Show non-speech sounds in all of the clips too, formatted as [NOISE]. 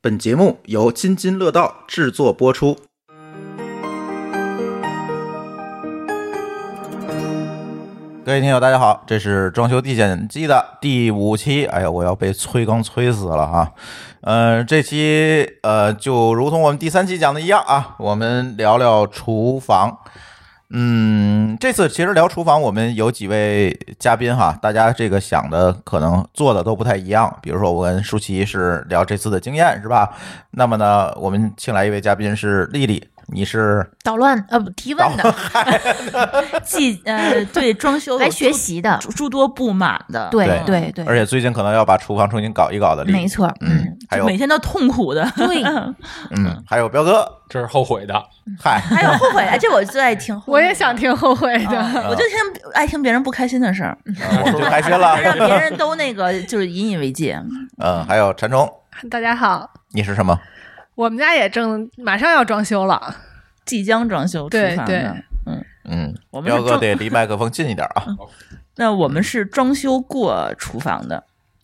本节目由津津乐道制作播出。各位听友，大家好，这是装修地检机的第五期。哎呀，我要被催更催死了哈。呃，这期呃，就如同我们第三期讲的一样啊，我们聊聊厨房。嗯，这次其实聊厨房，我们有几位嘉宾哈，大家这个想的可能做的都不太一样。比如说，我跟舒淇是聊这次的经验，是吧？那么呢，我们请来一位嘉宾是丽丽，你是捣乱呃不提问的，既 [LAUGHS] 呃对装修有来学诸习 [LAUGHS] 的，诸诸多不满的，对对对对，而且最近可能要把厨房重新搞一搞的丽丽没，错，嗯，还就有每天都痛苦的， [LAUGHS] 对，嗯，还有彪哥，这是后悔的。嗨，还有后悔，哎，这我最爱听， [LAUGHS] 我也想听后悔的。嗯。我就听爱听别人不开心的事儿，呃我们就开心了， [LAUGHS] 让别人都那 [LAUGHS] 个就是引以为戒。嗯，还有馋虫，大家好，你是什么？我们家也正马上要装修了，即将装修厨对房对的，嗯，我们彪是哥装，得离麦克风近一点啊，那我们是装修过厨房的，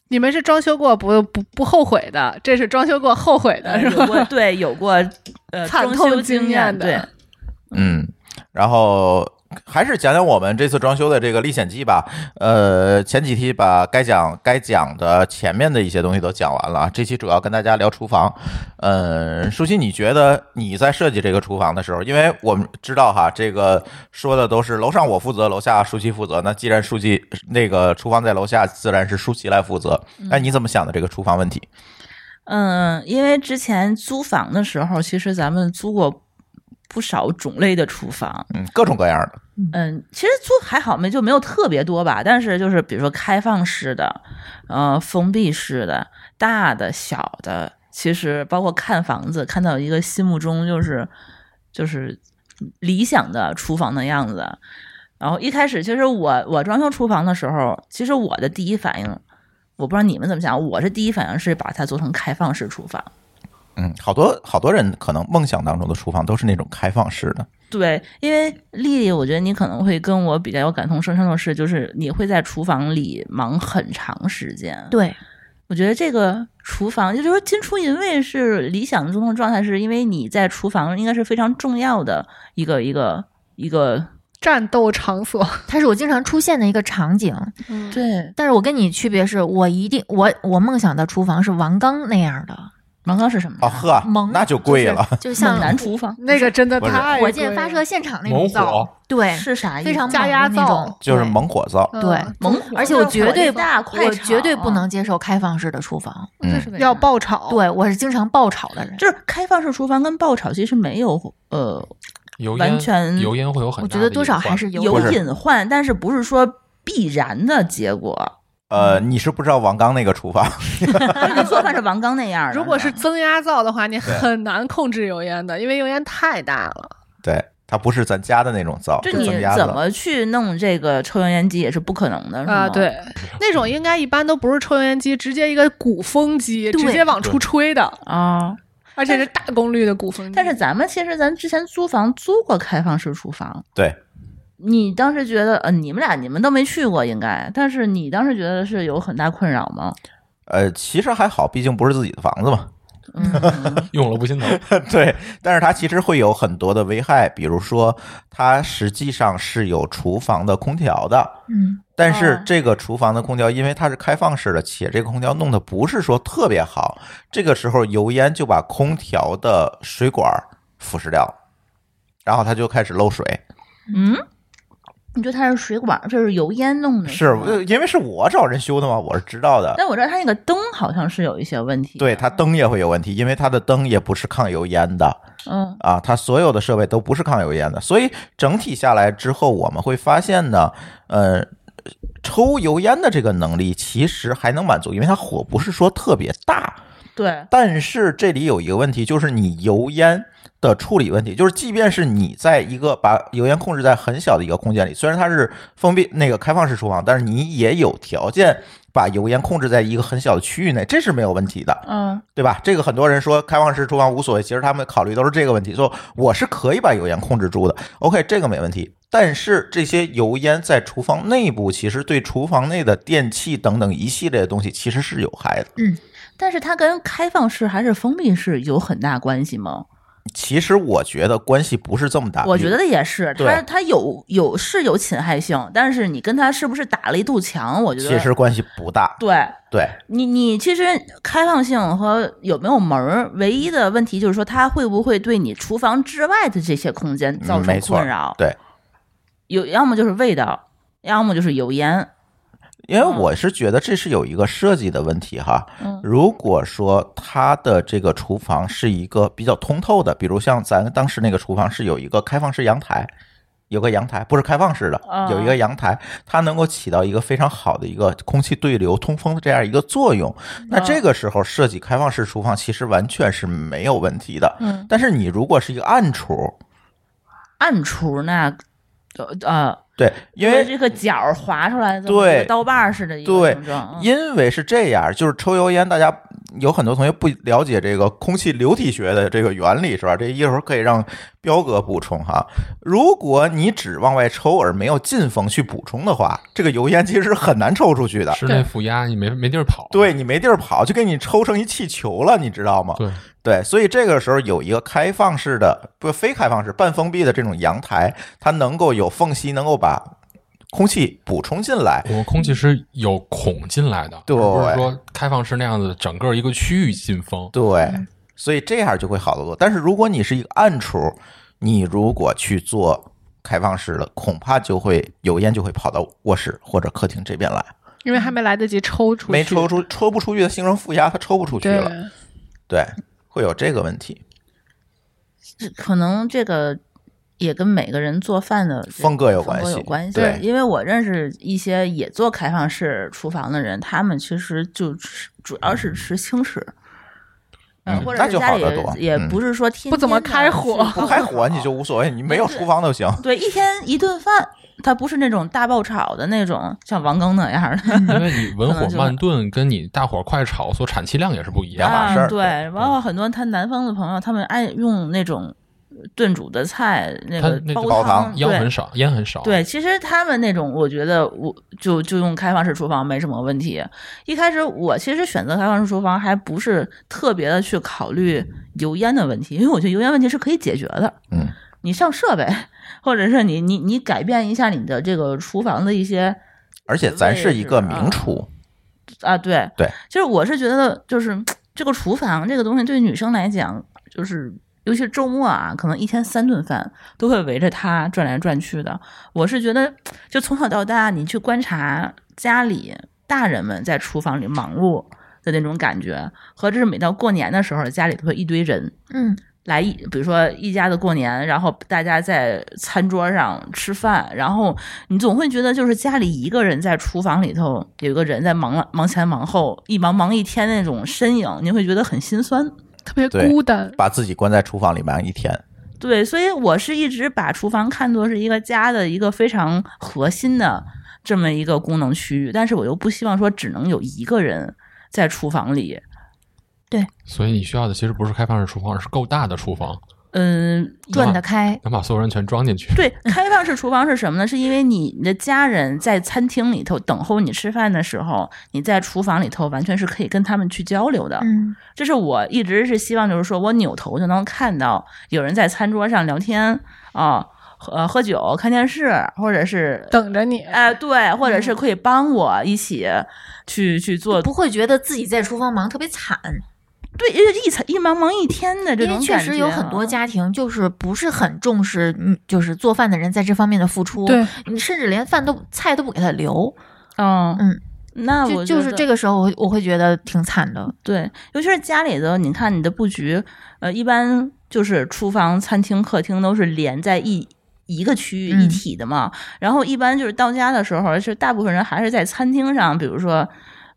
你们是装修过不不不后悔的，这是装修过后悔的呃是有 [LAUGHS] 吧？过对有过呃惨装痛修经经验的对，嗯，然后还是讲讲我们这次装修的这个历险记吧。呃，前几期把该讲该讲的前面的一些东西都讲完了啊，这期主要跟大家聊厨房。嗯，舒淇，你觉得你在设计这个厨房的时候，因为我们知道哈，这个说的都是楼上我负责，楼下舒淇负责。那既然舒淇那个厨房在楼下，自然是舒淇来负责。那你怎么想的这个厨房问题？嗯，因为之前租房的时候，其实咱们租过不少种类的厨房，嗯，各种各样的。嗯，其实租还好没，就没有特别多吧。但是就是比如说开放式的，呃，封闭式的，大的、小的，其实包括看房子，看到一个心目中就是就是理想的厨房的样子。然后一开始，其实我我装修厨房的时候，其实我的第一反应，我不知道你们怎么想，我是第一反应是把它做成开放式厨房。嗯，好多好多人可能梦想当中的厨房都是那种开放式的。对，因为丽丽，我觉得你可能会跟我比较有感同身受的是，就是你会在厨房里忙很长时间。，对我觉得这个厨房，也就是说金出银卫是理想中的状态，是因为你在厨房应该是非常重要的一个一个一个。战斗场所，它是我经常出现的一个场景。嗯，对，但是我跟你区别是我一定我我梦想的厨房是王刚那样的王刚是什么哦？呵猛，，那就贵了。，就像 [LAUGHS] 猛男厨房那个真的不是太火箭贵发了射现场那种猛灶火，对，是啥意思？非常加压猛的那灶种，就是对。猛火灶。嗯对，猛火而且我绝对火力大快我绝对炒不啊能接受开放式的厨房，嗯要爆炒，，对我是经常爆炒的人。就是开放式厨房跟爆炒其实没有呃油完烟全油烟会有很我大觉的得多少隐患还是有点是隐患，但是不是说必然的结果。呃，你是不知道王刚那个厨房， [LAUGHS] 你做饭是王刚那样的。如果是吧增压灶的话，你很难控制油烟的，因为油烟太大了。对，它不是咱家的那种灶，就是你增压怎的么去弄这个抽油烟机也是不可能的，是吗？啊，，对，那种应该一般都不是抽油烟机，直接一个鼓风机，对直接往出吹的，啊。而且是大功率的鼓风机。但是咱们其实咱之前租房租过开放式厨房，对，你当时觉得呃，你们俩你们都没去过应该，但是你当时觉得是有很大困扰吗？呃，其实还好，毕竟不是自己的房子嘛。 [LAUGHS] 嗯， [LAUGHS] 用了不心疼，对，但是它其实会有很多的危害，比如说它实际上是有厨房的空调的，嗯，但是哦这个厨房的空调因为它是开放式的，且这个空调弄得不是说特别好，这个时候油烟就把空调的水管腐蚀掉了，然后它就开始漏水。嗯你觉得它是水管，这是油烟弄的，是吗？呃因为是我找人修的嘛，我是知道的。但我知道嗯它那个灯好像是有一些问题，对，它灯也会有问题，因为它的灯也不是抗油烟的嗯啊，它所有的设备都不是抗油烟的，所以整体下来之后，我们会发现呢，呃，抽油烟的这个能力其实还能满足，因为它火不是说特别大，对，但是这里有一个问题，就是你油烟的处理问题，就是即便是你在一个把油烟控制在很小的一个空间里，虽然它是封闭那个开放式厨房，但是你也有条件把油烟控制在一个很小的区域内，这是没有问题的，嗯对吧？这个很多人说开放式厨房无所谓，其实他们考虑都是这个问题，说我是可以把油烟控制住的，OK，这个没问题。但是这些油烟在厨房内部，其实对厨房内的电器等等一系列的东西其实是有害的。但是它跟开放式还是封闭式有很大关系吗？其实我觉得关系不是这么大，我觉得也是，啊对它它有有是有侵害性，但是你跟它是不是打了一堵墙？我觉得其实关系不大。对对，你你其实开放性和有没有门儿，唯一的问题就是说它会不会对你厨房之外的这些空间造嗯没成错困扰？对，有要么就是味道，要么就是油烟。因为我是觉得这是有一个设计的问题哈。嗯如果说它的这个厨房是一个比较通透的，比如像咱当时那个厨房是有一个开放式阳台，有个阳台不是开放式的，啊有一个阳台，它能够起到一个非常好的一个空气对流、通风的这样一个作用。嗯那这个时候设计开放式厨房其实完全是没有问题的。嗯，但是你如果是一个暗厨，暗厨那，呃呃，对，因为这个角儿划出来的，对跟刀把儿似的一个对形状，嗯因为是这样，就是抽油烟，大家有很多同学不了解这个空气流体学的这个原理，是吧？这一会儿可以让彪哥补充哈。如果你只往外抽而没有进风去补充的话，这个油烟其实是很难抽出去的。室内负压你没没地儿跑。对你没地儿跑，就给你抽成一气球了，你知道吗？对，对，所以这个时候有一个开放式的，不非开放式、半封闭的这种阳台，它能够有缝隙，能够把空气补充进来。我们空气是有孔进来的，对而不是说开放式那样子整个一个区域进风。对，所以这样就会好得多。但是如果你是一个暗厨，你如果去做开放式的，恐怕就会油烟就会跑到卧室或者客厅这边来，因为还嗯没来得及抽出去，没抽出抽不出去的形成负压，它抽不出去对，了，对，会有这个问题，这可能这个也跟每个人做饭的这个风格有风关格系，有关系。对，因为我认识一些也做开放式厨房的人，他们其实就吃主要是吃轻食。呃嗯或那就者是家好里得多也嗯不是说天不怎么天的开火去不开火你就无所谓，你没有厨房都行。 [LAUGHS] 对一天一顿饭，它不是那种大爆炒的那种，像王刚那样的。因嗯 [LAUGHS] 为你文可能火就慢炖跟你大火快炒所产气量也是不一两样的。码事儿嗯啊。对，包括很多他南方的朋友，他们爱用那种炖煮的菜，那它个那煲个煲汤烟很对少，烟很少。对，其实他们那种，我觉得我就就用开放式厨房没什么问题。一开始我其实选择开放式厨房，还不是特别的去考虑油烟的问题，因为我觉得油烟问题是可以解决的。嗯，你上设备，或者是你你你改变一下你的这个厨房的一些而且咱是一个名厨，啊，对对，其实我是觉得，就是这个厨房这个东西，对女生来讲，就是尤其是周末啊，可能一天三顿饭都会围着它转来转去的。我是觉得，就从小到大，你去观察家里大人们在厨房里忙碌的那种感觉，和这是每到过年的时候，家里都会一堆人，嗯，来一，比如说一家子过年，然后大家在餐桌上吃饭，然后你总会觉得就是家里一个人在厨房里头有一个人在忙了忙前忙后，一忙忙一天那种身影，你会觉得很心酸。特别对孤单。把自己关在厨房里面一天，对，所以我是一直把厨房看作是一个家的一个非常核心的这么一个功能区域，但是我又不希望说只能有一个人在厨房里。所以你需要的其实不是开放式厨房，而是够大的厨房，嗯，转得开，能把所有人全装进去。对，开放式厨房是什么呢？是因为你的家人在餐厅里头等候你吃饭的时候，你在厨房里头完全是可以跟他们去交流的。嗯，这是我一直是希望，就是说我扭头就能看到有人在餐桌上聊天啊，呃，喝酒、看电视，或者是。等着你，啊哎，对，或者嗯是可以帮我一起去去做，不会觉得自己在厨房忙特别惨，对，因为一层一忙忙一天的这因种为确感觉啊，实有很多家庭就是不是很重视，嗯，就是做饭的人在这方面的付出，对，你甚至连饭都菜都不给他留，嗯嗯，那就我就是个。这个时候我会我会觉得挺惨的，对，尤其是家里的，你看你的布局，呃，一般就是厨房、餐厅、客厅都是连在一一个区域嗯一体的嘛。然后一般就是到家的时候，是大部分人还是在餐厅上，比如说。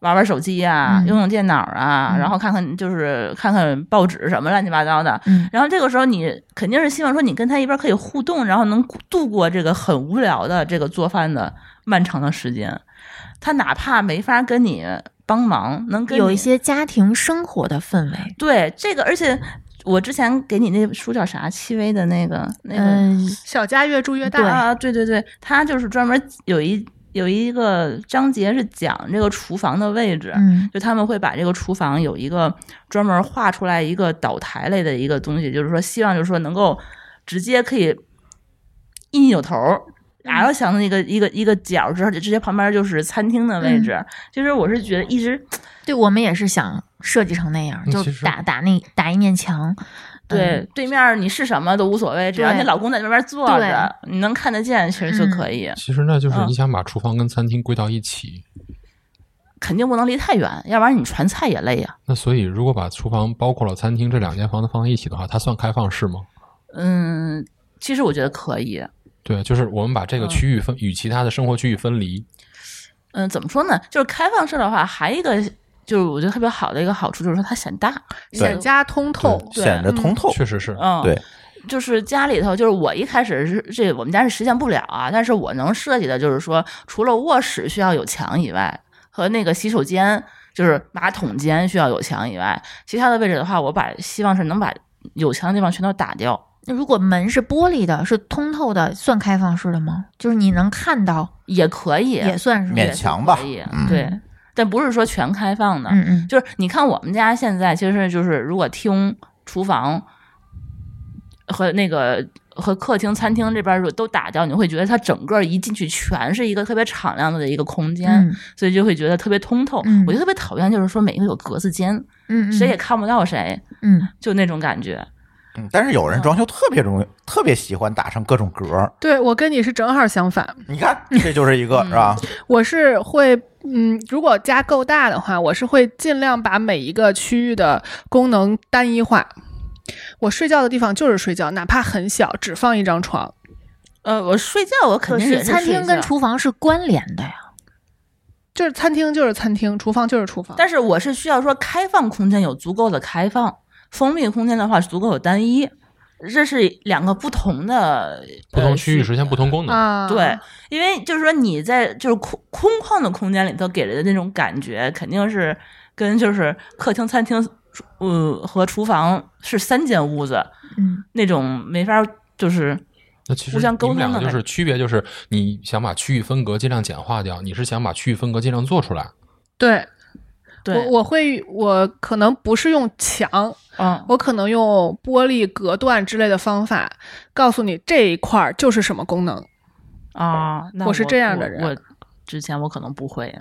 玩玩手机啊，嗯用用电脑啊，嗯然后看看就是看看报纸什么乱七八糟的。嗯然后这个时候你肯定是希望说你跟他一边可以互动，然后能度过这个很无聊的这个做饭的漫长的时间。他哪怕没法跟你帮忙，能跟有一你些家庭生活的氛围，对这个，而且我之前给你那书叫啥？戚薇的那个那个、啊嗯、小家越住越大，啊，对对对，他就是专门有一。有一个章节是讲这个厨房的位置，嗯就他们会把这个厨房有一个专门画出来一个岛台类的一个东西，就是说希望就是说能够直接可以一扭头儿。嗯打到墙的一个一个一个角儿之后，直接旁边就是餐厅嗯的位置。其实我是觉得一直对我们也是想设计成那样，嗯就其实打打那打一面墙，对、嗯对面你是什么都无所谓，只要对你老公在那边坐着，你能看得见，其实就可以。其实那就是嗯你想把厨房跟餐厅归到一起。肯定不能离太远，要不然你传菜也累呀、那所以，如果把厨房包括了餐厅这两间房子放在一起的话，它算开放式吗？嗯，其实我觉得可以。对，就是我们把这个区域分、与其他的生活区域分离。嗯，怎么说呢？就是开放式的话，还一个就是我觉得特别好的一个好处就是说它显大，显家通透，对显着通透。确实是，嗯，对，就是家里头，就是我一开始是这我们家是实现不了啊，但是我能设计的就是说，除了卧室需要有墙以外，和那个洗手间就是马桶间需要有墙以外，其他的位置的话，我把希望是能把有墙的地方全都打掉，那如果门是玻璃的，是通透的，算开放式的吗？就是你能看到，也可以，也算是吗勉强吧可以，嗯对，但不是说全开放的，嗯嗯，就是你看我们家现在其实就是如果厅、厨房和那个和客厅、餐厅这边如果都打掉，你会觉得它整个一进去全是一个特别敞亮的一个空间，嗯所以就会觉得特别通透。嗯我就特别讨厌，就是说每一个有格子间，嗯，嗯谁也看不到谁，嗯就那种感觉。嗯但是有人装修特别容易，特别喜欢打上各种格儿。对我跟你是正好相反，你看，这就是一个是吧？我是会，嗯，如果家够大的话，我是会尽量把每一个区域的功能单一化。我睡觉的地方就是睡觉，哪怕很小，只放一张床。呃，我睡觉我肯可定也是是餐厅睡跟觉，厨房是关联的呀，就是餐厅就是餐厅，厨房就是厨房。但是我是需要说开放空间有足够的开放，封闭空间的话足够有单一。这是两个不同的呃不同区域实现不。不同功能。啊，对，，因为就是说你在就是空空旷的空间里头给人的那种感觉，肯定是跟就是客厅、餐厅，呃和厨房是三间屋子嗯那种没法就是那其实互相沟你们通的两个就感是区别，就是你想把区域分隔尽量简化掉，你是想把区域分隔尽量做出来。对对我，我会，我可能不是用墙，嗯我可能用玻璃隔断之类的方法，告诉你这一块儿就是什么功能。啊，那我是这样的人我我之前我可能不会，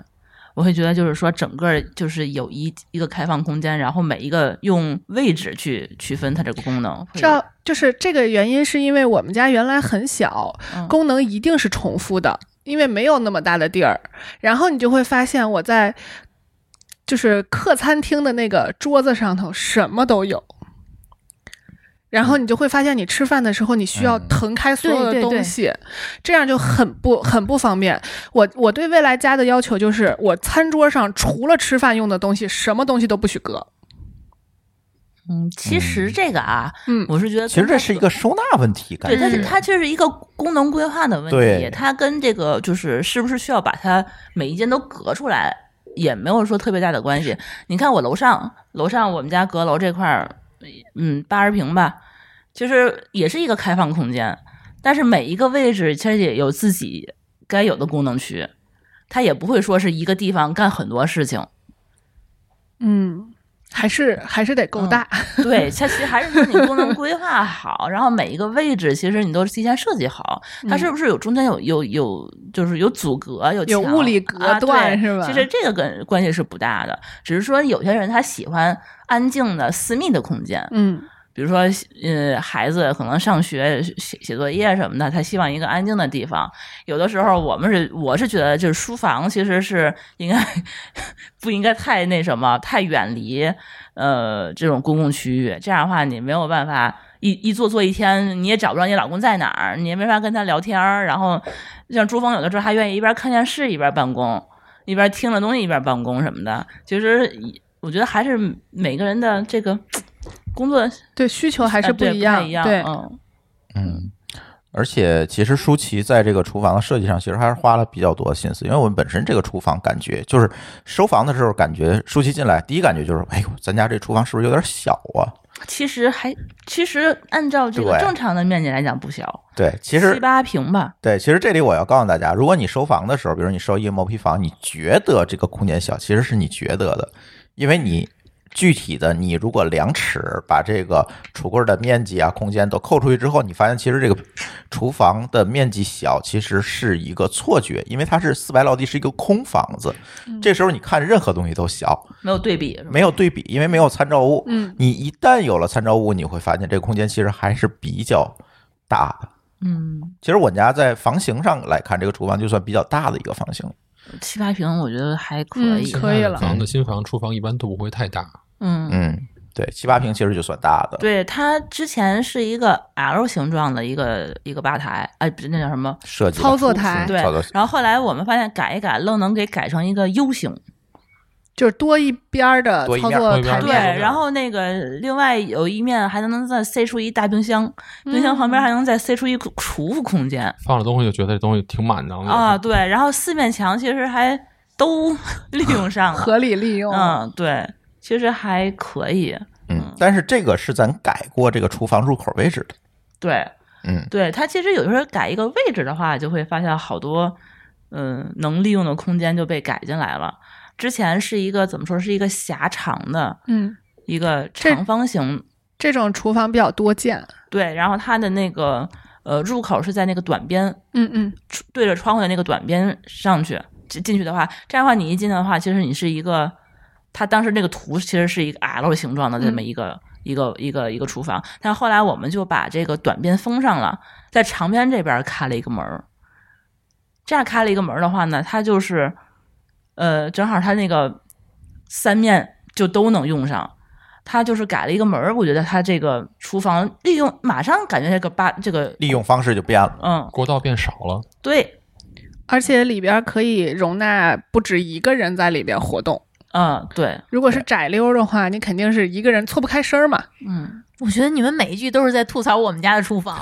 我会觉得就是说整个就是有一一个开放空间，然后每一个用位置去区分它这个功能。会这就是这个原因，是因为我们家原来很小，嗯功能一定是重复的，因为没有那么大的地儿。然后你就会发现我在就是客餐厅的那个桌子上头什么都有。然后你就会发现，你吃饭的时候你需要嗯腾开所有对的对对东西，这样就很不很不方便。我我对未来家的要求就是，我餐桌上除了吃饭用的东西，什么东西都不许隔。嗯，其实这个啊，嗯我是觉得其实跟它这是一个收纳问题，感对，觉但嗯是它这是一个功能规划的问题对，它跟这个就是是不是需要把它每一间都隔出来，也没有说特别大的关系。你看我楼上，楼上我们家阁楼这块儿，嗯，八十平吧，就是也是一个开放空间，但是每一个位置其实也有自己该有的功能区，它也不会说是一个地方干很多事情。嗯，还是还是得够大。对，它其实还是说你功能规划好，然后每一个位置其实你都提前设计好，它是不是有中间有有有就是有阻隔有嗯有墙物理隔啊对断是吧其实这个跟关系是不大的，只是说有些人他喜欢安静的私密的空间，嗯，比如说呃孩子可能上学写写作业什么的，他希望一个安静的地方。有的时候我们是我是觉得就是书房其实是应该 [LAUGHS] 不应该太那什么，太远离呃这种公共区域，这样的话你没有办法。一一坐坐一天，你也找不着你老公在哪儿，你也没法跟他聊天儿。然后，像朱峰有的时候还愿意一边看电视一边办公，一边听着东西一边办公什么的。其实我觉得还是每个人的这个工作对，需求还是啊对不一样。太一样，对，嗯，嗯，而且其实舒淇在这个厨房的设计上，其实还是花了比较多的心思，因为我们本身这个厨房感觉就是收房的时候，感觉舒淇进来第一感觉就是，哎呦，咱家这厨房是不是有点小啊？其实还其实按照这个对正常的面积来讲不小，对，其实七八平吧。对，其实这里我要告诉大家，如果你收房的时候，比如你收一个毛坯房，你觉得这个空间小，其实是你觉得的，因为你具体的你如果量尺把这个橱柜的面积啊、空间都扣出去之后，你发现其实这个厨房的面积小，其实是一个错觉，因为它是四白落地是一个空房子，这时候你看任何东西都小，没有对比，是吧没有对比，因为没有参照物。嗯，你一旦有了参照物，你会发现这个空间其实还是比较大的。嗯，其实我家在房型上来看，这个厨房就算比较大的一个房型。七八平我觉得还可嗯以，可以了房子新房厨房一般都不会太大，嗯嗯，对，七八平其实就算大的。对，它之前是一个 L 形状的一个一个吧台，哎，不是那叫什么？设计的操作台嗯对操作台，然后后来我们发现改一改，愣能给改成一个 U 型。就是多一边儿的多一操面作台多一面对，面然后那个另外有一面还能再塞出一大冰箱，嗯冰箱旁边还能再塞出一个储物空间放了东西就觉得这东西挺满当的啊。对，然后四面墙其实还都 [LAUGHS] 利用上了。合理利用。嗯，对，其实还可以。嗯，但是这个是咱改过这个厨房入口位置的。对，嗯，对，它其实有时候改一个位置的话，就会发现好多嗯、能利用的空间就被改进来了。之前是一个怎么说是一个狭长的嗯，一个这长方形，这种厨房比较多见。对，然后它的那个呃入口是在那个短边嗯嗯，对着窗户的那个短边上去进进去的话，这样的话你一进来的话，其实你是一个，它当时那个图其实是一个 L 形状的这么一个、一个一个一个厨房，但后来我们就把这个短边封上了，在长边这边开了一个门儿。这样开了一个门儿的话呢，它就是，呃，正好它那个三面就都能用上。它就是改了一个门儿，我觉得它这个厨房利用马上感觉这个八这个利用方式就变了。嗯国道变少了，对而且里边可以容纳不止一个人在里边活动。嗯对如果是窄溜儿的话，你肯定是一个人错不开身儿嘛。嗯。我觉得你们每一句都是在吐槽我们家的厨房，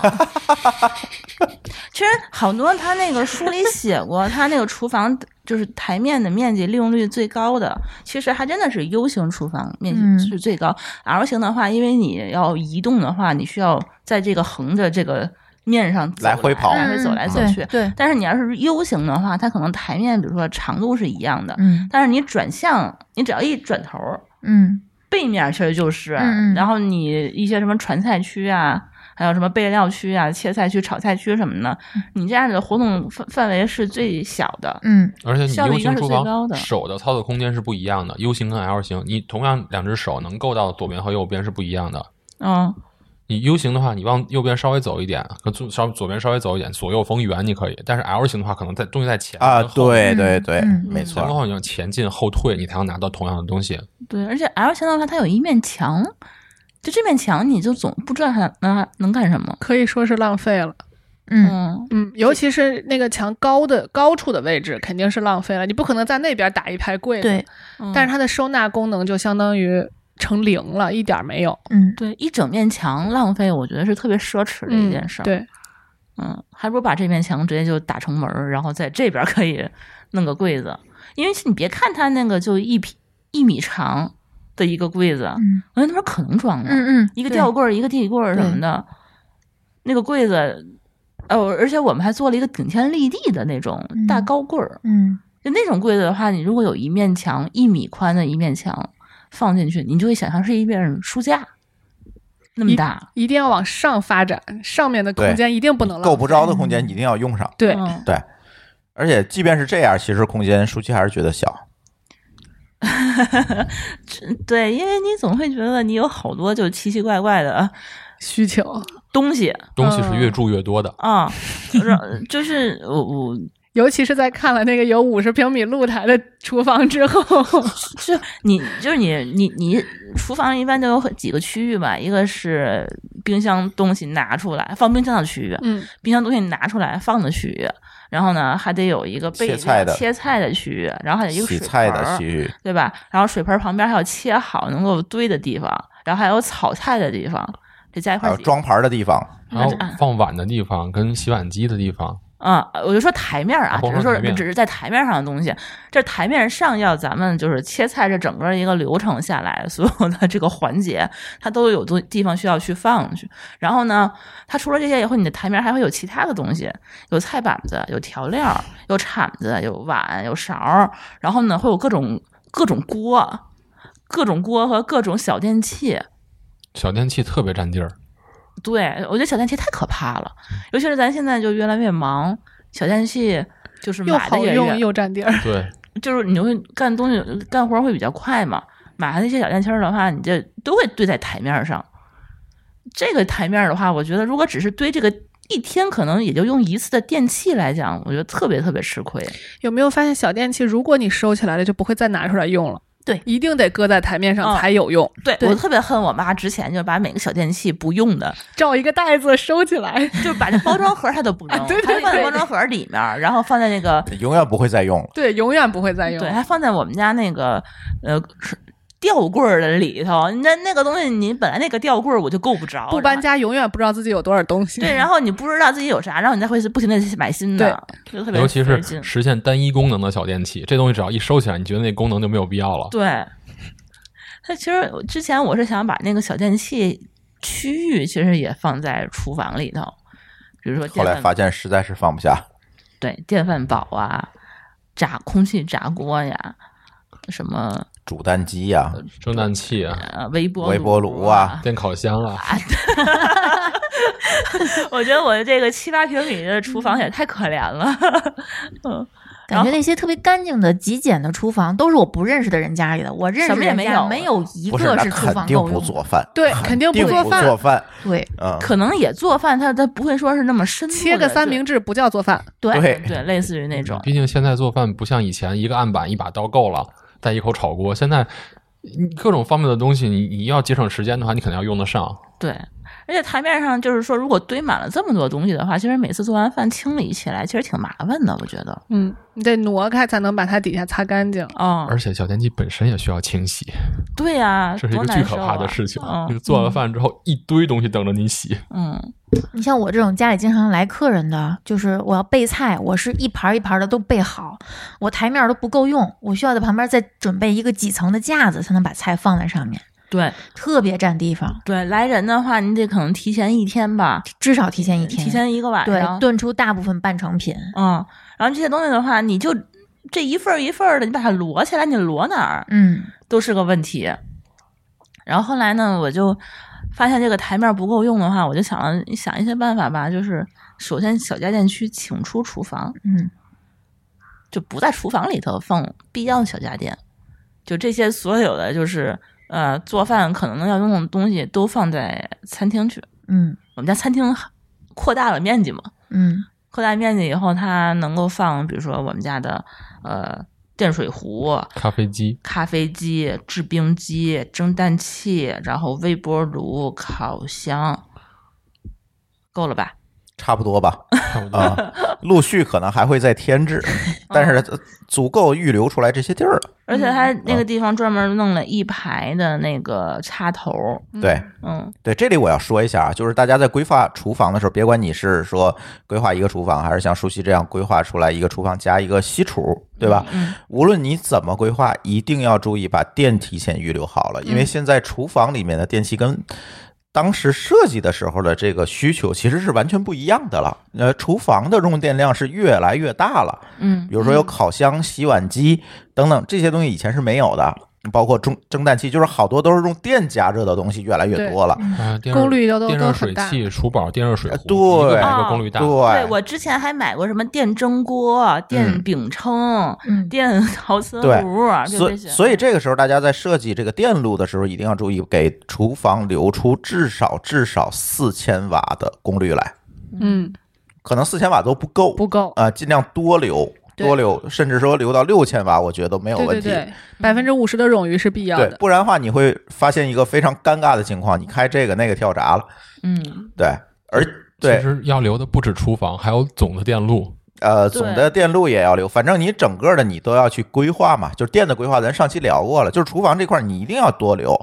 其实好多他那个书里写过， [LAUGHS] 他那个厨房就是台面的面积利用率最高的，其实还真的是 U 型厨房面嗯积是最高。L 型的话，因为你要移动的话，你需要在这个横着这个面上走来回跑来回走来走去。嗯对，但是你要是 U 型的话，它可能台面比如说长度是一样的，嗯但是你转向，你只要一转头，嗯背面其实就是，嗯嗯然后你一些什么传菜区啊，还有什么备料区啊、切菜区、炒菜区什么的，你这样的活动范范围是最小的。嗯而且你效率 U 应该型是厨最高房的手的操作空间是不一样的，U 型跟 L 型，你同样两只手能够到左边和右边是不一样的。嗯，你 U 型的话，你往右边稍微走一点，和左稍左边稍微走一点，左右逢源你可以。但是 L 型的话，可能在东西在前啊，跟后对嗯对对，嗯没前跟错。后你要前进后退，你才能拿到同样的东西。对，而且 L 型的话，它有一面墙，就这面墙你就总不知道它能能干什么。可以说是浪费了，嗯，嗯，嗯，尤其是那个墙高的高处的位置，肯定是浪费了。你不可能在那边打一排柜子，对，嗯但是它的收纳功能就相当于成零了，一点儿没有嗯对一整面墙浪费，我觉得是特别奢侈的一件事儿。嗯。对，嗯，还不如把这面墙直接就打成门儿，然后在这边儿可以弄个柜子，因为你别看它那个就一匹一米长的一个柜子，嗯我觉得那边儿可能装了、嗯嗯，一个对吊，柜儿、一个地柜儿什么的，那个柜子，哦，而且我们还做了一个顶天立地的那种嗯大高柜儿，嗯就那种柜子的话，你如果有一面墙一米宽的一面墙放进去，你就会想象是一面书架那么一大，一定要往上发展，上面的对空间一定不能浪费。够不着的空间一定要用上，对，嗯对。而且即便是这样，其实空间舒淇还是觉得小。对，因为你总会觉得你有好多就奇奇怪怪的啊需求，东西东西嗯是越住越多的，啊，让 [LAUGHS] 就是我我尤其是在看了那个有五十平米露台的厨房之后， [LAUGHS] 就你就是你你你厨房一般都有很几个区域吧，一个是冰箱东西拿出来放冰箱的区域，嗯，冰箱东西拿出来放的区域，然后呢还得有一个备切菜的切菜的区域，然后还有一个洗水菜盆的儿区域，对吧？然后水盆旁边还有切好能够堆的地方，然后还有炒菜的地方，这加一还块儿有几装盘的地方，然后嗯放碗的地方跟洗碗机的地方，啊、我就说台面儿啊，包只括是说台面只是在台面上的东西，这台面上要咱们就是切菜这整个一个流程下来，所有的这个环节，它都有东地方需要去放去。然后呢，它除了这些以后，你的台面还会有其他的东西，有菜板子，有调料，有铲子，有碗，有勺儿，然后呢，会有各种各种锅，各种锅和各种小电器。小电器特别 [LAUGHS] 占地儿，对，我觉得小电器太可怕了，尤其是咱现在就越来越忙，小电器就是又买的好也用越，又占地儿。对，就是你会干东西干活会比较快嘛。买那些小电器儿的话，你这都会堆在台面上。这个台面儿的话，我觉得如果只是堆这个一天，可能也就用一次的电器来讲，我觉得特别特别吃亏。有没有发现小电器，如果你收起来了，就不会再拿出来用了？对一定得搁在台面上嗯才有用。对对我特别恨我妈之前就把每个小电器不用的，找一个袋子收起来。就是把那包装盒儿她都 [LAUGHS] 不啊扔，对对她就放在对包装盒儿里面儿，然后放在那个永远不会再用了。对，永远不会再用。对，哎还放在我们家那个呃吊柜儿的里头。那那个东西，你本来那个吊柜儿我就够不着，不搬然后。家永远不知道自己有多少东西。对，然后你不知道自己有啥，然后你再会不停的买新的，就特别尤其费是劲实现单一功能的小电器，这东西只要一收起来，你觉得那功能就没有必要了。对。那其实我之前我是想把那个小电器区域，其实也放在厨房里头，比如说后电来饭发现实在是放不下，对电饭煲啊，炸空气炸锅呀，什么煮蛋机呀、蒸蛋器啊，呃微波微波炉啊啊，电烤箱啊， [LAUGHS] 我觉得我这个七八平米的厨房也太可怜了。啊嗯，感觉那些特别干净的、极简的厨房，都是我不认识的人家里的。我认识什么也人没家有没有一不是个那厨肯房定够不用的。做饭， [LAUGHS] 对肯肯定不不做饭做饭，对，嗯，可能也做饭，他他不会说是那么深入的，切个三明治不叫做饭，就，对对对，类似于那种。嗯毕竟现在做饭不像以前一个案板一把刀够了，带一口炒锅。现在嗯各种方面的东西，你你要节省时间的话，你肯定要用得上。对，而且台面上就是说，如果堆满了这么多东西的话，其实每次做完饭清理起来其实挺麻烦的，我觉得。嗯，你得挪开才能把它底下擦干净。哦，而且小电器本身也需要清洗，对呀、这是一多个难巨受可啊怕的事情。就是嗯做了饭之后，一堆东西等着 [LAUGHS] 你洗。嗯，你像我这种家里经常来客人的，就是我要备菜，我是一盘儿一盘儿的都备好，我台面儿都不够用，我需要在旁边再准备一个几层的架子，才能把菜放在上面，对特别占地方，对，来人的话，你得可能提前一天吧，至少提前一天。嗯提前一个晚上，对，炖出大部分半成品。嗯，然后这些东西的话，你就这一份儿一份儿的，你把它摞起来，你摞哪儿啊嗯，都是个问题。然后后来呢，我就发现这个台面不够用的话，我就想了想一些办法吧，就是首先小家电区请出厨房，嗯，就不在厨房里头放必要的小家电，就这些所有的就是呃做饭可能要用的东西都放在餐厅去。嗯我们家餐厅扩大了面积嘛，嗯扩大面积以后，它能够放，比如说我们家的呃电水壶、咖 [LAUGHS] 啡机，咖啡机、制冰机、蒸蛋器，然后微波炉、烤箱，够了吧？差不多 [LAUGHS] 吧，差不多啊、陆续可能还会再添置，但是嗯足够预留出来这些地儿了。而且它哦那个地方专门弄了一排的那个插头，对嗯，对，这里我要说一下啊，就是大家在规划厨房的时候，别管你是说规划一个厨房，还是像舒淇这样规划出来一个厨房加一个西厨，对吧？嗯无论你怎么规划，一定要注意把电提前预留好了，因嗯为现在厨房里面的电器跟当时设计的时候的这个需求其实是完全不一样的了。呃，厨房的用电量是越来越大了，嗯比如说有烤箱、洗碗机等等这些东西以前是没有的，包括蒸蒸蛋器，就是好多都是用电加热的东西越来越多了。啊，电热功率都都电都热很水大。啊器、厨宝、电热水呃壶，对一个比一个哦功率大。对，对，我之前还买过什么电蒸锅、电嗯饼铛、嗯，电陶瓷对壶，就所这以些。所以这个时候大家在设计这个电路的时候，一定要注意给厨房留出至少至少四千瓦的功率来，嗯，可能四千瓦都不够，不够。啊、尽量多留。对多留，甚至说留到六千瓦，我觉得都没有对问对题。对，百分之五十的冗余是必要对的。不然的话你会发现一个非常尴尬的情况，你开这个那个跳闸了。嗯，对，而对其实要留的不止厨房，还有总的电路。呃，对总的电路也要留，反正你整个的你都要去规划嘛，就是电的规划，咱上期聊过了，就是厨房这块儿你一定要多留，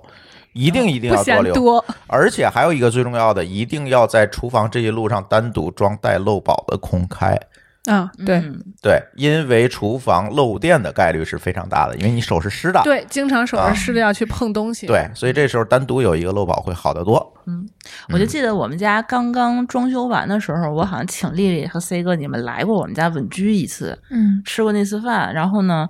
一定一定不要多嫌留，多，而且还有一个最重要的，一定要在厨房这一路上单独装带漏保的空开，啊，对、嗯对，因为厨房漏电的概率是非常大的，因为你手是湿的。对，经常手啊上湿的要去碰东西，对，所以这时候单独有一个漏保会好得多。我嗯就记得我们家刚刚装修完的时候，我好像请丽丽和 C 哥你们来过我们家稳居一次，嗯，吃过那次饭。然后呢，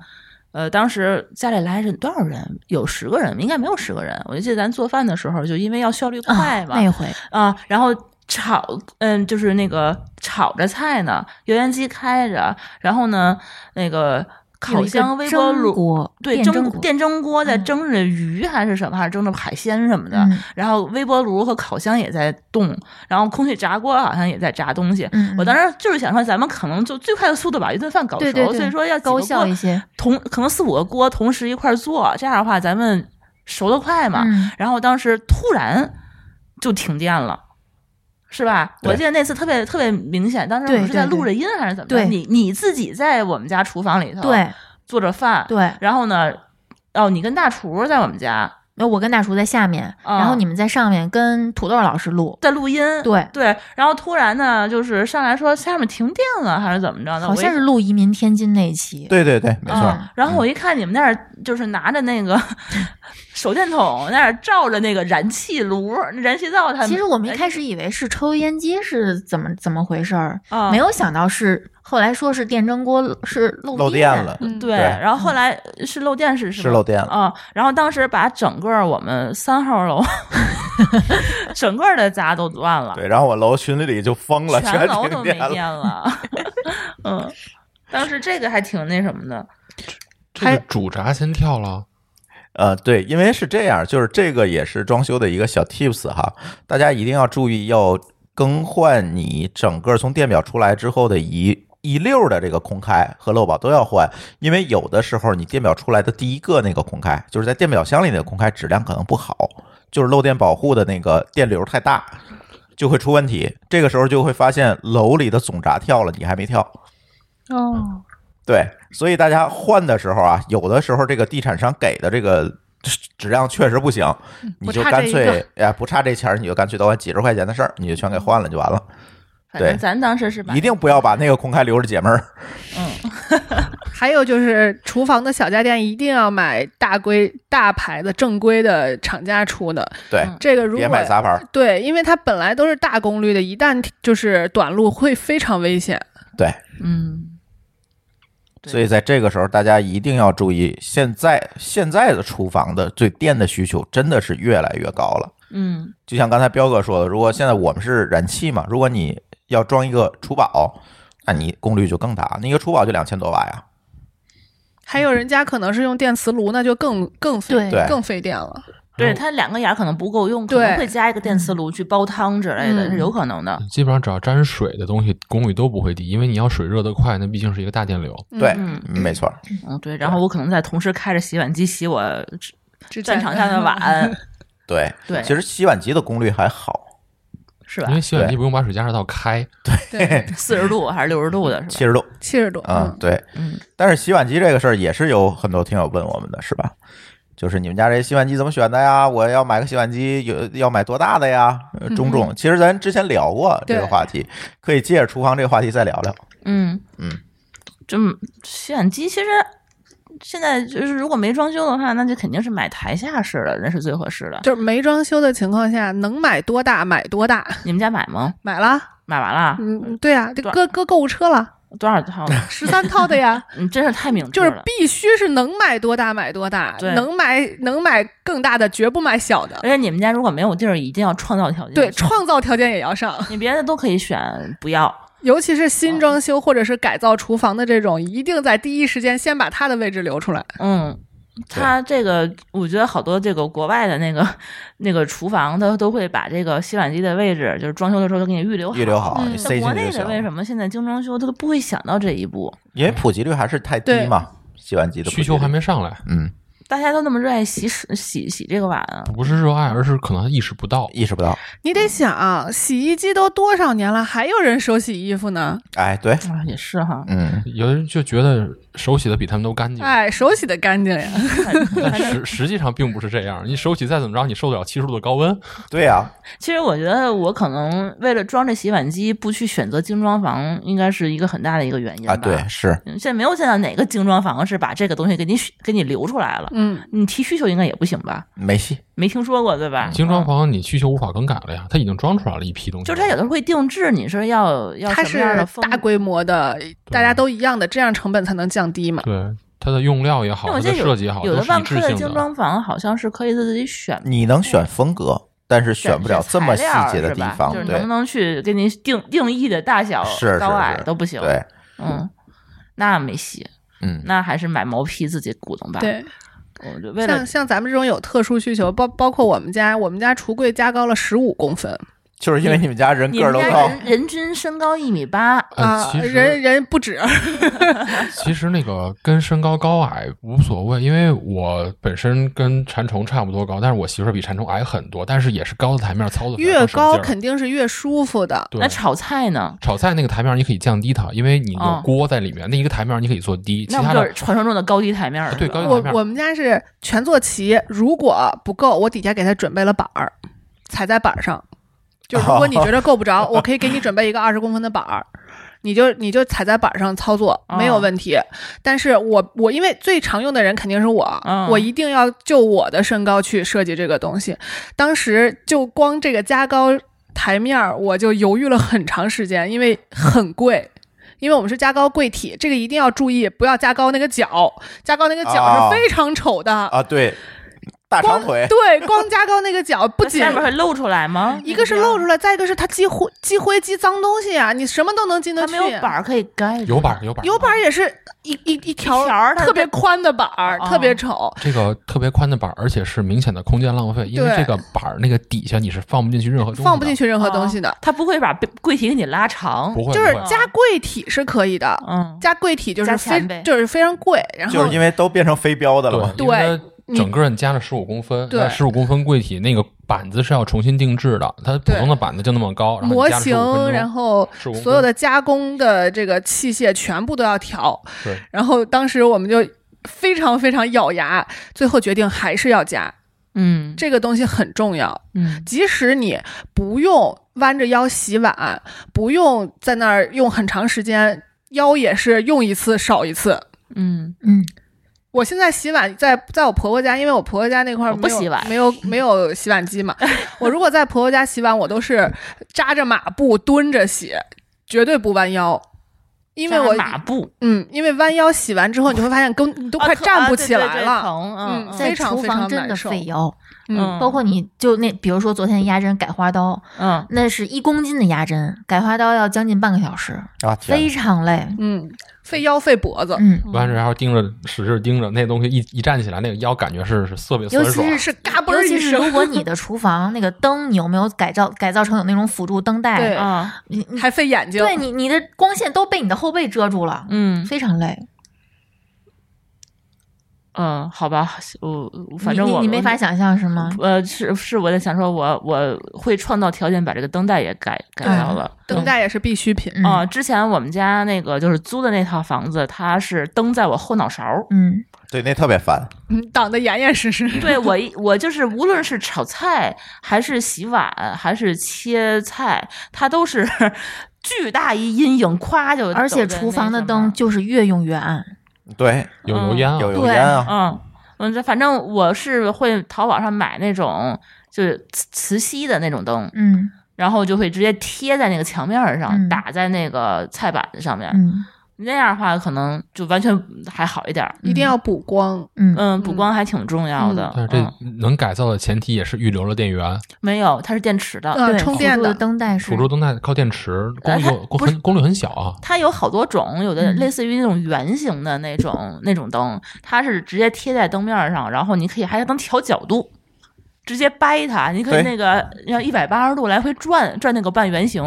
呃，当时家里来人多少人？有十个人，应该没有十个人。我就记得咱做饭的时候，就因为要效率快啊，嘛，那回啊，然后炒，嗯，就是那个炒着菜呢，油烟机开着，然后呢，那个烤箱、有微波一个蒸炉，锅，对，电蒸蒸电蒸锅在嗯蒸着鱼还是什么，还是蒸着海鲜什么的，嗯然后微波炉和烤箱也在动，然后空气炸锅好像也在炸东西。嗯，我当时时就是想说，咱们可能就最快的速度把一顿饭搞熟，对对对所以说要几个高效锅一些，同可能四五个锅同时一块儿做，这样的话咱们熟得快嘛。嗯然后当时突然就停电了。是吧？对我记得那次特别特别明显，当时我对们是在对对录着音还是怎么着？对你你自己在我们家厨房里头对做着饭，对，然后呢，哦，你跟大厨在我们家那我跟大厨在下面，啊然后你们在上面跟土豆老师录，在录音，对，对，然后突然呢，就是上来说下面停电了还是怎么着的，好像是录移民天津那一期，对对对，没错。嗯然后我一看你们那儿就是拿着那个 [LAUGHS] 手电筒那儿照着那个燃气炉、燃气灶，他们其实我们一开始以为是抽油烟机是怎么怎么回事儿，啊没有想到是后来说是电蒸锅是漏漏电电了，嗯对，然后后来是漏电是是是漏电了。啊、然后当时把整个我们三号楼 [LAUGHS] 整个的家都乱了，对，然后我楼群里就疯了，全全楼停都没电电了， [LAUGHS] 嗯。当时这个还挺那什么的，这还个主闸先跳了，呃，对，因为是这样，就是这个也是装修的一个小 tips 哈，大家一定要注意要更换你整个从电表出来之后的一。一溜儿的这个空开和漏保都要换，因为有的时候你电表出来的第一个那个空开，就是在电表箱里那个空开质量可能不好，就是漏电保护的那个电流太大，就会出问题。这个时候就会发现楼里的总闸跳了，你还没跳。嗯哦，对，所以大家换的时候啊，有的时候这个地产商给的这个质量确实不行，你嗯不就差干这一脆个哎不差这钱儿，你就干脆都按几十块钱的事儿，你就全给换了就完了。反正对咱当时是把嗯一定不要把那个空开留着解闷儿。还有就是厨房的小家电一定要买大规大牌的正规的厂家出的，对，嗯这个如别果买杂牌儿。对，因为它本来都是大功率的，一旦就是短路会非常危险。对，嗯，对所以在这个时候，大家一定要注意，现在现在的厨房的对电的需求真的是越来越高了。嗯就像刚才彪哥说的，如果现在我们是燃气嘛，如果你要装一个厨宝，那你功率就更大，那个厨宝就两千多瓦呀。还有人家可能是用电磁炉，那就更更费对更费电了。，对，然后它两个眼儿可能不够用，可对能会加一个电嗯磁炉去煲汤之类的，嗯是有可能的。基本上只要沾水的东西，功率都不会低，因为你要水热得快，那毕竟是一个大电流。嗯对，嗯没错儿。嗯，对。然后我可能在同时开着洗碗机洗我之前战场上的碗，对对其实洗碗机的功率还好，是吧因为？洗碗对机不用把水加热到开，对四十度还是六十度的，是吧？七十度七十多，啊，嗯，对。嗯，但是洗碗机这个事儿也是有很多听友问我们的，是吧？就是你们家这洗碗机怎么选的呀？我要买个洗碗机，有要买多大的呀？呃中重？嗯其实咱之前聊过这个对话题，可以借着厨房这个话题再聊聊。嗯嗯，这么洗碗机其实现在就是如果没装修的话，那就肯定是买台下式的，那是最合适的。就是没装修的情况下，能买多大买多大，你们家买吗？买了，买完了嗯，对呀、就对搁搁购物车 [LAUGHS] 了，多少套？十三套的 [LAUGHS] 呀，你真是太明智就是了。必须是能买多大买多大，对能买能买更大的，绝不买小的。而且你们家如果没有地儿，一定要创造条件。对，创造条件也要上，你别的都可以选，不要。尤其是新装修或者是改造厨房的这种，一定在第一时间先把它的位置留出来。嗯，它这个我觉得好多这个国外的那个 [LAUGHS] 那个厨房，它都会把这个洗碗机的位置，就是装修的时候都给你预留好。预留好，嗯你在塞进国去内就的为行。什么现在精装修它都不会想到这一步？因为普及率还是太低对嘛，洗碗机的普及需率求还没上来，嗯大家都那么热爱洗洗洗洗这个碗啊，不是热爱，而是可能意识不到。意识不到。你得想啊，洗衣机都多少年了，还有人手洗衣服呢？哎，对， [LAUGHS] 啊也是哈，嗯，有人就觉得手洗的比他们都干啊净。哎，手洗的干净呀，但实实际上并不是这样，你手洗再怎么着，你受得了七十度的高温，对啊呀、其实我觉得我可能为了装这洗碗机，不去选择精装房，应该是一个很大的一个原因吧。啊，对，是嗯，现在没有见到哪个精装房是把这个东西给你选给你留出来了。嗯，你提需求应该也不行吧？没戏。没听说过对吧？精装房你需求无法更改了呀，它已经装出来了一批东西。就是它有的会定制，你是要要它什是么样的风大规模的，大家都一样的，这样成本才能降低嘛。对它的用料也好，那我记它得的有设计也好，有都的是一万科致的性精的。装房好像是可以自己选你能选风格，但是选不了这么细节的地方就，是能对不能去给你定定义的大小、是是高矮是都不行。对，，嗯，那没戏，嗯，那还是买毛坯自己鼓动吧。，对，我就为了像像咱们这种有特殊需求，包包括我们家，我们家橱柜加高了十五公分就是因为你们家人你个儿们都家高，人人均身高一米八，呃，啊其，人实人不止，其实那个跟身高高矮无所谓，因为我本身跟馋虫差不多高，但是我媳妇儿比馋虫矮很多，但是也是高的台面，操作起来越更省高劲儿肯定是越舒服的。对那炒菜呢？炒菜那个台面你可以降低它，因为你有哦嗯锅在里面，那一个台面你可以做低，其那我他们就是的传说中的高低台面儿啊对了高低我台面我们家是全做齐，如果不够，我底下给他准备了板儿，踩在板儿上。就如果你觉得够不着，我可以给你准备一个二十公分的板儿，你就你就踩在板儿上操作哦没有问题。但是我我因为最常用的人肯定是我，嗯我一定要就我的身高去设计这个东西。当时就光这个加高台面儿，我就犹豫了很长时间，因为很贵。因为我们是加高柜体，这个一定要注意，不要加高那个角，加高那个角啊是非常丑的。啊，对，大光长腿，对，光加高那个角不那仅下面会露出来吗？一个是露出来，再一个是它积灰、积灰、积脏东西呀、你什么都能进得它去。没有板，儿可以盖着，有板儿有板儿有板儿也是一一一条一条儿它特别宽的板儿，哦特别丑。这个特别宽的板儿，而且是明显的空间浪费，因为对这个板儿那个底下你是放不进去任何东西的，放不进去哦任何东西的，它不会把柜体给你拉长。不会，啊就是不会加柜体是可以的，嗯，加柜体就是加钱非呗就是非常贵，然就后是因为都变成飞镖的了嘛。对，因为它整个你加了十五公分，对那十五公分柜体那个板子是要重新定制的，它普通的板子就那么高，然后模你加了型15公，分然后15所有的加工的这个器械全部都要调。对，然后当时我们就非常非常咬牙，最后决定还是要加嗯这个东西很重要。嗯，即使你不用弯着腰洗碗，不用在那儿用很长时间，腰也是用一次少一次。嗯，嗯，我现在洗碗在在我婆婆家，因为我婆婆家那块儿我不没有洗碗没有没有洗碗 [LAUGHS] 机嘛。我如果在婆婆家洗碗，我都是扎着马步蹲着洗，绝对不弯腰，因为我扎马步哦嗯，因为弯腰洗完之后，你就会发现跟你都快站不起来了。啊疼嗯嗯嗯在非常厨非常房真难的受费腰，嗯，包括你就那，比如说昨天压针改花刀，嗯，那是一公斤的压针，改花刀要将近半个小时，啊，天非常累。嗯，费腰费脖子，嗯，完事儿然后盯着使劲盯着那东西一一站起来，那个腰感觉是是特别酸爽，尤其是嘎嘣尤儿一其是如声，果你的厨房那个灯，你有没有改造改造成有那种辅助灯对带？啊你你还费眼睛。对你你的光线都被你的后背遮住了，嗯非常累。嗯，好吧，我反你正你我你没法。想象是吗？呃，是是，我在想说我，我会创造条件把这个灯带也改改造了。灯带也是必需品，嗯啊、之前我们家那个就是租的那套房子，它是灯在我后脑勺儿。嗯，对，那特别烦。嗯，挡得严严实实。 [LAUGHS] 对我一，我就是无论是炒菜，还是洗碗，还是切菜，它都是 [LAUGHS] 巨大一阴影，咵就。而且厨房的灯，就是越用越暗。对，有油烟啊，有油对烟啊，嗯嗯，这反正我是会淘宝上买那种就是磁磁吸的那种灯，嗯然后就会直接贴在那个墙面儿上，嗯打在那个菜板子上面。嗯那样的话，可能就完全还好一点儿。一定要补光。嗯，嗯，补光还挺重要的。但是嗯这能改造的前提也是预留了电源，没有，它是电池的。嗯对，充辅电助的灯带是辅助灯带靠电池，功率它有功不是很功率很小啊。它有好多种，有的嗯类似于那种圆形的那种、那种灯，它是直接贴在灯面儿上，然后你可以还能调角度，直接掰它，你哎可对以那个要一百八十度来回转转那个半圆形，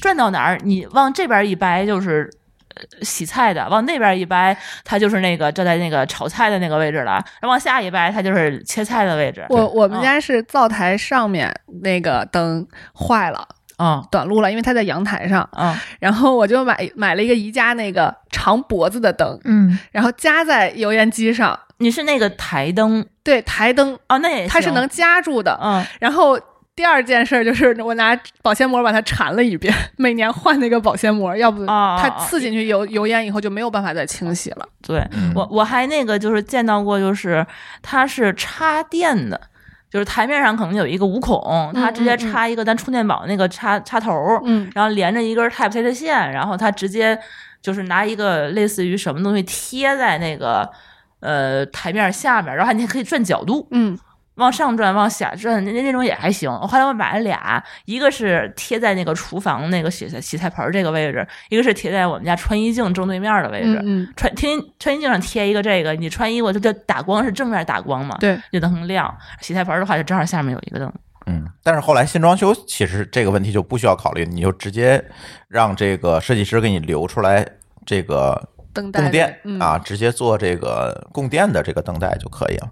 转到哪儿你往这边一掰就是。呃洗菜的往那边一掰，它就是那个站在那个炒菜的那个位置了；然后往下一掰，它就是切菜的位置。我我们家是灶台上面那个灯坏了，嗯短路了，因为它在阳台上。嗯然后我就买买了一个宜家那个长脖子的灯，嗯，然后夹在油烟机上，你是那个台灯对，台灯哦，那也它是行能夹住的。嗯然后第二件事儿就是我拿保鲜膜把它缠了一遍，每年换那个保鲜膜，要不啊它刺进去油油烟以后就没有办法再清洗了。对嗯我我还那个就是见到过，就是它是插电的。就是台面上可能有一个五孔，它直接插一个咱充电宝那个插插头，嗯，然后连着一根 Type C 的线，然后它直接就是拿一个类似于什么东西贴在那个呃台面下面，然后你还可以转角度，嗯，往上转、往下转，那那种也还行。后来我买了俩，一个是贴在那个厨房那个洗菜洗菜盆儿这个位置，一个是贴在我们家穿衣镜正对面的位置。嗯，穿天穿衣镜上贴一个这个，你穿衣服就就打光是正面打光嘛，对，就能很亮。洗菜盆儿的话，就正好下面有一个灯。嗯，但是后来新装修其实这个问题就不需要考虑，你就直接让这个设计师给你留出来这个灯带供电、嗯、啊，直接做这个供电的这个灯带就可以了。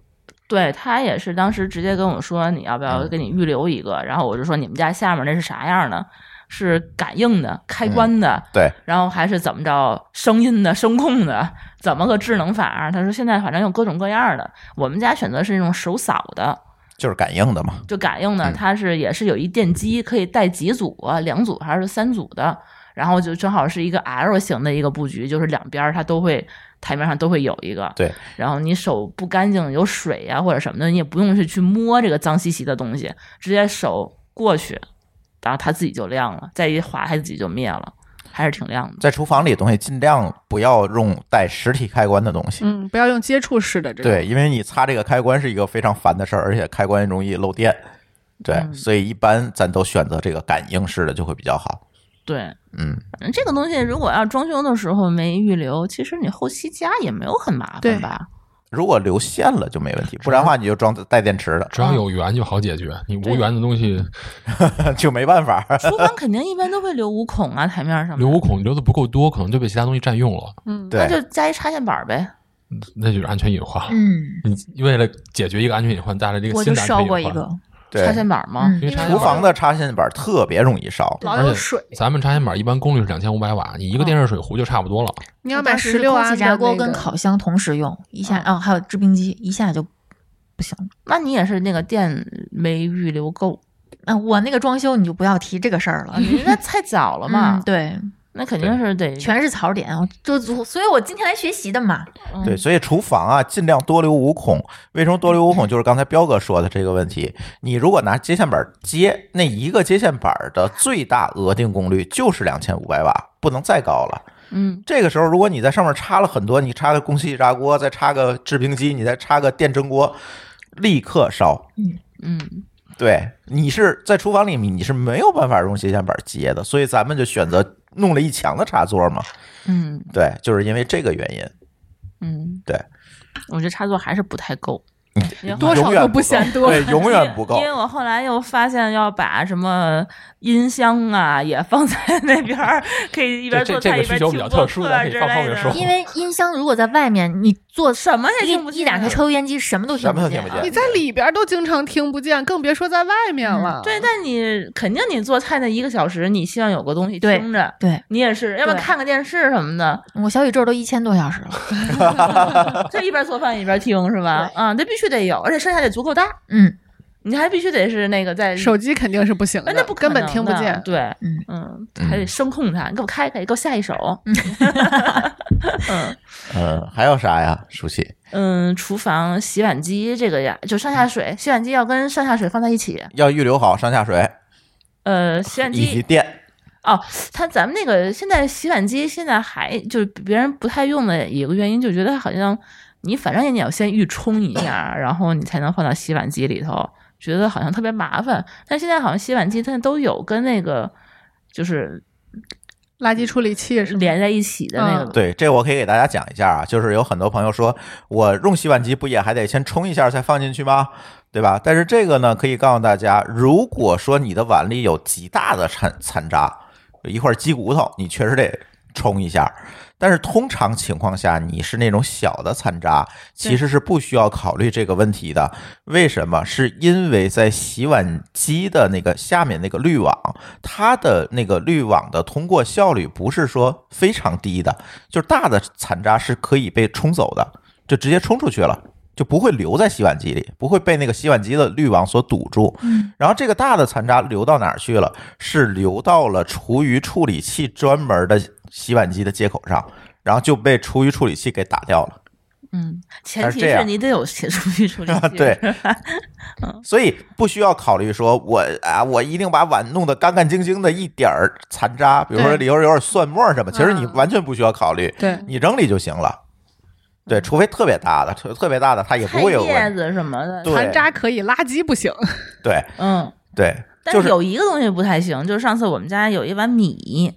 对他也是当时直接跟我说你要不要给你预留一个，然后我就说你们家下面那是啥样的？是感应的、开关的，对，然后还是怎么着声音的、声控的，怎么个智能法？他说现在反正有各种各样的，我们家选择是那种手扫的，就是感应的嘛。就感应的，嗯它是也是有一电机，可以带几组啊，两组还是三组的，然后就正好是一个 L 型的一个布局，就是两边儿它都会台面上都会有一个，对，然后你手不干净有水呀、或者什么的，你也不用是去摸这个脏兮兮的东西，直接手过去，然后它自己就亮了，再一划它自己就灭了，还是挺亮的。在厨房里的东西尽量不要用带实体开关的东西。嗯，不要用接触式的这种。对，因为你擦这个开关是一个非常烦的事儿，而且开关容易漏电。对，嗯所以一般咱都选择这个感应式的就会比较好。对，嗯，反正这个东西如果要装修的时候没预留，其实你后期加也没有很麻对烦吧？如果留线了就没问题，不然的话你就装带电池只要有缘就好解决，你无缘的东西的， [LAUGHS] 就没办法。厨房肯定一般都会留五孔啊，台面上面留无孔留的不够多，可能就被其他东西占用了，嗯，对那，就加一插线板呗。那就是安全隐患。嗯， [LAUGHS] 你为了解决一个安全隐患，带来这个我就新的安全烧隐过患。一个，插对，线板吗？嗯因为插厨房的插线板特别容易烧。老而有且水。咱们插线板一般功率是两千五百瓦，你一个电热水壶就差不多了。你我要买当时十六空安气的炸锅那跟个嗯烤箱同时用，一下哦，还有制冰机，一下就不行了。那你也是那个电没预留够，嗯，我那个装修你就不要提这个事儿了嗯啊、。你那太早了嘛？嗯，对， [LAUGHS] 那肯定是得全是槽点，我就所以，我今天来学习的嘛。嗯对，所以厨房啊，尽量多留五孔。为什么多留五孔？就是刚才彪哥说的这个问题。你如果拿接线板接，那一个接线板的最大额定功率就是两千五百瓦，不能再高了。嗯这个时候，如果你在上面插了很多，你插个空气炸锅，再插个制冰机，你再插个电蒸锅，立刻烧。嗯，对，你是在厨房里面，你是没有办法用接线板接的，所以咱们就选择弄了一墙的插座嘛。嗯对，就是因为这个原因。嗯，对，我觉得插座还是不太 [LAUGHS] 够，多少永远都不不够嫌多对，永远不够 [LAUGHS] 因为。我后来又发现要把什么音箱啊也放在那边儿，可以一边这做这菜这个一边需求听比较播特殊的客可以之放后类面的哦说因为音箱如果在外面，你做什么也一听不见啊一打开抽油烟机，什么都听什么都见听不见你在里边都经常听不见，更别说在外面了。对，但你肯定你做菜那一个小时，你希望有个东西对听着，对你也是，要不然对看个电视什么的，我小宇宙都一千多小时 [LAUGHS] 了，这一边做饭一边听是吧？对啊，这必须得有，而且声音还得足够大，嗯，你还必须得是那个在手机肯定是不行哎的，那不可根本能听不的见。对，嗯嗯，嗯还得声控它，你给我开开，给我下一首。嗯嗯，还有啥呀，舒淇？嗯，厨房洗碗机这个呀，就上下水，洗碗机要跟上下水放在一起。要预留好上下水呃，洗碗以及机电。哦，它咱们那个现在洗碗机现在还就是别人不太用的一个原因，就觉得好像你反正你要先预冲一下，然后你才能放到洗碗机里头，觉得好像特别麻烦。但现在好像洗碗机它都有跟那个就是垃圾处理器是吗连在一起的那个嗯对，这我可以给大家讲一下啊，就是有很多朋友说，我用洗碗机不也还得先冲一下才放进去吗？对吧？但是这个呢，可以告诉大家，如果说你的碗里有极大的残残渣，有一块鸡骨头，你确实得冲一下。但是通常情况下，你是那种小的残渣，其实是不需要考虑这个问题的。为什么？是因为在洗碗机的那个下面那个滤网，它的那个滤网的通过效率不是说非常低的，就是大的残渣是可以被冲走的，就直接冲出去了。就不会留在洗碗机里，不会被那个洗碗机的滤网所堵住。嗯，然后这个大的残渣流到哪儿去了？是流到了厨余处理器专门的洗碗机的接口上，然后就被厨余处理器给打掉了。嗯，前还提是这是样你得有 [LAUGHS] 协助预处理啊器，对 [LAUGHS] 是吧，所以不需要考虑说我啊，我一定把碗弄得干干净净的，一点儿残渣，比如说对里头有点蒜末什么，其实你嗯完全不需要考虑，对，你扔里就行了。对，除非特别大的，特特别大的它也不嗯菜会有叶问题。子什么的，对残渣可以，垃圾不行。对嗯。对，但就是有一个东西不太行，就是上次我们家有一碗米，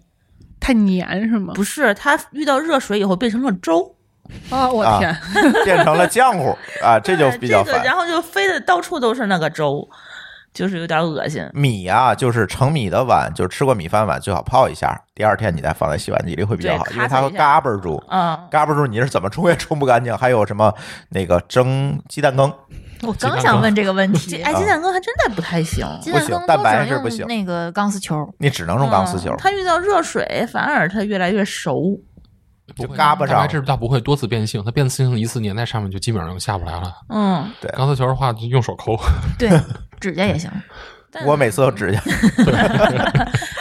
太粘是吗？不是它遇到热水以后变成了粥，啊，我啊天，变成了浆 [LAUGHS] 糊啊，这就对比较这个烦。然后就飞的到处都是那个粥，就是有点恶心。米啊，就是盛米的碗，就是吃过米饭碗，最好泡一下，第二天你再放在洗碗机里会比较好，对因为它会嘎嘣住，嗯，嘎嘣住你是怎么冲也 [LAUGHS] 冲不干净。还有什么那个蒸鸡蛋羹，我刚想问这 [LAUGHS] 个问嗯题。哎，鸡啊蛋羹还真的不太行。鸡蛋不行羹蛋都白只是不能行用那个钢丝 [LAUGHS] 球，你只能用钢丝球嗯，它遇到热水，反而它越来越熟。不会嘎巴上蛋白质它不会多次变性，它变性一次粘在上面就基本上就下不来了。嗯，对钢丝球的话，就用手抠。对，指甲也行。但我每次都指甲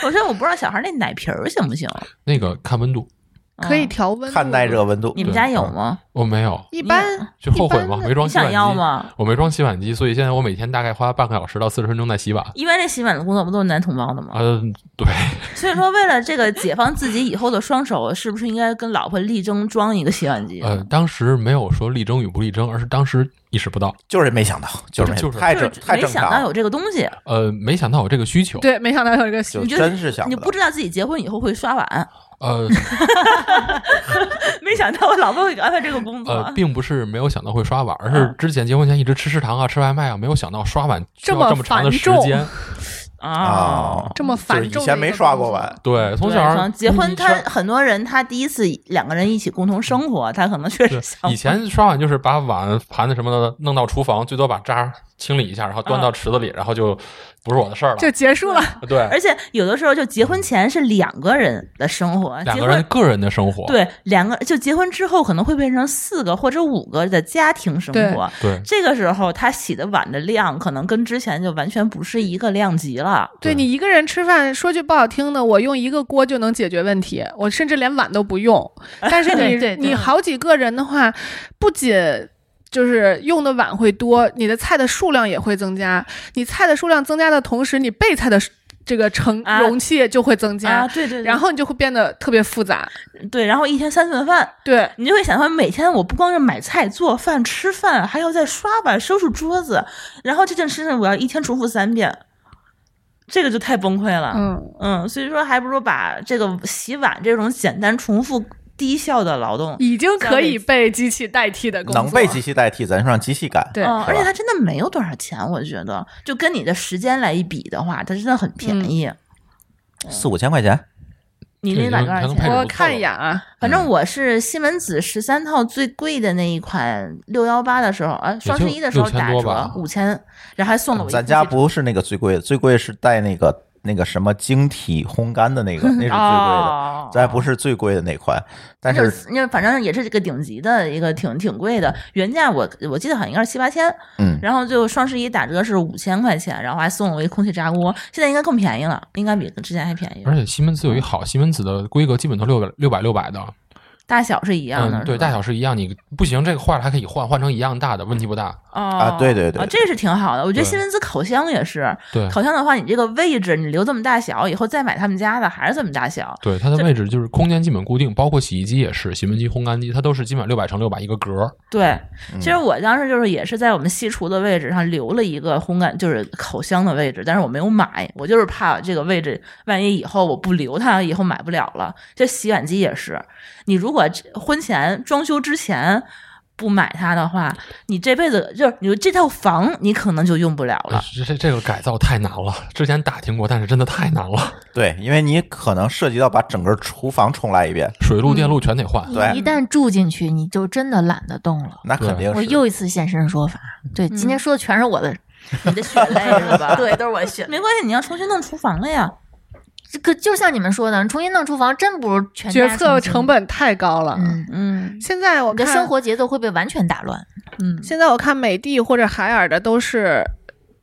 我说我不知道小孩那奶瓶儿行不行，那个看温度，嗯可以。调温 [LAUGHS] 度，看耐热温度你。们家嗯有吗？我没有，一般就后悔嘛，一般的没装你洗碗想机。要吗？我没装洗碗机，所以现在我每天大概花半个小时到四十分钟在洗碗。一般这洗碗的工作不都是男同胞的吗？呃，对，所以说，为了这个解放自己以后的双手，是不是应该跟老婆力争装一个洗碗机？呃，当时没有说力争与不力争，而是当时意识不到，就是没想到，就是没就是太就是正太没正想到常了，有这个东西，呃，没想到有这个需求。对，没想到有一个就你就真是想你不不到。知道自己结婚以后会刷碗，呃 [LAUGHS] 没想到我老婆会给安排这个工呃，作。并不是没有想到会刷碗，而是之前结婚前一直吃食堂啊、吃外卖啊，没有想到刷碗需这要么这么长的繁时重间。啊，这么就是繁以重的一个动作。前没刷过碗，对，从对小像结婚，你他刷很多人他第一次两个人一起共同生活，他可能确实对想以前刷碗就是把碗、盘子什么的弄到厨房，最多把渣儿清理一下，然后端到池子里，然后就不是我的事儿了。就结束了。对，而且有的时候就结婚前是两个人的生活，两结个人婚个人的生活。对两个就结婚之后可能会变成四个或者五个的家庭生活。对这个时候他洗的碗的量可能跟之前就完全不是一个量级了。对对你一个人吃饭，说句不好听的，我用一个锅就能解决问题，我甚至连碗都 [LAUGHS] 不用。但是对你对对你好几个人的话，不仅就是用的碗会多，你的菜的数量也会增加。你菜的数量增加的同时，你备菜的这个盛啊容器就会增加，啊，对对对，然后你就会变得特别复杂。对，然后一天三顿饭，对，你就会想到每天我不光是买菜、做饭、吃饭，还要再刷碗、收拾桌子，然后这件事情我要一天重复三遍，这个就太崩溃啊了。嗯，嗯，所以说还不如把这个洗碗这种简单、重复、低效的劳动，已经可以被机器代替的工作，能被机器代替，咱就让机器干。对嗯，是而且吧它真的没有多少钱，我觉得，就跟你的时间来一比的话，它真的很便宜。嗯四五千块钱，你那对哪多少能能配钱？着我不错看一眼啊，反嗯正我是西门子十三套最贵的那一款六幺八的时候，啊，双十一的时候6000打多折吧五千，然后还送了我嗯一咱副家戒指不是那个最贵的，最贵是带那个那个什么晶体烘干的那个，那是最贵的。哦咱不是最贵的那款，但那是是那反正也是这个顶级的一个挺挺贵的，原价我我记得好像应该是七八千，嗯，然后就双十一打折是五千块钱，然后还送了我一空气炸锅，现在应该更便宜了，应该比之前还便宜，而且西门子有一好，西门子的规格基本都六百六百六百的，大小是一样的，嗯，对，大小是一样，你不行这个坏了还可以换，换成一样大的，问题不大。哦啊对对对啊这是挺好的，我觉得对西门子烤箱也是，对烤箱的话你这个位置你留这么大小，以后再买他们家的还是这么大小，对，它的位置就是空间基本固定，包括洗衣机也是，洗面机、烘干机它都是基本六百乘六百一个格儿。对，其实我当时就是也是在我们西厨的位置上留了一个烘干，就是烤箱的位置，但是我没有买，我就是怕这个位置万一以后我不留它，以后买不了了。这洗碗机也是，你如果婚前装修之前不买它的话，你这辈子就是你这套房你可能就用不了了。啊这这这个改造太难了，之前打听过，但是真的太难了，对，因为你可能涉及到把整个厨房重来一遍，水嗯路电路全得换。你对一旦住进去，你就真的懒得动了。那肯定我是又一次现身说法，对，今天说的全是嗯 [LAUGHS] 我的，你的血泪是 [LAUGHS] 吧？对，，都是我选。没关系，你要重新弄厨房了呀。这个就像你们说的，重新弄厨房真不如全家决策重新成。本太高了。嗯，嗯现在我你的看生活节奏会被完全打乱。嗯，现在我看美的或者海尔的都是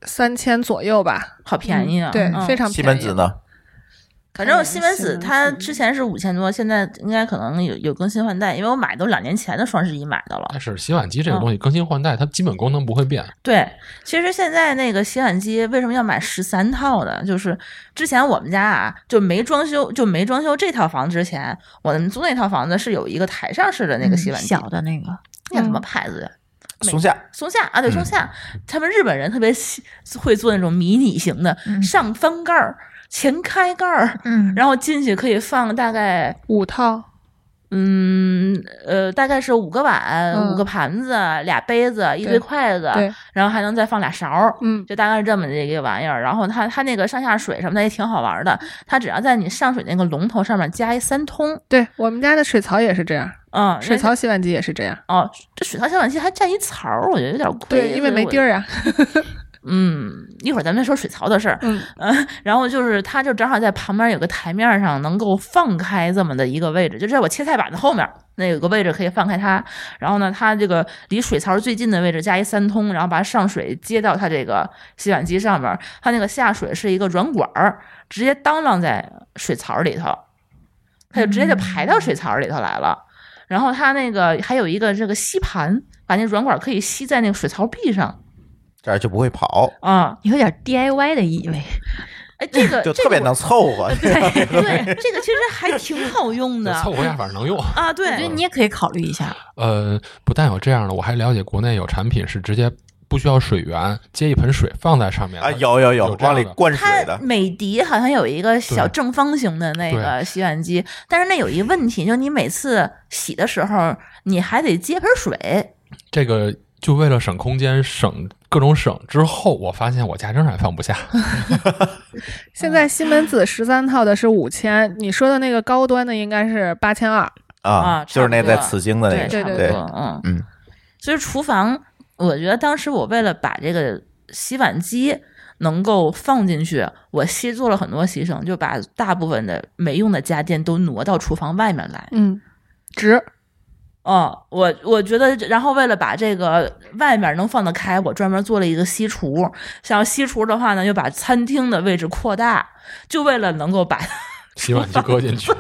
三千左右吧，好便宜啊！对，嗯非常便宜。西门子呢，反正哎西门子嗯西门它子之前是五千多，现在应该可能有有更新换代，因为我买都两年前的双十一买的了但。是洗碗机这个东嗯西更新换代，它基本功能不会变。对，其实现在那个洗碗机为什么要买十三套呢？就是之前我们家啊就没装修，就没装修这套房之前，我们租那套房子是有一个台上式的那个洗碗嗯机，小的那个，那叫嗯什么牌子呀？美松下松下啊，对松下，他们日本人特别喜会做那种迷你型的，嗯上翻盖儿、前开盖儿，嗯，然后进去可以放大概五套，嗯呃大概是五个碗、嗯五个盘子、俩杯子、一堆对筷子，对，然后还能再放俩勺儿。嗯，就大概是这么的一个玩意儿，然后它它那个上下水什么的也挺好玩的，它只要在你上水那个龙头上面加一三通，对我们家的水槽也是这样，嗯，水那槽洗碗机也是这样。哦，这水槽洗碗机还占一槽儿，我觉得有点亏，对，因为没地儿。儿啊。嗯，一会儿咱们再说水槽的事儿。 [LAUGHS] 嗯，嗯，然后就是它就正好在旁边有个台面上能够放开这么的一个位置，就在我切菜板的后面那有个位置可以放开它。然后呢，它这个离水槽最近的位置加一三通，然后把上水接到它这个洗碗机上面，它那个下水是一个软管儿，直接当啷在水槽里头，它就直嗯接就排到水槽里头来了。然后它那个还有一个这个吸盘，把那软管可以吸在那个水槽壁上这样就不会跑，啊。有点 DIY 的意 [LAUGHS] 味。哎，这个就这特别个能凑合。对对，这个其实还挺好用 [LAUGHS] 的凑合一下，反正能用。啊。我觉得对，你也可以考虑一下。呃，不但有这样的，我还了解国内有产品是直接不需要水源，接一盆水放在上面啊，有有有有，这样往的里灌它水的，美的好像有一个小对正方形的那个洗碗机，但是那有一问题，就是你每次洗的时候，你还得接盆水。这个。就为了省空间，省各种省之后，我发现我家仍然放 [LAUGHS] 不下。现在西门子十三套的是五千，你说的那个高端的应该是八千二。啊，啊就是那差不多在紫荆的那个，差对不对多，对嗯嗯。所以厨房，我觉得当时我为了把这个洗碗机能够放进去，我牺做了很多牺牲，就把大部分的没用的家电都挪到厨房外面来。嗯，值。哦，我我觉得，然后为了把这个外面能放得开，我专门做了一个西厨。想要西厨的话呢，又把餐厅的位置扩大，就为了能够 [LAUGHS] 把洗碗机搁进去，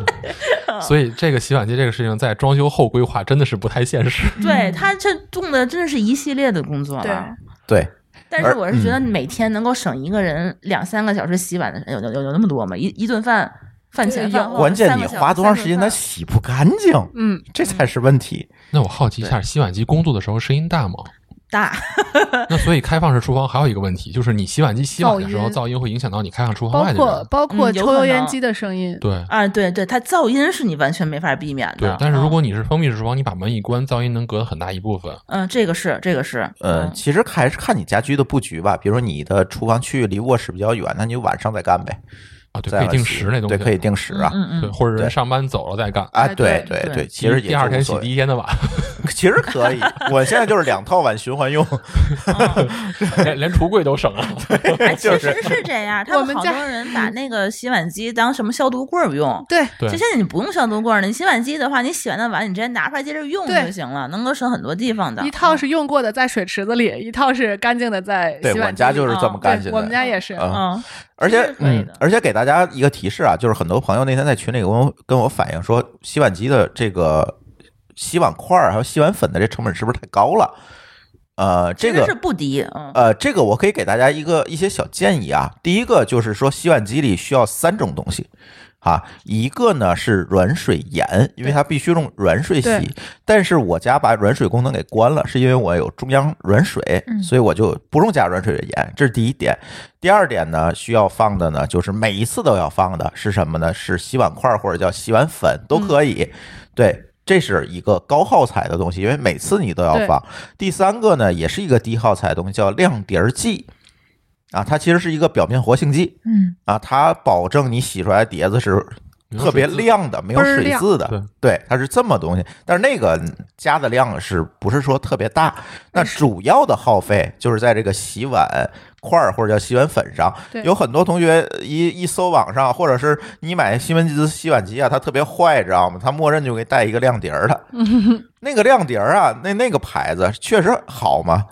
嗯所以这个洗碗机这个事情在装修后规划真的是不太 [LAUGHS] 现实。嗯对他这动的真的是一系列的工作了。对，但而嗯是我是觉得每天能够省一个人两三个小时洗碗的，有有有有那么多吗？一一顿饭饭前对有饭后，关键哦三你个小花多长时间，它三顿饭洗不干净，嗯，这才是问题。那我好奇一下，洗碗机工作的时候声音 [LAUGHS] 大吗？大？那所以开放式厨房还有一个问题，就是你洗碗机洗碗的时候，噪噪音会影响到你开放厨房包外的括人。包括嗯有抽可油能烟机的声音。对啊，对对，它噪音是你完全没法避免的。对，但是嗯如果你是封闭式厨房，你把门一关，噪音能隔很大一部分。嗯，这个是这个是，嗯呃，其实还是看你家居的布局吧，比如说你的厨房区域离卧室比较远，那你就晚上再干呗，啊，对，再可以晚洗定时那东西，对，可以定时啊，嗯嗯对，嗯，或者对人上班走了再干，啊，哎对对对对，其实也第二就无天洗所谓第一天的碗， [LAUGHS] 其实可以，我现在就是两套碗循环用，连连橱柜都省了。 [LAUGHS] 哎，就确是实是这样。他我们们好家嗯多人把那个洗碗机当什么消毒柜儿用。对，对其实你不用消毒柜儿，你洗碗机的话，你洗完的碗你直接拿出来接着用对就行了，能够省很多地方的。一套是用过的在水池子里，一套是干净的在对洗我碗们机家里。就是这么干对净我们的。家 [LAUGHS] 也是。嗯嗯，而且其实是可以嗯的而且给大家一个提示啊，就是很多朋友那天在群里跟我跟我反映说，洗碗机的这个洗碗块儿还有洗碗粉的这成本是不是太高了？呃，这其实个是不低，嗯呃，这个我可以给大家一个一些小建议啊。第一个就是说，洗碗机里需要三种东西啊，一个呢是软水盐，因为它必须用软水洗对。但是我家把软水功能给关了，是因为我有中央软水，嗯所以我就不用加软水盐，这是第一点。第二点呢，需要放的呢，就是每一次都要放的是什么呢？是洗碗块儿或者叫洗碗粉都可以。对，这是一个高耗材的东西，因为每次你都要放。第三个呢，也是一个低耗材的东西，叫亮碟儿剂啊，它其实是一个表面活性剂嗯，啊，它保证你洗出来碟子是没有特别水渍亮的，没有倍儿水亮渍的，对，它是这么东西。但是那个加的量是不是说特别大？嗯那主要的耗费就是在这个洗碗块儿或者叫洗碗粉上对。有很多同学一一搜网上，或者是你买西门子洗碗机啊，它特别坏，知道吗？它默认就给带一个亮碟 [LAUGHS] 儿的。那个亮碟儿啊，那那个牌子确实好吗？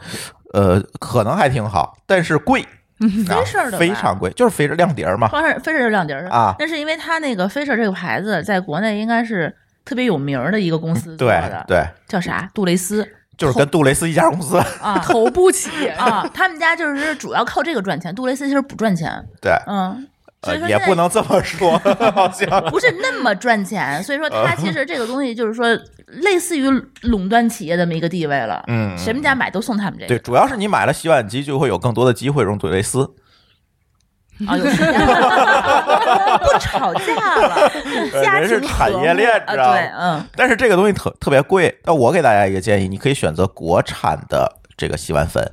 呃，可能还挺好，但是贵，啊嗯事儿的吧非常贵，就是肥着亮碟儿嘛。方式飞是两碟儿啊但是因为它那个飞 r 这个牌子在国内应该是特别有名儿的一个公司对做的，嗯对，叫啥？杜蕾 [LAUGHS] 斯就是跟杜蕾斯一家公司。啊头部 [LAUGHS] 企业，啊，他们家就是主要靠这个赚钱，杜蕾斯其实不赚钱，对，嗯，所呃以说，也现在不能这么说， [LAUGHS] 好像不是那么赚钱，所以说它其实这个东西就是说类似于垄断企业这么一个地位了，嗯谁们家买都送他们这对，个，主要是你买了洗碗机，就会有更多的机会用杜蕾斯。啊，[LAUGHS] 有时间不吵架了，家人是庭产和业睦链，知道啊，对，嗯，但是这个东西特特别贵，那我给大家一个建议，你可以选择国产的这个洗碗粉。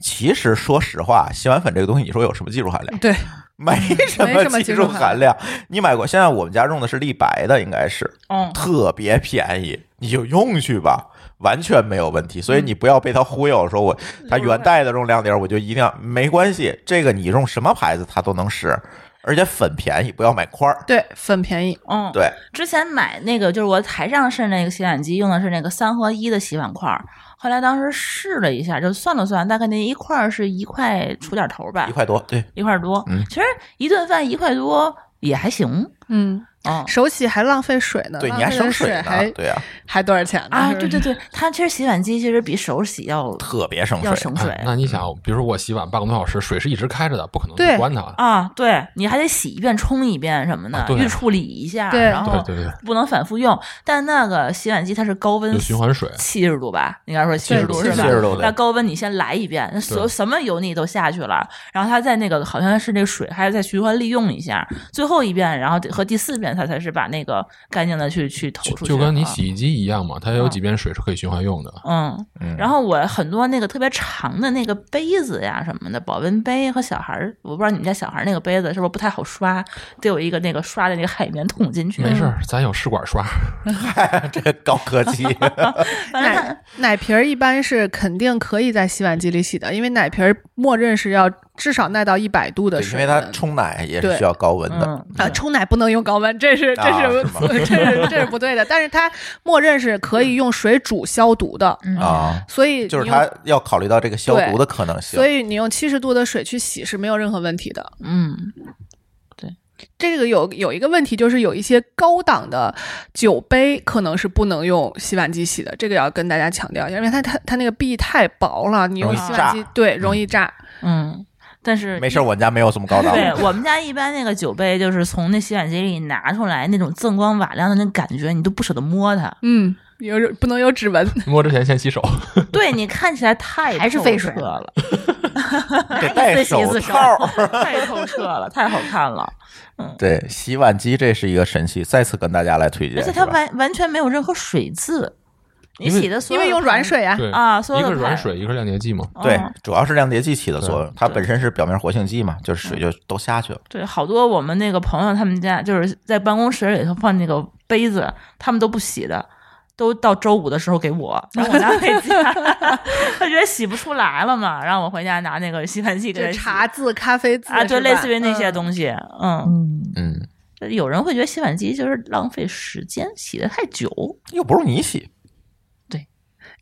其实说实话，洗碗粉这个东西，你说有什么技术含量？对，没什没什么么技技术术含含量。你买过？现在我们家用的是立白的，应该是 [LAUGHS] 嗯，特别便宜，你就用去吧， [LAUGHS] 完全没有问题。所以你不要被他忽悠，说我它原带的这种亮点，我就一定要没关系。这个你用什么牌子它都能使，而且粉便宜，不要买块儿。对，粉便宜，嗯，对，之前买那个就是我台上是那个洗碗机，用的是那个三合一的洗碗块儿。后来当时试了一下，就算了算，大概那一块儿是一块出点头吧，一块多，对，一块多。嗯其实一顿饭一块多也还行。嗯，嗯手洗还浪费水呢，对，浪你还费省的水水呢还，对啊，还多少钱呢？啊，是不对是 [LAUGHS] 对 [LAUGHS] 对，它其实洗碗机其实比手洗要特别省要水。省哎水。那你想，比如说我洗碗半个多小时，水是一直开着的，不可能去对关它。啊，对你还得洗一遍、冲一遍什么的啊，对啊预处理一下，对然对后对对，不能反复用。但那个洗碗机它是高温有循环水。七十度吧，应该说七十度70是吧？ 70度对那高温你先来一遍，那所有什么油腻都下去了，然后它在那个好像是那个水还要再循环利用一下，最后一遍，然后和第四遍它才是把那个干净的去去投就出去。就跟你。洗衣机一样嘛，它有嗯几遍水是可以循环用的。嗯，嗯然后我很多那个特别长的那个杯子呀什么的，保温杯和小孩儿，我不知道你们家小孩儿那个杯子是不是不太好刷，得有一个那个刷的那个海绵捅进去。没事，儿，咱有试管刷。 [LAUGHS] 这个高科技，反正它奶奶瓶儿一般是肯定可以在洗碗机里洗的，因为奶瓶儿默认是要至少耐到一百度的对因水为温的，它冲奶也是对需要高温的。嗯啊，冲奶不能用高温，这是这啊是、是吗 [LAUGHS] 这是这是不对的。但是它默认是可以用水煮消毒的，嗯啊，所以就是你用它要考虑到这个消毒对的可能性。所以你用七十度的水去洗是没有任何问题的。嗯，这个有有一个问题，就是有一些高档的酒杯可能是不能用洗碗机洗的，这个要跟大家强调一下，因为它它它那个壁太薄了，你用容易洗碗机炸对容易炸。嗯，但是没事儿，我们家没有这么高档对的。我们家一般那个酒杯，就是从那洗碗机里拿出来，那种锃光瓦亮的那感觉，你都不舍得 [LAUGHS] 摸它。嗯，有不能有指纹，摸之前先洗手。对你看起来太还是透费水彻了，得戴手一次洗一次手套儿。太透彻了，太好 [LAUGHS] 看了，对，洗碗机这是一个神器，再次跟大家来推荐。而且它是吧完完全没有任何水渍，你因为洗的所因有为用的软盘水啊。对啊所有一的个是软盘水，一个是亮洁剂嘛。对嗯，主要是亮洁剂起的作用，它对本身是表面活性剂嘛，就是嗯水就都下去了。对，好多我们那个朋友他们家就是在办公室里头放那个杯子，他们都不洗的，都到周五的时候给我，然后我拿回家， [LAUGHS] 他觉得洗不出来了嘛，让我回家拿那个洗碗机给就他洗。茶渍、咖啡渍啊，对，是吧类似于那些嗯东西，嗯，嗯，有人会觉得洗碗机就是浪费时间，洗的太久， [LAUGHS] 又不是你洗，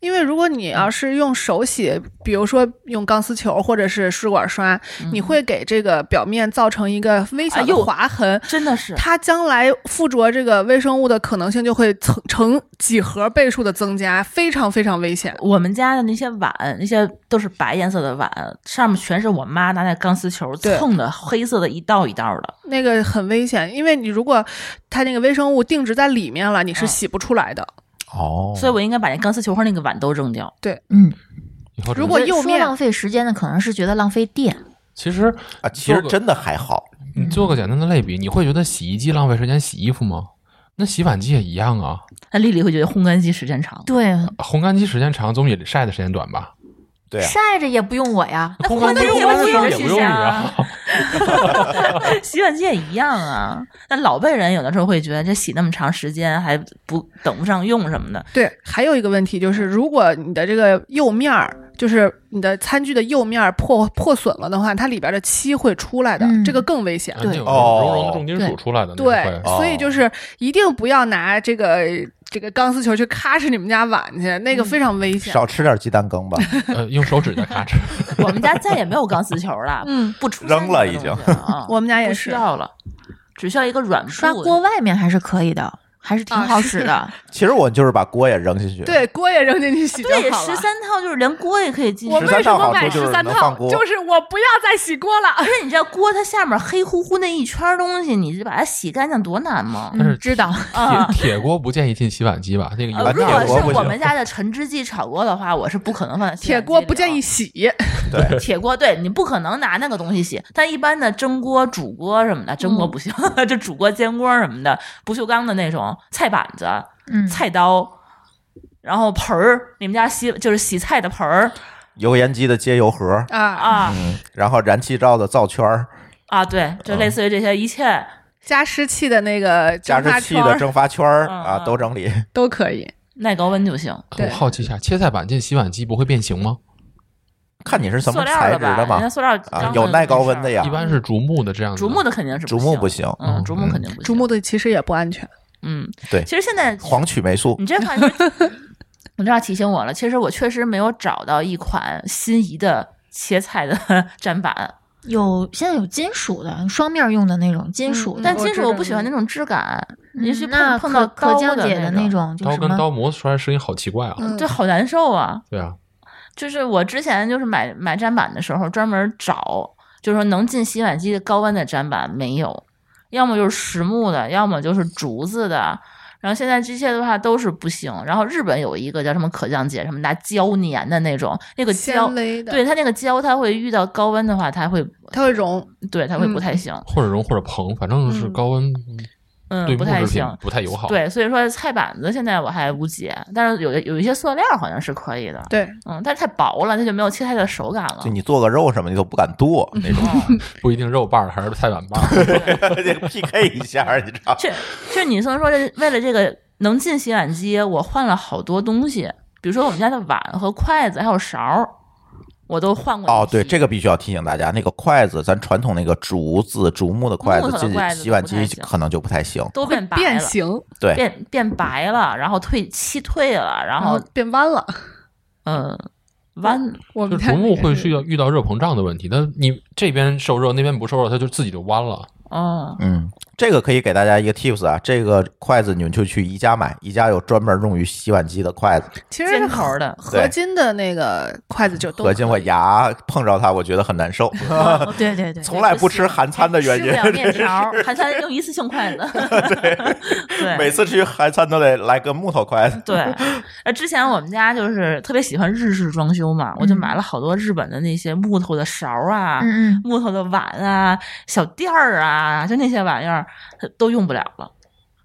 因为如果你嗯要是用手洗，比如说用钢丝球或者是试管刷，你会给这个表面造成一个微嗯小啊的又划痕。真的是它将来附着这个微生物的可能性就会成成几何倍数的增加，非常非常危险。我们家的那些碗，那些都是白颜色的碗，上面全是我妈拿那钢丝球对蹭的黑色的一道一道的。那个很危险，因为你如果它那个微生物定植在里面了，你嗯是洗不出来的。哦所以我应该把那钢丝球和那个碗都扔掉。嗯，以后只能如我果右说面浪费时间的，可能是觉得浪费电。其实啊，其实真的还好。你做个简单的类比，你会觉得洗衣机浪费时间洗衣服吗？那洗碗机也一样啊，那丽丽会觉得烘干机时间长。对，烘干机时间长，总比晒的时间短吧？对啊，晒着也不用我呀，那烘干 [LAUGHS] 机烘烘干干的机时候也也不不用用你你啊 [LAUGHS] 啊。洗碗机也一样啊。那老辈人有的时候会觉得这洗那么长时间还不等不上用什么的，对，还有一个问题就是，如果你的这个釉面儿，就是你的餐具的釉面儿破破损了的话，它里边的漆会出来的，嗯这个更危险。对有哦熔融的重金属出来的，那是对会，哦所以就是一定不要拿这个这个钢丝球去咔哧你们家碗去，那嗯个非常危险。少吃点鸡蛋 [LAUGHS] 羹吧。呃，用手指在咔哧。我们家再也没有钢丝球了，嗯，。不出现这扔了个已经东西了啊我们家也不是需要了，只需要一个软布刷锅外面还是可以的，还是挺啊好是使的。其实我就是把锅也扔进去，，对，锅也扔进去洗就对，好十了。三套就是连锅也可以进去我。为什么13买十套三就是能放套？锅就是我不要再洗锅了 [LAUGHS] 而。且你知道锅它下面黑乎乎那一圈东西，你就把它洗干净多难吗？但是嗯，知道，啊铁铁锅不建议进洗碗机吧？那个呃油啊如那果铁锅不是我行们家的陈汁记炒锅的话，我是不可能放在洗铁碗机锅里不建的哦议洗，铁锅，对你不可能拿那个东西洗，但一般的蒸锅、煮锅什么的，蒸锅嗯不行， [LAUGHS] 就煮锅、煎锅什么的，不锈钢的那种菜板子、嗯，菜刀，然后盆儿，你们家洗就是洗菜的盆儿油烟机的接油盒，啊啊然后燃气灶的灶圈儿，啊，对，就嗯类似于这些一切，加湿器的那个加蒸湿发器圈的儿蒸发圈儿嗯啊，嗯都整理。都可以。耐高温就行。对我好奇一下，切菜板进洗碗机不会变形吗？看你是什塑么料材的质吧？的人嘛家，塑料啊缸有的耐高没事温儿的呀一般是竹木的这样子。竹木的肯定是竹木不不行，嗯，竹木嗯肯定不行。竹木的其实也不安全。嗯，对其实现在黄曲霉素 [LAUGHS] 你这款，你这要提醒我了。其实我确实没有找到一款心仪的切菜的 [LAUGHS] 砧板，有现在有金属的双面用的那种金属嗯的，但我金知属我道不喜欢那种质感，你去嗯那碰碰到可可刀降的解那的种，种就刀什跟么刀磨出来声音好奇怪啊！嗯对，哦好难受啊！对啊，就是我之前就是买买砧板的时候，专门找，就是说能进洗碗机的高温的砧板没有，要么就是实木的，要么就是竹子的。然后现在这些的话都是不行。然后日本有一个叫什么可降解，什么拿胶粘的那种，那个胶纤，维的，对，它那个胶，它会遇到高温的话，它会它会融。对它会不嗯太行，或者熔或者膨，反正是嗯高温嗯，对不木太制行品。不太友好。，对，所以说菜板子现在我还无解，但是有的有一些塑料好像是可以的，对，嗯，但是太薄了，它就没有切菜的手感了就。你做个肉什么，你都不敢剁嗯那种不一定肉瓣儿还是菜板 [LAUGHS] 瓣儿。 [LAUGHS] 得，PK 一下，你知道？确就是你虽然说这为了这个能进洗碗机，我换了好多东西，比如说我们家的碗和筷子还有勺儿，我都换过一哦，对，批这个必须要提醒大家，那个筷子，咱传统那个竹子、竹木的筷木子头的进筷子洗碗不太机行可能就不太行。都变白变了，形，对，变变白了，然后退漆退了，然然后后变弯 [LAUGHS] 了。嗯弯我就们竹看木会遇到遇到热膨胀的问题，但你这边受热，那边不受热，它就自己就弯了。嗯嗯，这个可以给大家一个 tips 啊，这个筷子你们就去宜家买，宜家有专门用于洗碗机的筷子，其实尖是头儿的，合对金的那个筷子就都可见我牙碰着它，我觉得很 [LAUGHS] 难受。哦对对对，从来不吃韩餐的原因吃不了面条 [LAUGHS] 儿，还餐用一次性筷子， [LAUGHS] 对每次去韩餐都得来个木头筷子。对，呃，之前我们家就是特别喜欢日式装修嘛，我就嗯买了好多日本的那些木头的勺儿啊、嗯嗯，木头的碗啊、小垫儿啊，就那些玩意儿呃都用不了了。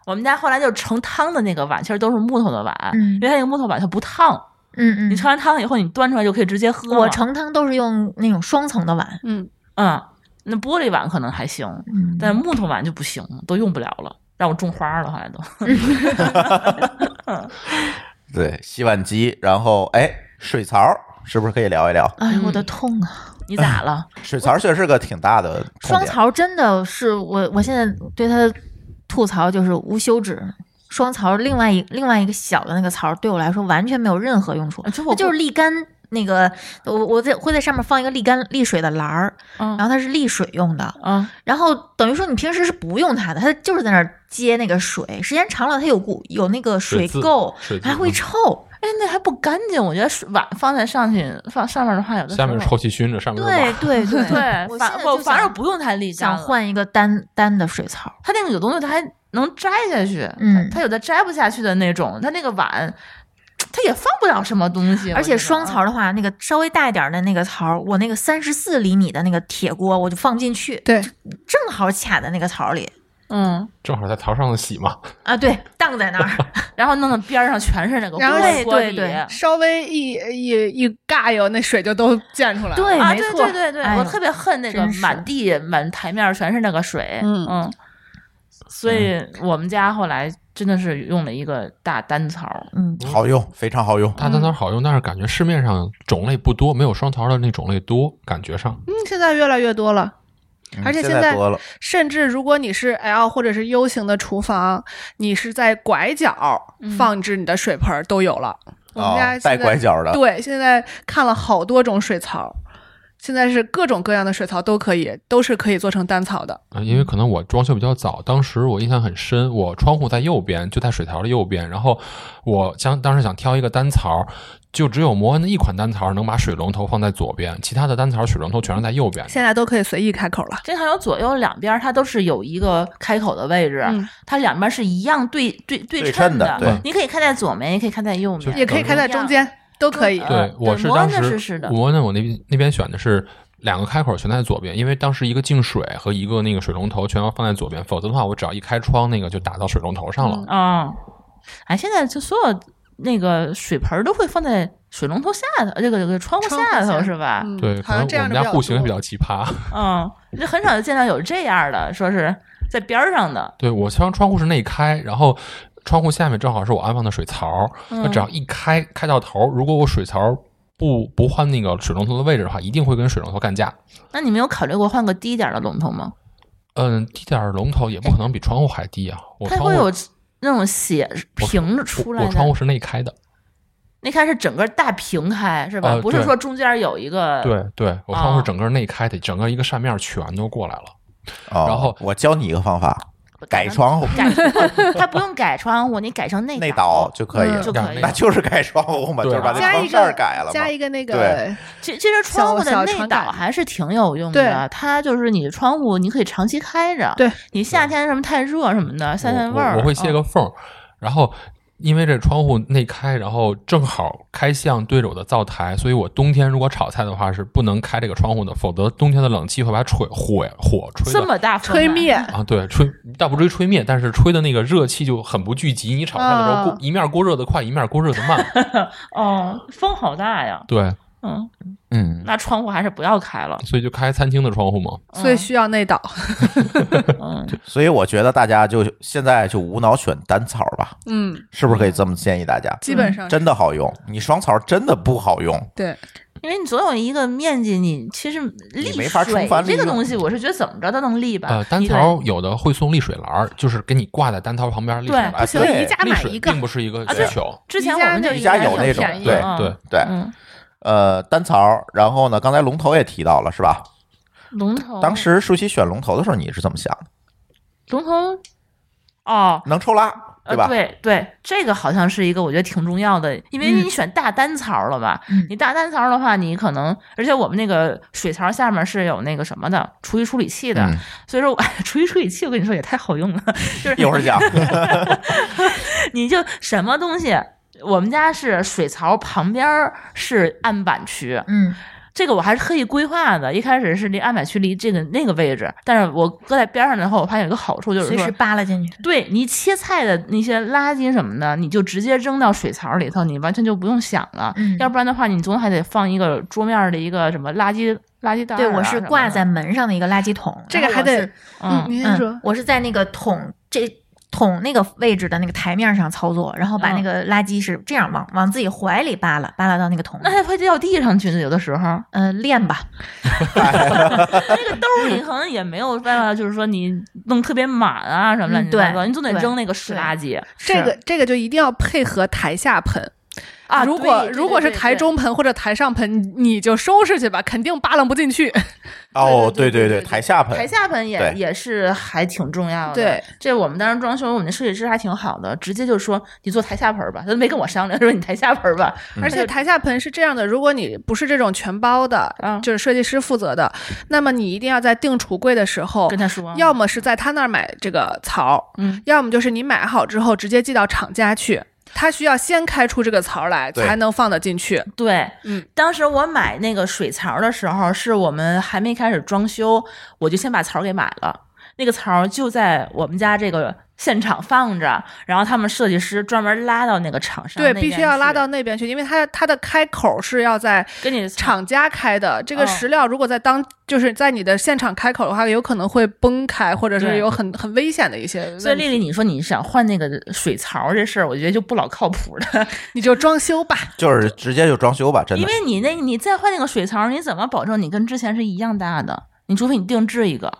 我们家后来就盛汤的那个碗，其实都是木头的碗，嗯因为它那个木头碗它不烫，嗯嗯，你盛完汤以后你端出来就可以直接喝嘛。我盛汤都是用那种双层的碗，嗯，嗯，那玻璃碗可能还行，嗯，但木头碗就不行了，都用不了了，让我种花了，后来都。对，洗碗机，然后哎，水槽是不是可以聊一聊？哎，我嗯的痛啊！你咋了？水槽确实是个挺大的痛双点。槽真的是我，我现在对它的吐槽就是无休止。双槽另外一另外一个小的那个槽对我来说完全没有任何用处，这它啊我就是沥干那个，我我在会在上面放一个沥干沥水的篮儿，啊然后它是沥水用的，啊然后等于说你平时是不用它的，它就是在那儿接那个水，时间长了它有股有那个水渍垢，水渍还会嗯臭。哎，那还不干净，我觉得水碗放在上去放上面的话，有的下面时是候臭气熏着，上面是对瓦。对对 [LAUGHS] 对， [LAUGHS] 我反现在我就反而想不用太沥干想了，换一个单单的水槽。它那个有东西它还能摘下去，嗯它有的摘不下去的那种，它那个碗它也放不了什么东西，而且我觉得双槽的话，那个稍微大一点的那个槽，我那个三十四厘米的那个铁锅，我就放不进去，对，正好卡在那个槽里。嗯，正好在槽上洗嘛。啊，对，荡在那儿，然后弄得边儿上全是那个然后锅锅对底对对稍微一一一尬哟，那水就都溅出来了。对啊，没对错对对对，哎呦我特别恨那个真是满地满台面全是那个水，嗯嗯，所以我们家后来真的是用了一个大单槽，嗯，好用，非常好用。大单槽好用，但是感觉市面上种类不多，没有双槽的那种类多，感觉上。嗯，现在越来越多了。嗯而且现现在多了，甚至如果你是 L 或者是 U 型的厨房，你是在拐角放置你的水盆儿都有了。我们家啊，现在带拐角的，对，现在看了好多种水槽，现在是各种各样的水槽都可以，都是可以做成单槽的。啊，因为可能我装修比较早，当时我印象很深，我窗户在右边，就在水槽的右边。然后我想当时想挑一个单槽，就只有摩恩的一款单槽能把水龙头放在左边，其他的单槽水龙头全是在右边。现在都可以随意开口了。这槽有左右两边儿，它都是有一个开口的位置，啊嗯它两边是一样对对对对称称的对你可以开在左面，也可以开在右就面，也可以开在中间，都可以。对嗯，我对是摩恩当的是时是的摩恩的我那边那边选的是两个开口全在左边，因为当时一个净水和一个那个水龙头全要放在左边，否则的话我只要一开窗，那个就打到水龙头上嗯了。啊、哎，现在就所有那个水盆儿都会放在水龙头下头，呃这个这个窗户窗户下头下是吧？嗯对，可好像能这我样们的家户型也比多较奇葩。 [LAUGHS] 嗯，就很少见到有这样的，说是在边儿上的，对我窗窗户是内开，然后窗户下面正好是我安放的水槽，嗯那、只要一开开到头，如果我水槽不不换那个水龙头的位置的话，一定会跟水龙头干架。那你没有考虑过换个低一点儿的龙头吗？嗯，低点儿龙头也不可能比窗户还低啊，我它窗会户有那种血我平着我出来我窗户的。是内开的，那开是整个大平开是吧？呃不是对说中间有一个对对，我窗啊户是整个内开的，整个一个扇面全都过来了。哦然后我教你一个方法，改窗户改，它不用改窗户，你改成内内倒就可以嗯了就。可以那那了。就是改窗户嘛，就对啊是把那加窗一扇儿个改了嘛加。一个那个对，其其实窗户的小小内窗倒盖还是挺有用的对，它就是你窗户你可以长期开着，对你夏天什么太热什么的散散味儿。我我，我会泄嗯个缝儿，然后因为这窗户内开，然后正好开向对着我的灶台，所以我冬天如果炒菜的话是不能开这个窗户的，否则冬天的冷气会把吹火火吹这的么大风吹啊灭，啊，对，吹倒不至于吹灭，但是吹的那个热气就很不聚集。你炒菜的时候，啊锅一面锅热的快，一面锅热的慢，哦，风好大呀，对，嗯，嗯，那窗户还是不要开 [LAUGHS] 了，所以就开餐厅的窗户嘛。所以需要内导。嗯，所以我觉得大家就现在就无脑选单槽吧，嗯，是不是可以这么建议大家？基本上是嗯真的好用，你双槽真的不好用。对，因为你总有一个面积，你其实沥没法水充分利这个用嗯东西，我是觉得怎么着都能沥吧。呃，单你得槽有的会送沥水篮儿，就是给你挂在单槽旁边儿沥水对篮不儿。行对宜家沥买水一个并不是一个啊需对求，之前宜我家们就那一宜家个有那挺种便宜对嗯对对，嗯，呃，单槽。然后呢，刚才龙头也提到了，是吧？龙头当时舒淇选龙头的时候，你是怎么想的？龙头哦。能抽拉，呃，吧？对对，这个好像是一个我觉得挺重要的，因为嗯你选大单槽了吧？嗯你大单槽的话，你可能，而且我们那个水槽下面是有那个什么的厨余处理器的，嗯所以说我 [LAUGHS] 厨余处理器我跟你说也太好用了，就是一会儿讲。你就什么东西，我们家是水槽旁边儿是案板区，嗯，这个我还是刻意规划的。一开始是离案板区离这个那个位置，但是我搁在边上的话，我发现有一个好处就是随说时，扒拉进去，对你切菜的那些垃圾什么的，你就直接扔到水槽里头，你完全就不用想了。嗯要不然的话，你总还得放一个桌面的一个什么垃圾垃圾袋、啊。对我是挂在门上的一个垃圾桶，这个还得，什么的，嗯您先嗯说，，我是在那个桶这。桶那个位置的那个台面上操作，然后把嗯那个垃圾是这样往往自己怀里扒拉，扒拉到那个桶里那。还会掉地上去呢。有的时候，嗯、练吧，那个兜儿你可能也没有办法，就是说你弄特别满啊什么乱嗯七八糟，对你总得对扔那个湿垃圾这个这个就一定要配合台下盆。啊。如果对如果是台，中盆或者台上盆，你你就收拾去吧，肯定扒拉不进去。哦，对对对对对对，台下对对对台盆，下盆也对也是还挺重要的。对，这我们当时装修，我们的设计师还挺好的，直接就说你做台下盆儿吧，他都没跟我商量，说你台下盆儿吧。而且台下盆是这样的，如果你不是这种全包的，嗯就是设计师负责的，那么你一定要在订橱柜的时候跟，他说，要么是在他那儿买这个槽，嗯，要么就是你买好之后直接寄到厂家去，他需要先开出这个槽来对才能放得进去。对，嗯，当时我买那个水槽的时候，是我们还没开始装修，我就先把槽给买了。那个槽儿就在我们家这个现场放着，然后他们设计师专门拉到那个厂商那对，边去，必须要拉到那边去，因为它它的开口是要在跟你厂家开的。这个哦石料如果在当、就是在你的现场开口的话，有可能会崩开，或者是对有很很危险的一些问题。所以丽丽，你说你想换那个水槽这事儿，我觉得就不老靠谱的，你就装修吧。就是直接就装修吧，真因的 [LAUGHS] 为。你那你再换那个水槽，你怎么保证你跟之前是一样大的？你除非你定制一个，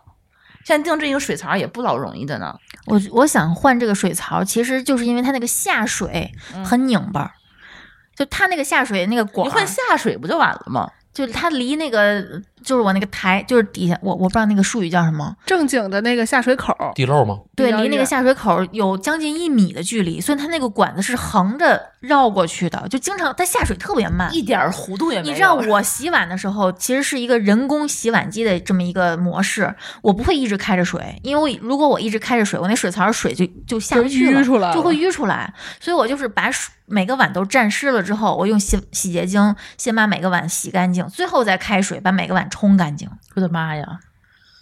现在定制一个水槽也不老容易的呢。我我想换这个水槽，其实就是因为它那个下水嗯很拧巴儿，就它那个下水那个管你儿，换下水不就完了吗？就是它离那个就是我那个台就是底下，我我不知道那个术语叫什么，正经的那个下水口，地漏吗？对，比较离那个远下水口有将近一米的距离，所以它那个管子是横着绕过去的，就经常它下水特别慢。一点儿弧 [LAUGHS] 度也没你有。啊知道我洗碗的时候，其实是一个人工洗碗机的这么一个模式，我不会一直开着水，因为我如果我一直开着水，我那水槽水就就下不去就了，淤出来了就会淤出来。所以我就是把水每个碗都沾湿了之后，我用洗洗洁精先把每个碗洗干净，最后再开水把每个碗冲干净。我的妈呀，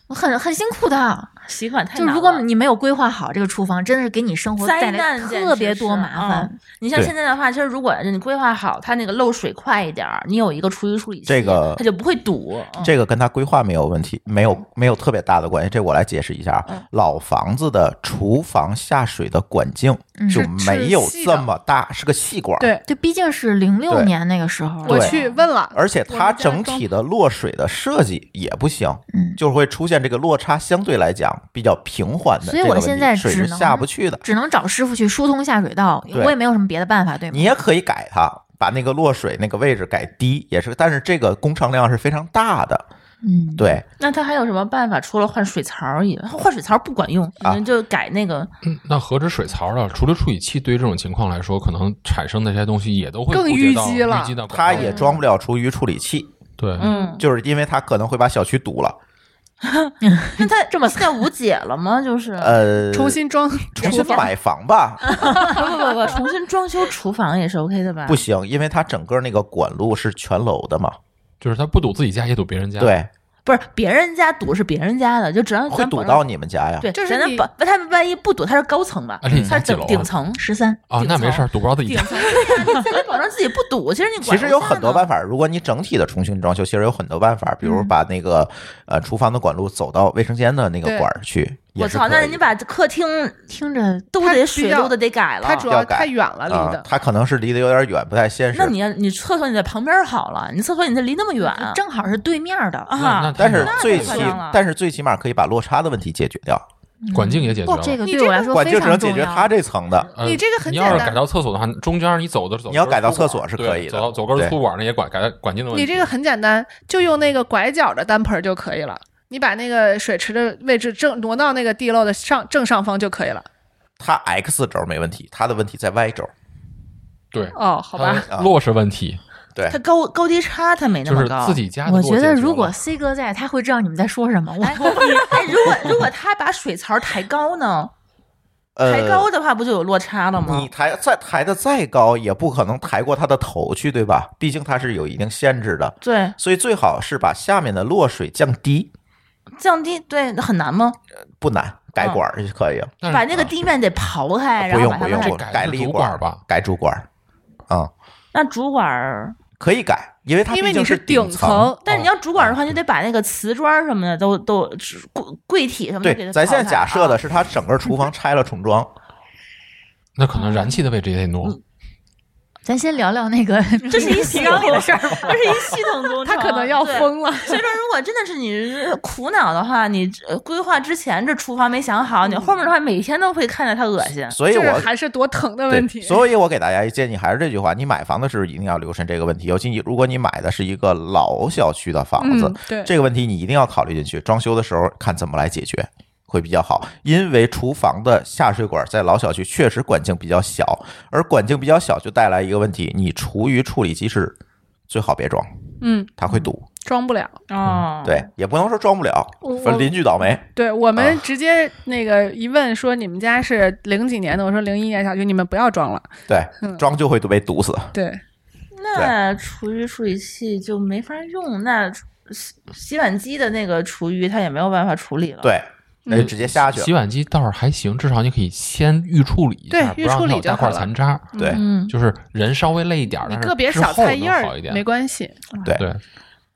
我很很辛苦的，洗碗太就难了。如果你没有规划好这个厨房，真的是给你生活带灾来难简直是特别多麻烦嗯。你像对现在的话，其实如果你规划好，它那个漏水快一点儿，你有一个厨余处理器，这个它就不会堵。嗯这个跟它规划没有问题，嗯没有没有特别大的关系。这我来解释一下啊嗯，老房子的厨房下水的管径嗯就是没有细的这么大，是个细管。对对，毕竟是零六对年那个时候，我对去问了，而且它我们家整装体的落水的设计也不行，嗯就是会出现这个落差相对来讲比较平缓的所这以个我问题，现在水只是能下不去的。只能找师傅去疏通下水道，对我也没有什么别的办法，对吗？你也可以改它，把那个落水那个位置改低，也是，但是这个工程量是非常大的。嗯，对，那它还有什么办法？除了换水槽以外，换水槽不管用，你啊们就改那个。嗯那何止水槽了？除了处理器，对于这种情况来说，可能产生的这些东西也都会更顾及到淤积了淤积到管它道也装不了厨余处理器，对， [LAUGHS] 嗯，就是因为它可能会把小区堵了。那它这么现在无解了 [LAUGHS] 吗？就是嗯呃，重新装重厨新房，买房吧，不不不不，重新装修厨房也是 OK 的吧？不行，因为它整个那个管路是全楼的嘛，就是他不堵自己家，也堵别人家。，对，不是别人家堵是别人家的，就只要会嗯咱堵保证到你啊们家呀。对，就是咱能你保他们万一不堵，它是高层吧？啊而且你它是家几顶楼顶层，十三，啊，那没事儿，堵不着自己顶家。层，咱得保证自己不堵。其实你其实有很多办法，如果你整体的重新装修，其实有很多办法，比嗯如把那个、呃厨房的管路走到卫生间的那个对管儿去，也我是操，可那以人家把客厅听着都它得需水要都得得改了。它主要要改太远了，离啊、的。它可能是离得有点远，不太现实。那你要你厕所你在旁边好了，你厕所你这离那么远嗯啊正好是对面的，那那啊，太但远是了最太起夸张了，但是最起码可以把落差的问题解决掉，管径也解决不了，。这个你对这我个来说管非径只能常解重决要它。这层的。呃你这个很你要简是单改到厕所的话，中间你走的走，你要改到厕所是可以的啊走到走根对粗管那也管改管进的问题。你这个很简单，就用那个拐角的单盆儿就可以了。你把那个水池的位置正挪到那个地漏的上正上方就可以了。它 x 轴没问题，它的问题在 y 轴。对，哦，好嗯吧，啊它落是问题，对它，高高低差它没那就么是高。自己家的我落解觉决得了。如果 C 哥在，他会知道你们在说什么。我哎，你哎，如果如果他把水槽抬高呢？抬呃，高的话不就有落差了吗你？抬再抬的再高，也不可能抬过它的头去，对吧？毕竟它是有一定限制的，对，所以最好是把下面的落水降低，降低对很难吗？不难，改嗯管儿就可以。但是把那个地面得刨开，啊不用然后把它不用，们我改改了是一主管管吧，改主管儿啊、那主管儿，可以改，因为它因毕为竟你顶顶层。，但是你要主管儿的嗯话，就得把那个瓷砖儿什么的都都柜柜体什么的给对，它咱现在刨开假设的啊是它整个 [LAUGHS] 厨房拆了重装，那可能燃气的位置也得嗯挪。嗯咱先聊聊那 [LAUGHS] 个这是一系洗统脑的事儿吧。 [LAUGHS] 这是一系统 [LAUGHS] 工程，他可能要对。疯了。所以说，如果真的是你苦恼的话，你呃规划之前这厨房没想好，你后面的话每天都会看着它恶心。所以嗯这我是还是多疼的问对，题。所以我给大家一建议，还是这句话：你买房的时候一定要留神这个问题，尤其你如果你买的是一个老小区的房子，嗯，对，这个问题你一定要考虑进去，装修的时候看怎么来解决。会比较好，因为厨房的下水管在老小区确实管径比较小，而管径比较小就带来一个问题，你厨余处理机是最好别装，嗯，它会堵。装不了。嗯哦，嗯对，也不能说装不了我，反正邻居倒霉。对我们啊直接那个一问说你们家是零几年的，我说零一年小区，你们不要装了。对，嗯装就会被堵死。对，那厨余处理器就没法用，那洗洗碗机的那个厨余它也没有办法处理了。，对，嗯那就直接下去了洗。碗机倒是还行，至少你可以先预处理一下，对不让预它处理有就大块好了残渣，对嗯，就是人稍微累一点儿，你但是个别之小后菜叶能好儿一点，没关系，对，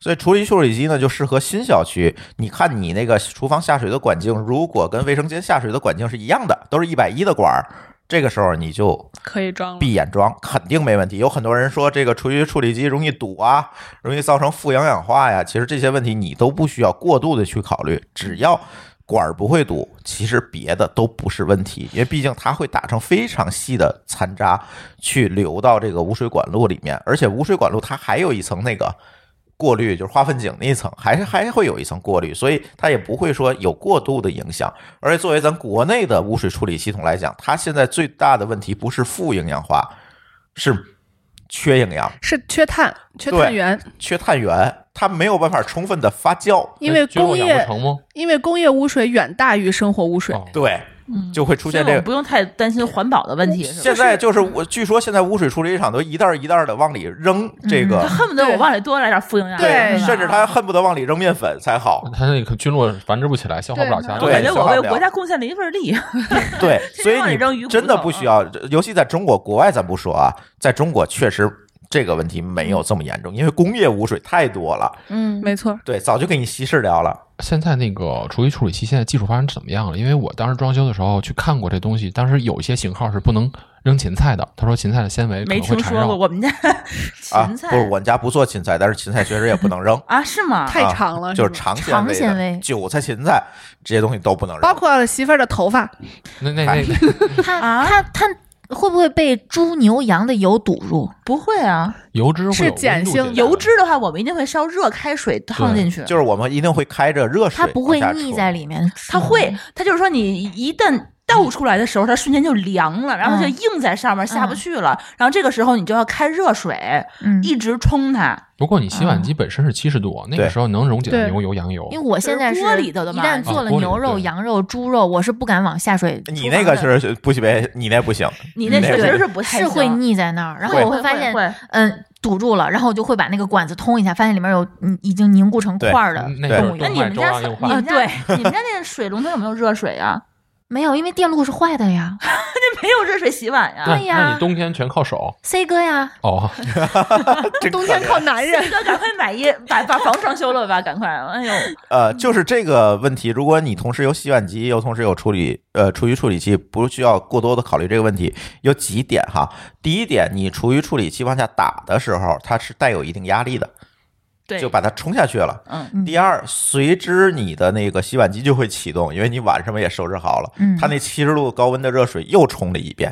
所以厨余处理机呢，就适合新小区。你看你那个厨房下水的管径，如果跟卫生间下水的管径是一样的，都是一百一的管儿，这个时候你就可以装了。闭眼装，肯定没问题。有很多人说这个厨余处理机容易堵啊，容易造成负氧氧化呀，其实这些问题你都不需要过度的去考虑，只要。管儿不会堵，其实别的都不是问题，因为毕竟它会打成非常细的残渣，去流到这个污水管路里面，而且污水管路它还有一层那个过滤，就是化粪井那一层，还是还会有一层过滤，所以它也不会说有过度的影响。而且作为咱国内的污水处理系统来讲，它现在最大的问题不是负营养化，是缺营养、是缺碳，缺对碳源，缺碳源，它没有办法充分的发酵，因为哎菌落工养业不成吗？因为工业污水远大于生活污水，哦对，就会出所现以嗯我这们个。不用太担心环保的问题，是吧？嗯现在就是我，据说现在污水处理厂都一袋儿一袋儿的往里扔嗯这个，他恨不得我对往里多来点负营养，对是吧甚至他恨不得往里扔面粉才好。它那个菌落繁殖不起来，消化不了其他我对东感西觉消我化为不了国家贡献了一份力。 [LAUGHS] 对，天所以天往里扔鱼你骨真的头啊不需要，尤其在中国国外咱不说啊，在中国确实这个问题没有这么严重，因为工业污水太多了，嗯没错，对，早就给你稀释掉了。现在那个厨余处理器现在技术发展怎么样了？因为我当时装修的时候去看过这东西，当时有一些型号是不能扔芹菜的，他说芹菜的纤维可没能会听缠说过绕。我们家啊芹，菜，不是，我们家不做芹菜，但是芹菜确实也不能扔 [LAUGHS] 啊是吗？太长了，就是吧长纤长维纤的、维韭菜、芹菜这些东西都不能包扔。括媳妇儿的头发，那那那 [LAUGHS] 它啊它它会不会被猪牛羊的油堵住？不会啊，油脂会有是碱温度性进来油脂的话，我们一定会烧热开水烫进去。就是我们一定会开着热水，它不会腻在。里面，它会，它就是说你一旦倒出来的时候，它瞬间就凉了，然后它就嗯硬在上面下不去了。然后这个时候你就要开热水，嗯，一直冲它。不过你洗碗机本身是七十度，那个对时候能溶解的对牛油、羊油。因为我现在就是是锅里头的一嘛旦做啊了锅里牛肉、对羊肉、猪肉，我是不敢往下水。你那个是不行，你那不行，你那那确个实是不太是会行，腻在那儿，然后会我会发现，会嗯，堵住了，然后我就会把那个管子通一下，发现里面有嗯已经凝固成块儿的哎嗯那动个物那油动。你们家动脉粥啊硬化你们家、对你们家那水龙头有没有热水啊？ [LAUGHS] 没有，因为电路是坏的呀。那没有热水洗碗呀那。对呀那你冬天全靠手 C 哥呀，哦， [LAUGHS] 真冬可天怜靠 [LAUGHS] 男人。哥，哎赶快买一把把房装修了吧，赶快！哎呦，呃，就是这个问题，如果你同时有洗碗机，又同时有处理呃厨余处理器，不需要过多的考虑这个问题。有几点哈，第一点，你厨余处理器往下打的时候，它是带有一定压力的，对，就把它冲下去了。嗯，嗯第二，随之你的那个洗碗机就会启动，因为你碗上面也收拾好了，嗯它那七十度高温的热水又冲了一遍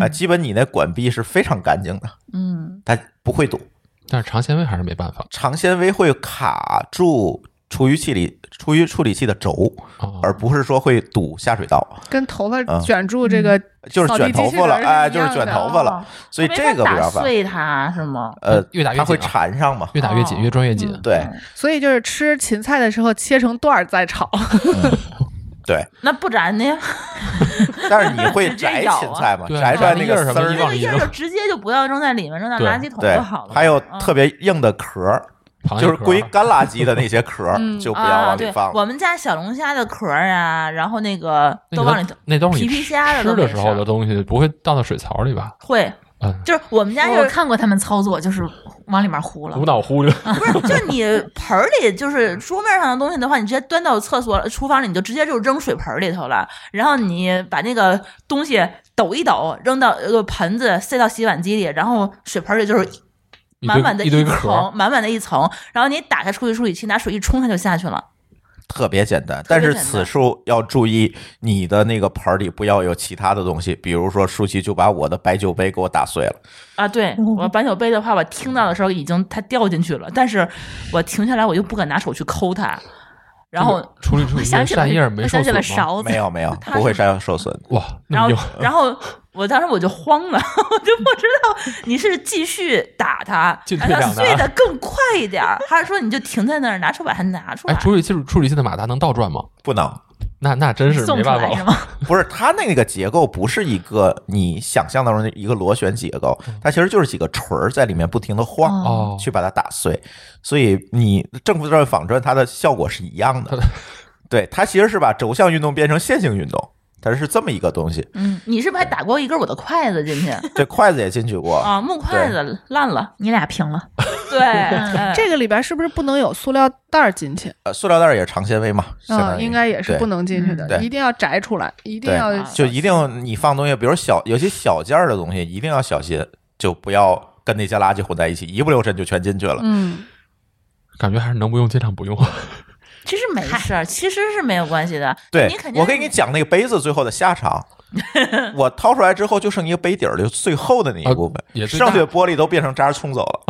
啊、嗯，基本你那管壁是非常干净的，嗯，它不会堵。但是长纤维还是没办法长纤维会卡住厨余器里厨余处理器的轴，啊。而不是说会堵下水道。跟头发嗯卷住这个，就是卷头发了，哎，就是卷头发了哦，所以没这法个不打要办。碎它是吗？呃，越打越它会紧啊缠上嘛？越打越紧，哦越装越紧。嗯对所以就是吃芹菜的时候切成段儿再炒，对，那不然呢？但是你会 [LAUGHS] 直接摘咬啊芹菜嘛？对摘出来那那个叶儿什么丝一儿往，那里劲儿扔就直接就不要扔在里面，扔到对垃圾桶对就好，了。还有嗯特别硬的壳儿，螃蟹就是壳归干垃圾的那些壳儿，就不要啊，往对里，放。我们家小龙虾的壳儿啊，然后那个那都个往里头那都是你皮皮虾的吃都的没时候事的东西，不会倒到水槽里吧？会，嗯，就是我们家就我是看过他们操作，就是往里面糊了无。脑忽略。不是 [LAUGHS] 就是你盆儿里就是桌面上的东西的话，你直接端到厕所厨房里，你就直接就扔水盆儿里头了，然后你把那个东西抖一抖，扔到呃盆子塞到洗碗机里，然后水盆儿里就是一 [LAUGHS] 满满的堆一堆壳儿层，，满满的一层，然后你打开处理处理器，拿水一冲，它就下去了。特别简单，别但简单是此处要注意，你的那个盆儿里不要有其他的东西，比如说舒淇就把我的白酒杯给我打碎了，啊，对我白酒杯的话，我听到的时候已经它掉进去了，但是我停下来，我又不敢拿手去抠它，然后这个处理处我理想起了扇叶儿没我想受起损了吗？勺子没，有没有，它不会是伤受损。哇，然那么后硬，然后我当时我就慌了，我就不知道你是继续打它，进让退它两碎难的更快一点儿，还是说你就停在那儿拿出把它拿出哎，来？处理器处理器的马达能倒转吗？不能，那那真是送没出办来法是了。吗？不是，它那个结构不是一个你想象当中的一个螺旋结构，它其实就是几个锤儿在里面不停的晃，哦去把它打碎。所以你正负正反转，它的效果是一样的。对，它其实是把轴向运动变成线性运动，它是这么一个东西。嗯，你是不是还打过一根我的筷子进 [LAUGHS] 去 [LAUGHS] 这筷子也进去哦过，啊？木筷子烂了，你俩平了，对，哎这个里边是不是不能有塑料袋儿进去？呃，塑料袋儿也是长纤维嘛，相当嗯，于应该也是对不能进去嗯对的，一定要摘出来，一定对啊要就一定你放东西，比如小，尤其小件儿的东西，一定要小心，就不要跟那些垃圾混在一起，一不留神就全进去了。嗯，感觉还是能不用尽量不用。其实没事。是啊，其实是没有关系的。对你肯，定我给你讲那个杯子最后的下 [LAUGHS] 场。我掏出来之后就剩一个杯底儿，就最后的那一部分，啊也最大剩下的玻璃都变成渣冲走了。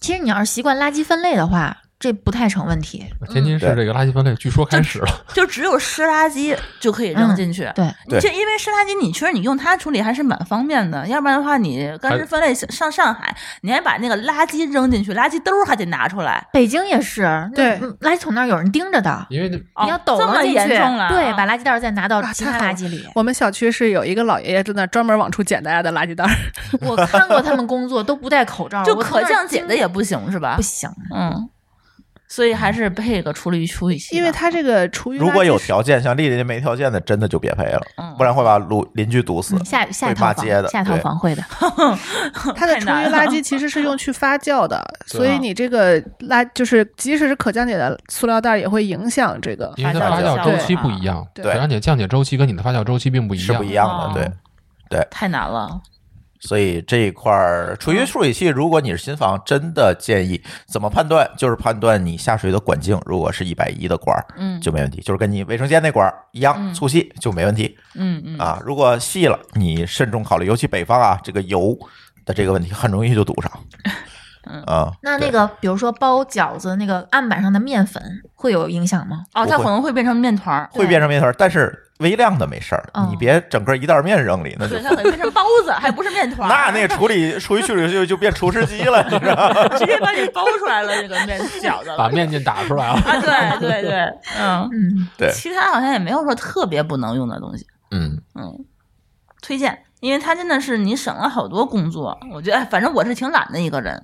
其实你要是习惯垃圾分类的话，这不太成问题。天津市对这个垃圾分类据说开始了，就只有湿垃圾就可以扔进去。对，对这因为湿垃圾，你其实你用它处理还是蛮方便的。要不然的话，你干湿分类像上上海，你还把那个垃圾扔进去，垃圾兜儿还得拿出来。北京也是，那对嗯垃圾桶那儿有人盯着的，因为那哦你要抖这么了进去，严重啊哦了，对，把把垃圾袋儿再拿到啊其太他好垃了圾里。我们小区是有一个老爷爷在那专门往出捡大家的垃圾袋儿，我看过他们工作都不戴口罩， [LAUGHS] 哦就我可从那儿降解的经也不行是吧不？行。嗯，所以还是配个处理处理器吧，因为它这个厨余如果垃圾有嗯是条件，像丽丽这没条件的，真的就别赔了，嗯不然会把路邻居堵死嗯。下下一会骂套街房，的下一套对房会的。它的太厨余难了垃圾其实是用去发 [LAUGHS] 酵的，所啊对以你这个垃就是即使是可降解的塑料袋儿也会影响这个。因为它发发酵酵周期效果不一样，对而且降解周期跟你的发酵周期并不一是样不。一样嗯的，哦对。太难了。所以这一块儿处嗯于处理器，如果你是新房，真的建议怎么判断？就是判断你下水的管径，如果是一百一的管儿嗯就没问题，就是跟你卫生间那管儿一样，嗯粗细就没问题嗯嗯，啊。如果细了，你慎重考虑，尤其北方啊，这个油的这个问题很容易就 [LAUGHS] 堵上。嗯啊，那那对个，比如说包饺子那个案板上的面粉会有影响嗯吗？哦，不它会可能会变成面团儿，会变成面团儿，但是微量的没事儿哦，你别整个一袋面扔里，那就 [LAUGHS] 对，它可能变成包子，还不是面团那儿， [LAUGHS] 那处理处于处理器就就变厨师机了，你知道吗？直接把你包出来了，这个面饺子了 [LAUGHS] 把面筋打出来 [LAUGHS] 了，啊，对对对，嗯，嗯，对其他好像也没有说特别不能用的东西，嗯， [LAUGHS] 嗯，推荐，因为它真的是你省了好多工作，我觉得，哎反正我是挺懒的一个人，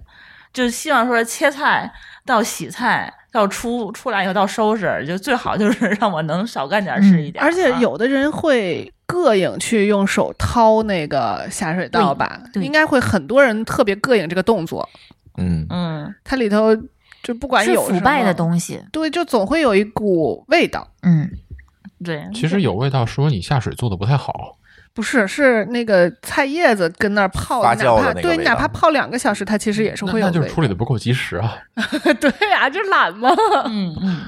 就希望说切菜到洗菜到出出来以后到收拾，就最好就是 [LAUGHS] 让我能少干点事一点，而且啊有的人会膈应去用手掏那个下水道吧，对对应该会很多人特别膈应这个动作，嗯，嗯，它里头就不管是有腐败的西，东西。对，就总会有一股味道。嗯，对，其实有味道，说你下水做的不太好。不是，是那个菜叶子跟那儿泡，发哪酵的怕那个对，味哪道怕泡两个小时，它其实也是嗯那会有那就是味处理的不够及时啊！道 [LAUGHS] 对啊，就懒嘛。嗯，嗯，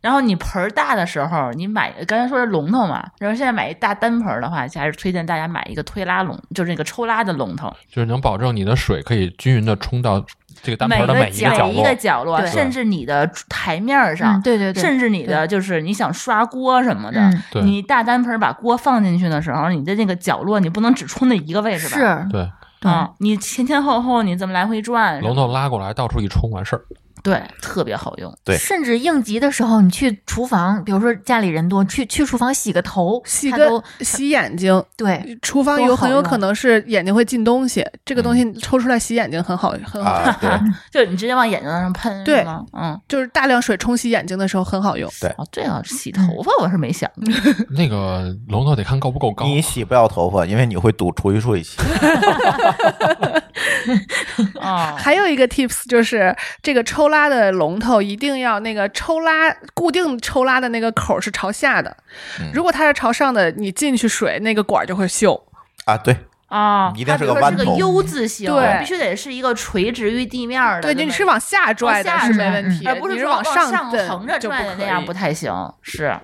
然后你盆儿大的时候，你买刚才说是笼头嘛，然后现在买一大单盆儿的话，还是推荐大家买一个推拉笼，就是那个抽拉的笼头，就是能保证你的水可以均匀的冲到这个单盆的每每个一个角角落。落，对甚至你的台面儿上。嗯，对对对，甚至你的就是你想刷锅什么的，嗯对你大单盆儿把锅放进去的时候，你的那个角落你不能只冲那一个位置吧？是，对，对嗯，你前前后后你这么来回转，龙头拉过来，到处一冲完事儿。对，特别好用。对甚至应急的时候，你去厨房，比如说家里人多，去去厨房洗个头，洗它个都洗眼睛，对，厨房多有好很有用可能是眼睛会进东西，这个东西抽出来洗眼睛很好，很好，嗯啊， [LAUGHS] 对，就你直接往眼睛上喷，是对吗？嗯，就是大量水冲洗眼睛的时候很好用。哦，这个洗嗯头发我是没想过，那个龙头得看够不够高。你洗不了头发，因为你会堵厨余处理 [LAUGHS] 器。嗯哦，还有一个 tips 就是，这个抽拉的龙头一定要那个抽拉固定抽拉的那个口是朝下的，嗯如果它是朝上的，你进去水那个管儿就会锈。啊，对，啊，一定它是比如个说弯头 U 字形，对必须得是一个垂直于地面儿的，对，对你吧是往下拽的往下嗯是嗯没拽问题，而不你说往上蹬横着就不转的可那样 [LAUGHS] 以不太行，是，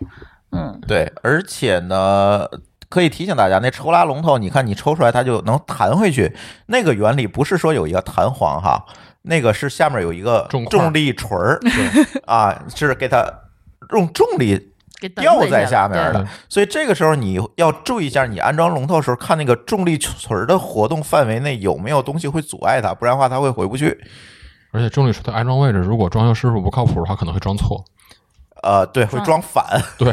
嗯，对，而且呢，可以提醒大家，那抽拉龙头，你看你抽出来，它就能弹回去。那个原理不是说有一个弹簧哈，那个是下面有一个重块重力锤儿啊，是给它用重力给蹬吊回去在了下面对的。所以这个时候你要注意一下，你安装龙头的时候，看那个重力锤儿的活动范围内有没有东西会阻碍它，不然的话它会回不去。而且重力锤的安装位置，如果装修师傅不靠谱的话，可能会装错。呃，对，会嗯装反，对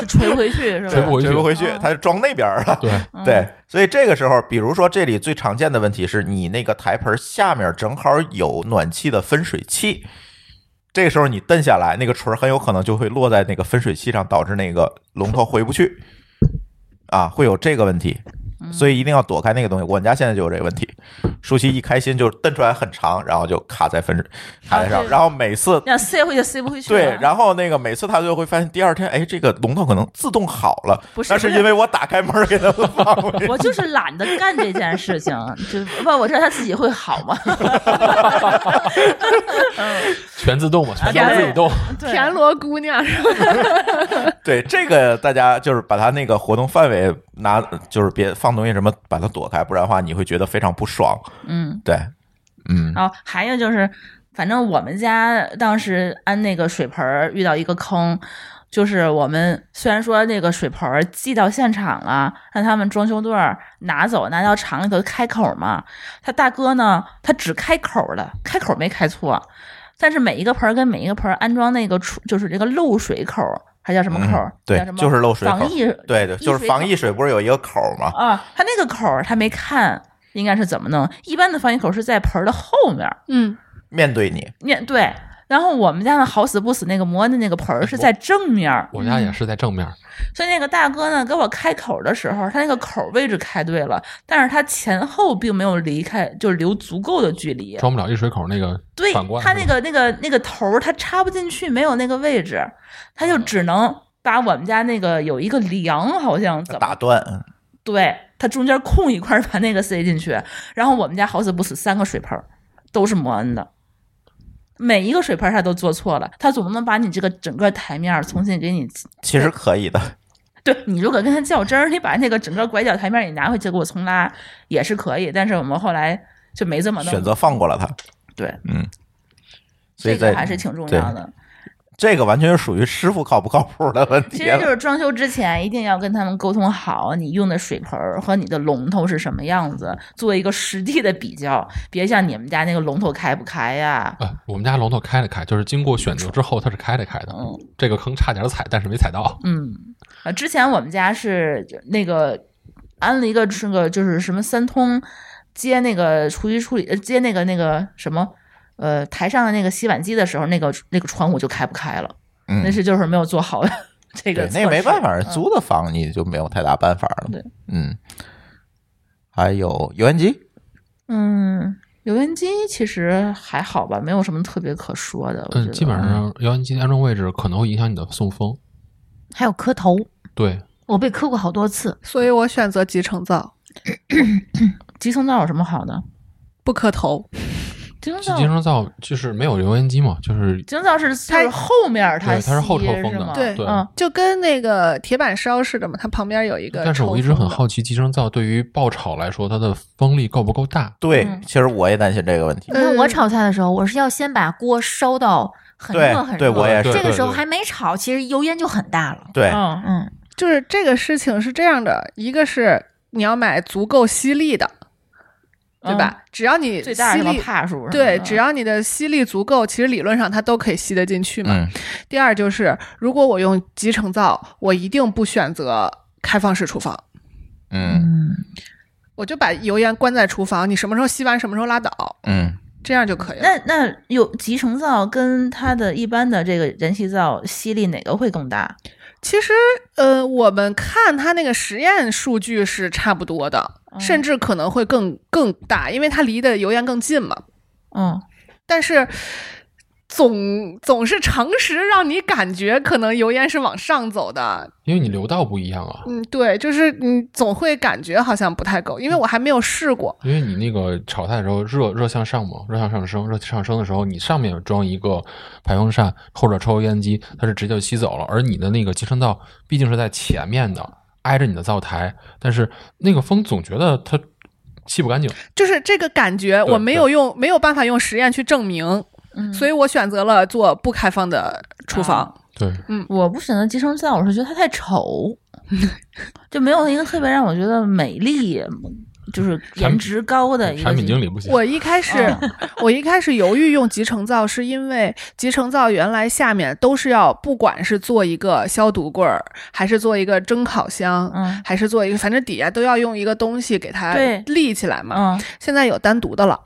就垂回去是垂吧？不回去追不回去哦，它就装那边儿了。对，嗯对，所以这个时候，比如说这里最常见的问题是你那个台盆下面正好有暖气的分水器，这个时候你蹬下来，那个锤儿很有可能就会落在那个分水器上，导致那个龙头回不去，啊，会有这个问题，嗯所以一定要躲开那个东西。我们家现在就有这个问题，舒淇一开心就蹬出来很长，然后就卡在分水卡啊在上，然后每次那塞回去塞不回去了。对，然后那个每次他就会发现第二天，哎，这个龙头可能自动好了，不是那不是是因为我打开门儿给他们放回去。我就是懒得干这件事情，就不，我知道他自己会好吗？ [LAUGHS] 全自动嘛，全都自己动。 [LAUGHS] 啊对田螺姑娘啊是吧？对这个，大家就是把它那个活动范围拿，就是别放东西什么，把它躲开，不然的话你会觉得非常不爽。嗯，对，嗯，然后还有就是，反正我们家当时安那个水盆儿遇到一个坑，就是我们虽然说那个水盆儿寄到现场了，让他们装修队儿拿走，拿到厂里头开口嘛，他大哥呢，他只开口了，开口没开错，但是每一个盆儿跟每一个盆儿安装那个出就是这个漏水口儿，还叫什么口儿？嗯对叫什么就是漏水口儿防溢对对，溢就是水防口溢水不是有一个口儿吗？啊，他那个口儿他没看，应该是怎么弄？一般的防溢口儿是在盆儿的后面儿，嗯，面对你，面对。然后我们家的好死不死那个摩恩的那个盆儿是在正面儿，我家也是在正面，所以那个大哥呢给我开口的时候，他那个口儿位置开对了，但是他前后并没有离开，就是留足够的距离。装不了溢水口那个对反光。他那个那个那个头儿，他插不进去，没有那个位置，他就只能把我们家那个有一个梁，好像怎么打断，嗯对，它中间空一块儿把那个塞进去，然后我们家好死不死三个水盆儿都是摩恩的，每一个水盆儿它都做错了，它总不能把你这个整个台面儿重新给你， [LAUGHS] 其实可以的。对你如果跟他较真儿，你把那个整个拐角台面儿你拿回去给我重拉也是可以，但是我们后来就没这么弄，选择放过了它。对，嗯，所以这在嗯个还是挺重要的。这个完全是属于师傅靠不靠谱的问其题实就了。是装修之前一定要跟他们沟通好，你用的水盆儿和你的龙头是什么样子，做一个实地的比较，别像你们家那个龙头开不开呀、呃，我们家龙头开了开，就是经过选择之后，它是开了开的。嗯这个坑差点踩，但是没踩到。嗯，啊，之前我们家是那个安了一个这个就是什么三通接那个厨余处理呃接那个那个什么呃台上的那个洗碗机的时候，那个那个窗户就开不开了，嗯那，是就是没有做好这对，个那措施，也没办法，嗯租的房你就没有太大办法了。对，嗯，还有油烟机，嗯，油烟机其实还好吧，没有什么特别可说的。我觉嗯，得基本嗯上油烟机安装位置可能会影响你的送风。还有磕头，对，我被磕过好多次。所以我选择集成灶，集成灶有什么好的？不磕头。集成集灶，集成灶就是没有油烟机嘛，就是集成灶是就它是后面儿它对它是后吸抽风是的吗对对嗯，就跟那个铁板烧似的嘛，它旁边有一个。但是我一直很好，奇，集成灶对于爆炒来说，它的风力够不够大？对，嗯其实我也担心这个问题。那呃我炒菜的时候，我是要先把锅烧到很对热很对热，我也是这对个时候对还没炒，其实油烟就很大了。对，嗯嗯嗯，就是这个事情是这样的，一个是你要买足够吸力的，对吧？只要你嗯最大吸是什么嗯力。帕数什么的？对，只要你的吸力足够，其实理论上它都可以吸得进去嘛。嗯，第二就是，如果我用集成灶，我一定不选择开放式厨房，嗯嗯，我就把油烟关在厨房，你什么时候吸完什么时候拉倒，嗯，这样就可以了。那那有集成灶跟它的一般的这个燃气灶吸力哪个会更大？其实，呃，我们看它那个实验数据是差不多的，嗯甚至可能会更更大，因为它离的油烟更近嘛。嗯，但是。总总是常识让你感觉可能油烟是往上走的，因为你流道不一样啊，嗯，对，就是你总会感觉好像不太够，因为我还没有试过，因为你那个炒菜的时候热热向上嘛，热向上升，热上升的时候，你上面装一个排风扇或者抽油烟机，它是直接就吸走了，而你的那个集成灶毕竟是在前面的，挨着你的灶台，但是那个风总觉得它吸不干净，就是这个感觉，对我没有用，没有办法用实验去证明，嗯所以我选择了做不开放的厨啊房。对，我不选择集成灶，我是觉得它太丑， [LAUGHS] 就没有一个特别让我觉得美丽，就是颜值高的一个产品经理不行，我一开始，嗯我一开始犹豫用集成灶，是因为集成灶原来下面都是要，不管是做一个消毒柜儿，还是做一个蒸烤箱，嗯还是做一个，反正底下都要用一个东西给它对立起来嘛。嗯，现在有单独的了，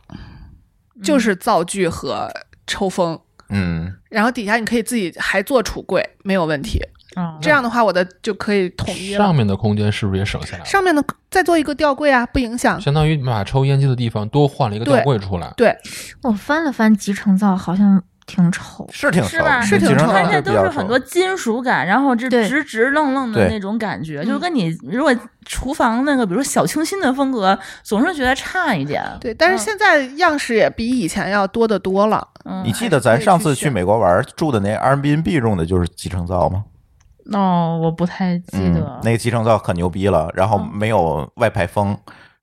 就是灶具和抽风。嗯，然后底下你可以自己还做橱柜，没有问题。嗯这样的话，我的就可以统一了上。面的空间是不是也省下来了？上面的再做一个吊柜啊，不影响。相当于把抽烟机的地方多换了一个对吊柜出来。对，我翻了翻集成灶，好像挺丑。是挺是瘦吧的是锦挺上瘦的添而花且是都比较是瘦很多金属感，然后这对直直愣愣的对那种感嗯觉，就是跟你如果厨房那个，比如说小清新的风格，总是觉得差一点。对，但嗯是现在样式也比以前要多得多了。嗯你记得咱上次去美国玩住的那 Airbnb 用的就是集成灶吗？哦，我不太记嗯得，那个集成灶可牛逼了，然后嗯没有外排风，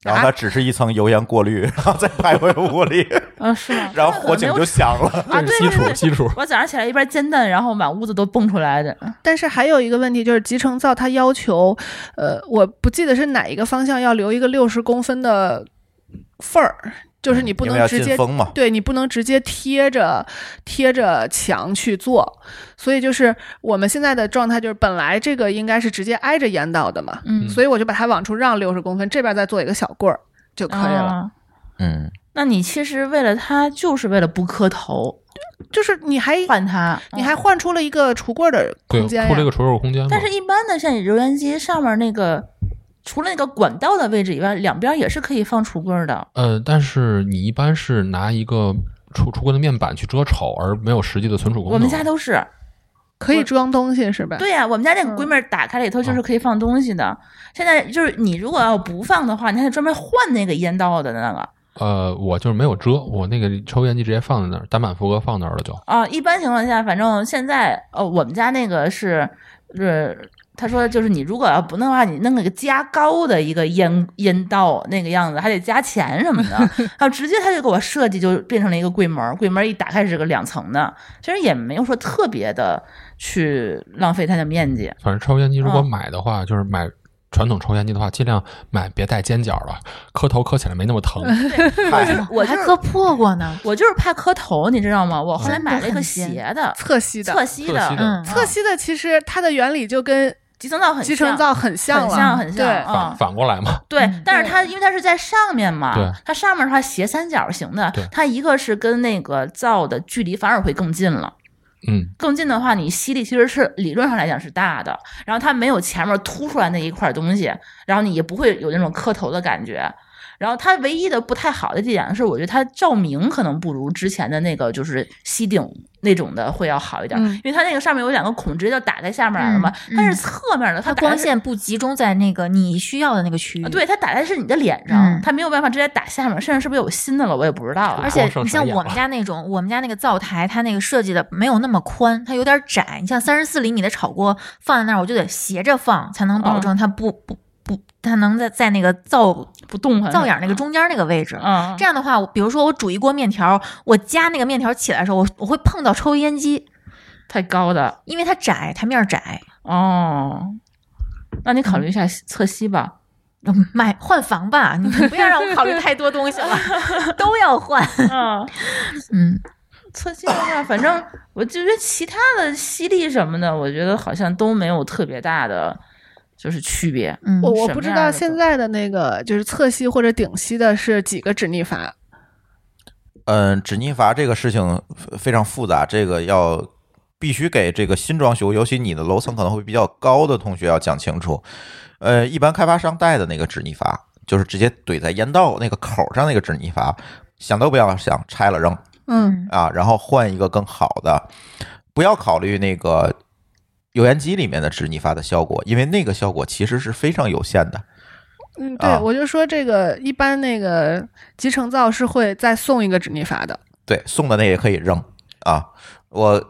然后它只是一层油烟过滤，然后再排回屋里，嗯，是吗？然后火警就响了。啊，这对是基对础对，基础。我早上起来一边煎蛋，然后满屋子都蹦出来的。但是还有一个问题就是，集成灶它要求，呃，我不记得是哪一个方向要留一个六十公分的缝儿，就是你不嗯因为要能直进接风嘛，对你不能直接贴着贴着墙去做，所以就是我们现在的状态就是，本来这个应该是直接挨着烟道的嘛，嗯，所以我就把它往出让六十公分，这边再做一个小棍儿就可以了。啊嗯，那你其实为了它，就是为了不磕头，就是你还换它，你嗯还换出了一个橱柜的对，空间出了一呀个。储物空间嘛。但是，一般的像你油烟机上面那个，除了那个管道的位置以外，两边也是可以放橱柜的。呃，但是你一般是拿一个储储柜的面板去遮丑，而没有实际的存储功能。我们家都是，可以装东西是吧？对呀、我们家那个柜面打开了以后就是可以放东西的。现在就是你如果要不放的话，你还得专门换那个烟道的那个呃，我就是没有遮，我那个抽烟机直接放在那儿，单板复合放那儿了就。啊。一般情况下，反正现在呃，我们家那个是是。他说：“就是你如果要不弄的话，你弄那个加高的一个烟烟道那个样子，还得加钱什么的。然后直接他就给我设计，就变成了一个柜门儿，柜门儿一打开是个两层的，其实也没有说特别的去浪费它的面积。 [LAUGHS] 反正抽烟机如果嗯买的话，就是买传统抽烟机的话，尽量买别带尖角了，磕头磕起来没那么疼。嗯嗨，我就还是磕破过呢。我就是怕磕头，你知道吗？我后来真的买了一个很尖斜的、侧吸的侧吸侧吸的的嗯，侧吸的其实它的原理就跟集成灶很集成灶很像，像了，很像，很对像。反嗯，反过来嘛，对嗯，但是它因为它是在上面嘛对，它上面它斜三角形的对，它一个是跟那个灶的距离反而会更近了。嗯，更近的话，你吸力其实是理论上来讲是大的，然后它没有前面凸出来那一块东西，然后你也不会有那种磕头的感觉。然后它唯一的不太好的一点是，我觉得它照明可能不如之前的那个就是吸顶那种的会要好一点，嗯因为它那个上面有两个孔直接就打在下面来了嘛。嗯嗯但是侧面的它它打在光是。啊线不集中在那个你需要的那个区域。对，它打在是你的脸上，嗯它没有办法直接打下面，甚至是不是有新的了，我也不知道啊。而且光剩你像闪我们眼家那种，我们家那个灶台，它那个设计的没有那么宽，它有点窄。你像三十四厘米的炒锅放在那儿，我就得斜着放，才能嗯保证它不、不不，它能在在那个灶不动弹，灶眼儿那个中间那个位置。啊嗯，这样的话，我比如说我煮一锅面条，我夹那个面条起来的时候，我我会碰到抽油烟机，太高的，因为它窄，台面儿窄。哦，那你考虑一下侧 [LAUGHS] 吸吧。嗯买换房吧，你们不要让我考虑太多东 [LAUGHS] 西了，都要换。嗯，嗯，侧吸的话，反正我就觉得其他的吸力什么的，我觉得好像都没有特别大的就是区别。嗯我什我么不知样道的现都在的那个就是侧吸或者顶吸的是几个止逆阀，嗯，止逆阀这个事情非非常复杂，这个要必须给这个新装修，尤其你的楼层可能会比较高的同学要讲清楚。呃，一般开发商带的那个止逆阀，就是直接怼在烟道那个口上那个止逆阀，想都不要想，拆了扔嗯，啊，然后换一个更好的。不要考虑那个油烟机里面的止逆阀的效果，因为那个效果其实是非常有限的。嗯，对，啊我就说这个一般那个集成灶是会再送一个止逆阀的，对，送的那也可以扔啊。我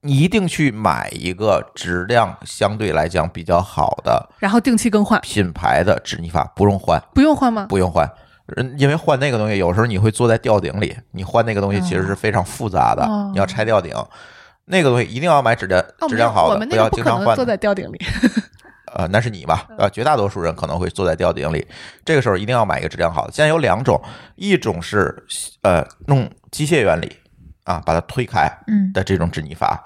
你一定去买一个质量相对来讲比较好的然后定期更换，品牌的止逆阀，不用换，不用换吗？不用换。嗯因为换那个东西，有时候你会坐在吊顶里，你换那个东西其实是非常复杂的，哦你要拆吊顶，那个东西一定要买质量哦，质没有量，好我的，们不那要个不经可常能换坐的。在吊顶里。呃，那是你吧？呃，绝大多数人可能会坐在吊顶里，这个时候一定要买一个质量好的。现在有两种，一种是呃弄机械原理啊，把它推开，嗯的这种止逆阀。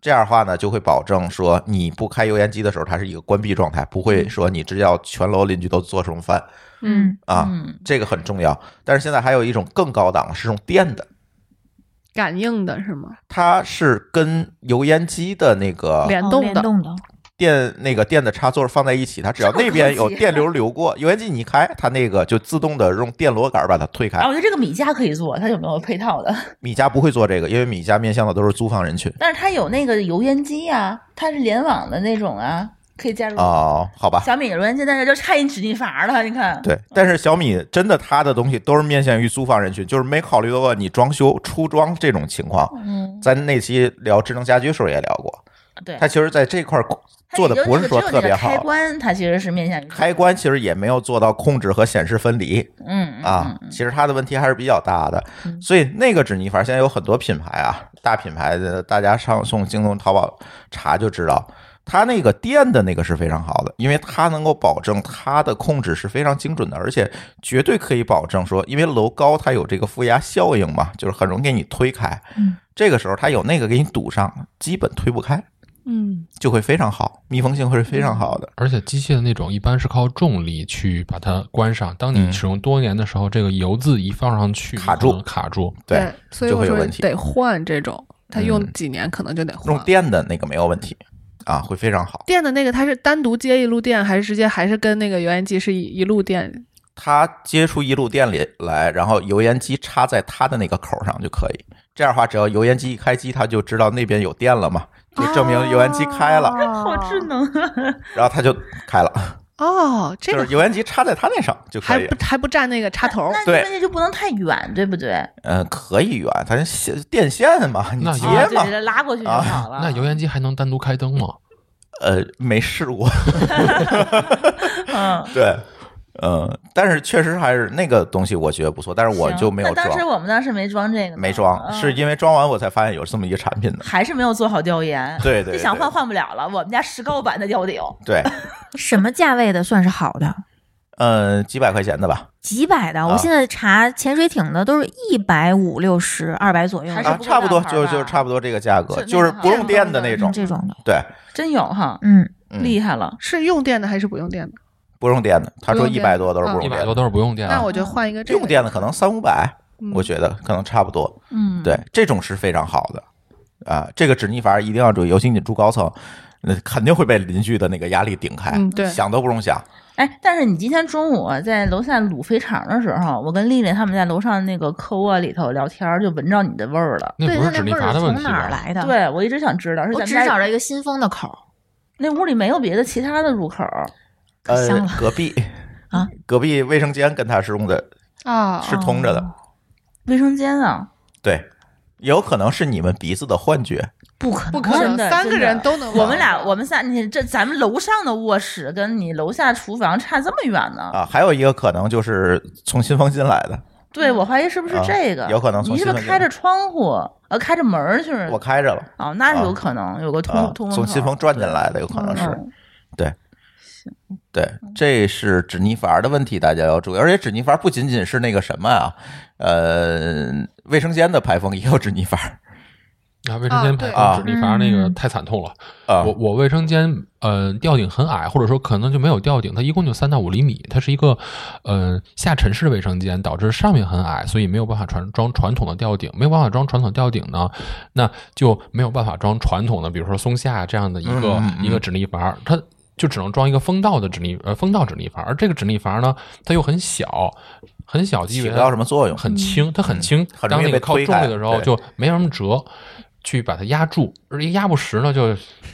这样的话呢，就会保证说你不开油烟机的时候，它是一个关闭状态，不会说你知道全楼邻居都做什么饭嗯啊，嗯这个很重要。但是现在还有一种更高档的是用电的， [LAUGHS] 感应的是吗？它是跟油烟机的那个联哦动联的，动的，电那个电的插座放在一起，它只要这么那边有高级电流流过，油烟机你一开，它那个就自动的用电螺杆把它推开啊，。我觉得这个米家可以做，它有没有配套的？ [LAUGHS] 米家不会做这个，因为米家面向的都是租房人群。但是它有那个油烟机啊，它是联网的那种啊，可以加入哦，好吧，小米油烟机，但是就差一指定阀了。你看，对，但是小米真的它的东西都是面向于租房人群，就是没考虑到过你装修出装这种情况。嗯，咱那期聊智能家居时候也聊过，对，它其实在这块儿做的不是说特别好它也就只有那个开，关它其实是面向于开关其实也没有做到控制和显示分离嗯啊，其实它的问题还是比较大的。嗯所以那个纸泥阀现在有很多品牌啊，大品牌的大家上送京东、淘宝查就知道。它那个电的那个是非常好的，因为它能够保证它的控制是非常精准的，而且绝对可以保证说，因为楼高它有这个负压效应嘛，就是很容易给你推开。嗯，这个时候它有那个给你堵上，基本推不开，嗯，就会非常好，密封性会是非常好的。而且机械的那种一般是靠重力去把它关上。当你嗯使用多年的时候，这个油渍一放上去，卡有可能住卡住。对，，所以就我会有说问题得换这种，它用嗯几年可能就得换用。电的那个没有问题啊，会非常好。电的那个，它是单独接一路电，还是直接还是跟那个油烟机是一一路电？它接出一路电里来，然后油烟机插在它的那个口上就可以。这样的话，只要油烟机一开机，它就知道那边有电了嘛，哦就证明油烟机开了，好智能啊！然后它就开了，哦，这就个是油烟机插在它那上就可还以不。还不占那个插头那，对关键就不能太远，对不对？嗯、可以远，它是线电线嘛，你那接油啊，就嘛直。接拉过去就好了。那油烟机还能单独开灯吗？呃，没试 [LAUGHS] 过，嗯。对，嗯、但是确实还是那个东西，我觉得不错，但是我行就没有那装当，时我们当时没装这个呢，没装，嗯是因为装完我才发现有这么一个产品 [LAUGHS] 的。还是没有做好调研。对对就想对嗯换换不了了。我们家石膏版的吊顶，对，什么价位的算是好的？嗯、几百块钱的吧，几百的，啊我现在查潜水艇的都是一百五六十、二百左右还是啊，的，不够差不多大牌就吧就差不多这个价格，是那个就是不用电的那种嗯，这种的，对，真有哈，嗯，嗯厉害了。是用电的还是不用电的？不用电的，他说不用一电百多都是嗯不啊一用百电多的，都是不用电的。那我就换一个这个。用电的可能三五百，嗯我觉得可能差不多，嗯，对，这种是非常好的，啊，这个止逆阀一定要注意，尤其你住高层，那肯定会被邻居的那个压力顶开，嗯对想都不用想，哎，但是你今天中午在楼下卤肥肠的时候，我跟丽丽他们在楼上那个客窝里头聊天儿，就闻着你的味儿了。那对，不它那是指力味儿阀是的问从题啊哪儿吧？来的？，对，啊我一直想知道，是我咱只们找家着一个新风的口儿，那屋里没有别的其他的入口儿，可呃香了，隔壁啊，隔壁卫生间跟他是用的啊，是通着的哦，卫生间啊，对，有可能是你们鼻子的幻觉，不可不能，可能，真的三个真的人都嗯能闻到。我们俩，我们仨，你这咱们楼上的卧室跟你楼下厨房差这么远呢？啊，还有一个可能就是从新风进来的。对，我怀疑是不是啊这个？有可能从你是不是新闻开着窗户，呃，开着门儿去的？我开着了哦，那是有啊可能有个通、啊，通从口新风转进来的有可能是。嗯对，这是止逆阀的问题，大家要注意。而且止逆阀不仅仅是那个什么啊，呃，卫生间的排风也有止逆阀啊，卫生间排啊放止力阀那个哦嗯太惨痛了。啊。我我卫生间呃吊顶很矮，或者说可能就没有吊顶，它一共就三到五厘米，它是一个呃下沉式的卫生间，导致上面很矮，所以没有办法传装传统的吊顶，没有办法装传统吊顶呢，那就没有办法装传统的，比如说松下这样的一个、嗯嗯嗯一个止力阀，它。就只能装一个风道的止力呃风道止力阀，而这个止力阀呢，它又很小，很小，起因为不到什么作用，很轻，它很轻，嗯很容当易那被个靠推重开力的时候对就没什么辙，去把它压住，而一压不实呢，就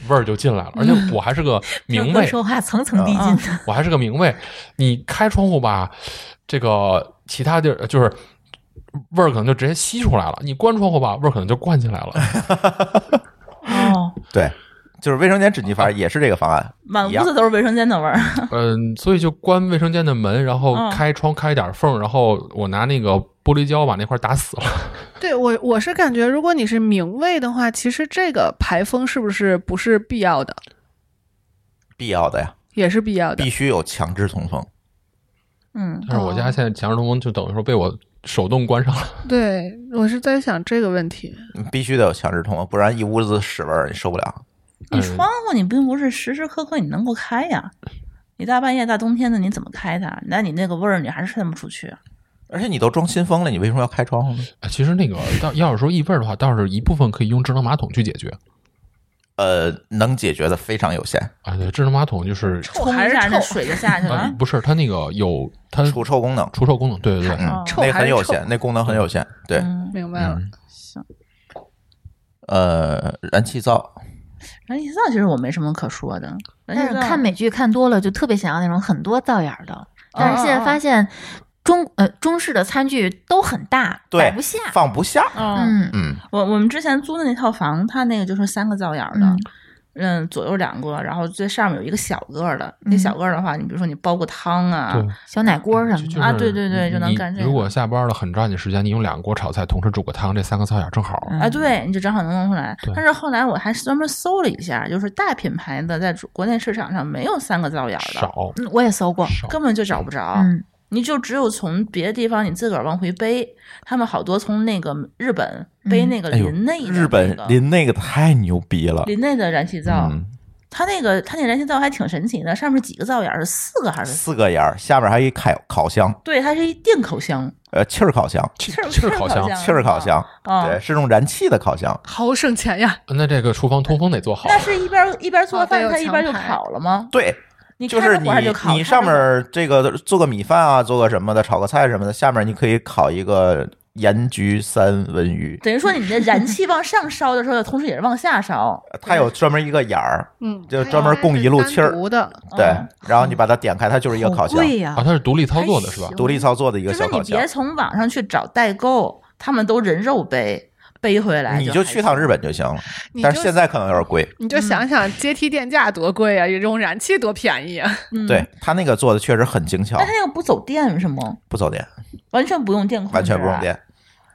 味儿就进来了。而且嗯我还是 [LAUGHS] 个明哥卫，说话层层递嗯进的，我还是个明卫，你开窗户吧，这个其他地儿就是。味儿可能就直接吸出来了，你关窗户吧，味儿可能就灌进 [LAUGHS] 来了。哦，对，就是卫生间止逆阀也是这个方案。满一屋样子都是卫生间的味儿。嗯，所以就关卫生间的门，然后嗯开窗开一点缝，然后我拿那个玻璃胶把那块儿打死哦了。对我，我是感觉，如果你是明卫的话，其实这个排风是不是不是必要的，必要的呀，也是必要的哦必。须有强制通风。嗯，但是我家现在强制通风就等于说被我手动关上了。对我是在想这个问题。嗯必须得有强制通风，不然一屋子屎味儿你受不了。你嗯窗户你并不是时时刻刻你能够开呀，你大半夜大冬天的你怎么开它？那你那个味儿你还是渗不出去。而且你都装新风了，你为什么要开窗户呢？哎其实那个倒要是说异味儿的话，倒是一部分可以用智能马桶去解决呃，能解决的非常有限，啊。对，智能马桶就是冲一下那水就下去啊、了。不是它那个有它除臭功能，除臭功能，对对对，哦嗯，臭那还很是有臭限，那功能很有限。对，嗯，明白了。嗯行。呃，燃气灶，燃气灶其实我没什么可说的，燃但气是灶看美剧看多了，就特别想要那种很多灶眼儿的。但是现哦在发现中呃中式的餐具都很大，对摆不下。放不下。嗯，嗯嗯，我我们之前租的那套房，它那个就是三个灶眼儿的嗯，嗯，左右两个，然后最上面有一个小个儿的。那嗯小个儿的话，你比如说你煲个汤嗯啊对，小奶锅什么就的就是啊对对对你就能你干这个如果下班了很抓紧时间，你用两锅炒菜同时煮个汤，这三个灶眼儿正好。嗯啊，对，你就正好能弄出来对。但是后来我还专门搜了一下，就是大品牌的在国内市场上没有三个灶眼儿的，少嗯我也搜过，少，根本就找不着。嗯，你就只有从别的地方你自个儿往回背。他们好多从那个日本背嗯那个哎呦林内的那个、日本淋那个太牛逼了。林哦内的燃气灶，嗯，它那个它那燃气灶还挺神奇的，上面几个灶眼儿是四个还是？四个眼儿，下面还有一烤烤箱，对，它是一电烤箱，呃，气儿烤箱，气气儿气儿烤箱。气儿烤箱，啊。对，是用燃气的烤箱。好省钱呀！那这个厨房通风得做好那。是一边一边做哦对饭，有它一边就墙排烤了吗？对，你就开是着你火它就烤，你开上着面儿这个做个米饭啊，做个什么的，炒个菜什么的，下面你可以烤一个盐焗三文鱼，等于说你的燃气往上烧的时候，同时也是往下烧。它有专门一个眼儿，嗯，就专门供一路气儿单独的，对嗯，然后你把它点开，它就是一个烤好箱，贵呀啊，，它是独立操作的是吧还？行独立操作的一就个是小你烤箱别。从网上去找代购，他们都人肉背背回来。你就就还去趟行日本就行了，你但是就现在可能有点贵。你就 [LAUGHS] 想想阶梯电价多贵呀，用燃气多便宜啊！嗯、对，它那个做的确实很精巧但，它那个不走电是吗？不走电，完全不用电控、啊完全不用，电。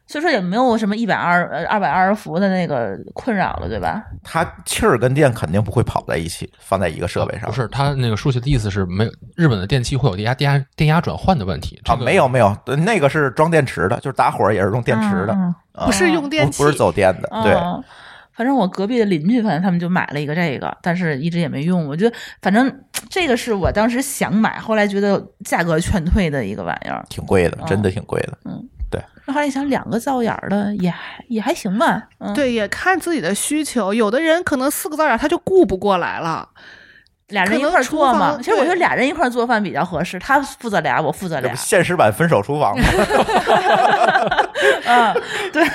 所以说也没有什么一百二呃二百二十伏的那个困扰了，对吧？它气儿跟电肯定不会跑在一起，放在一个设备上。不是，它那个书写的意思是没有日本的电器会有电压电压电压转换的问题。这啊，个没有没有，那个是装电池的，就是打火也是用电池的，嗯嗯啊不是用电不器，不是走电的。对，嗯反正我隔壁的邻居，反正他们就买了一个这个，但是一直也没用。我觉得，反正这个是我当时想买，后来觉得价格劝退的一个玩意儿。挺贵的，嗯真的挺贵的。那后来一想，两个灶眼儿的也还也还行吧。嗯，，对，也看自己的需求。有的人可能四个灶啊眼他就顾不过来了，俩人一可能块儿做厨嘛。房其实我觉得对俩人一块儿做饭比较合适，他负责俩，我负责这俩不。现实版《分手厨房》吗？嗯，对。 [LAUGHS]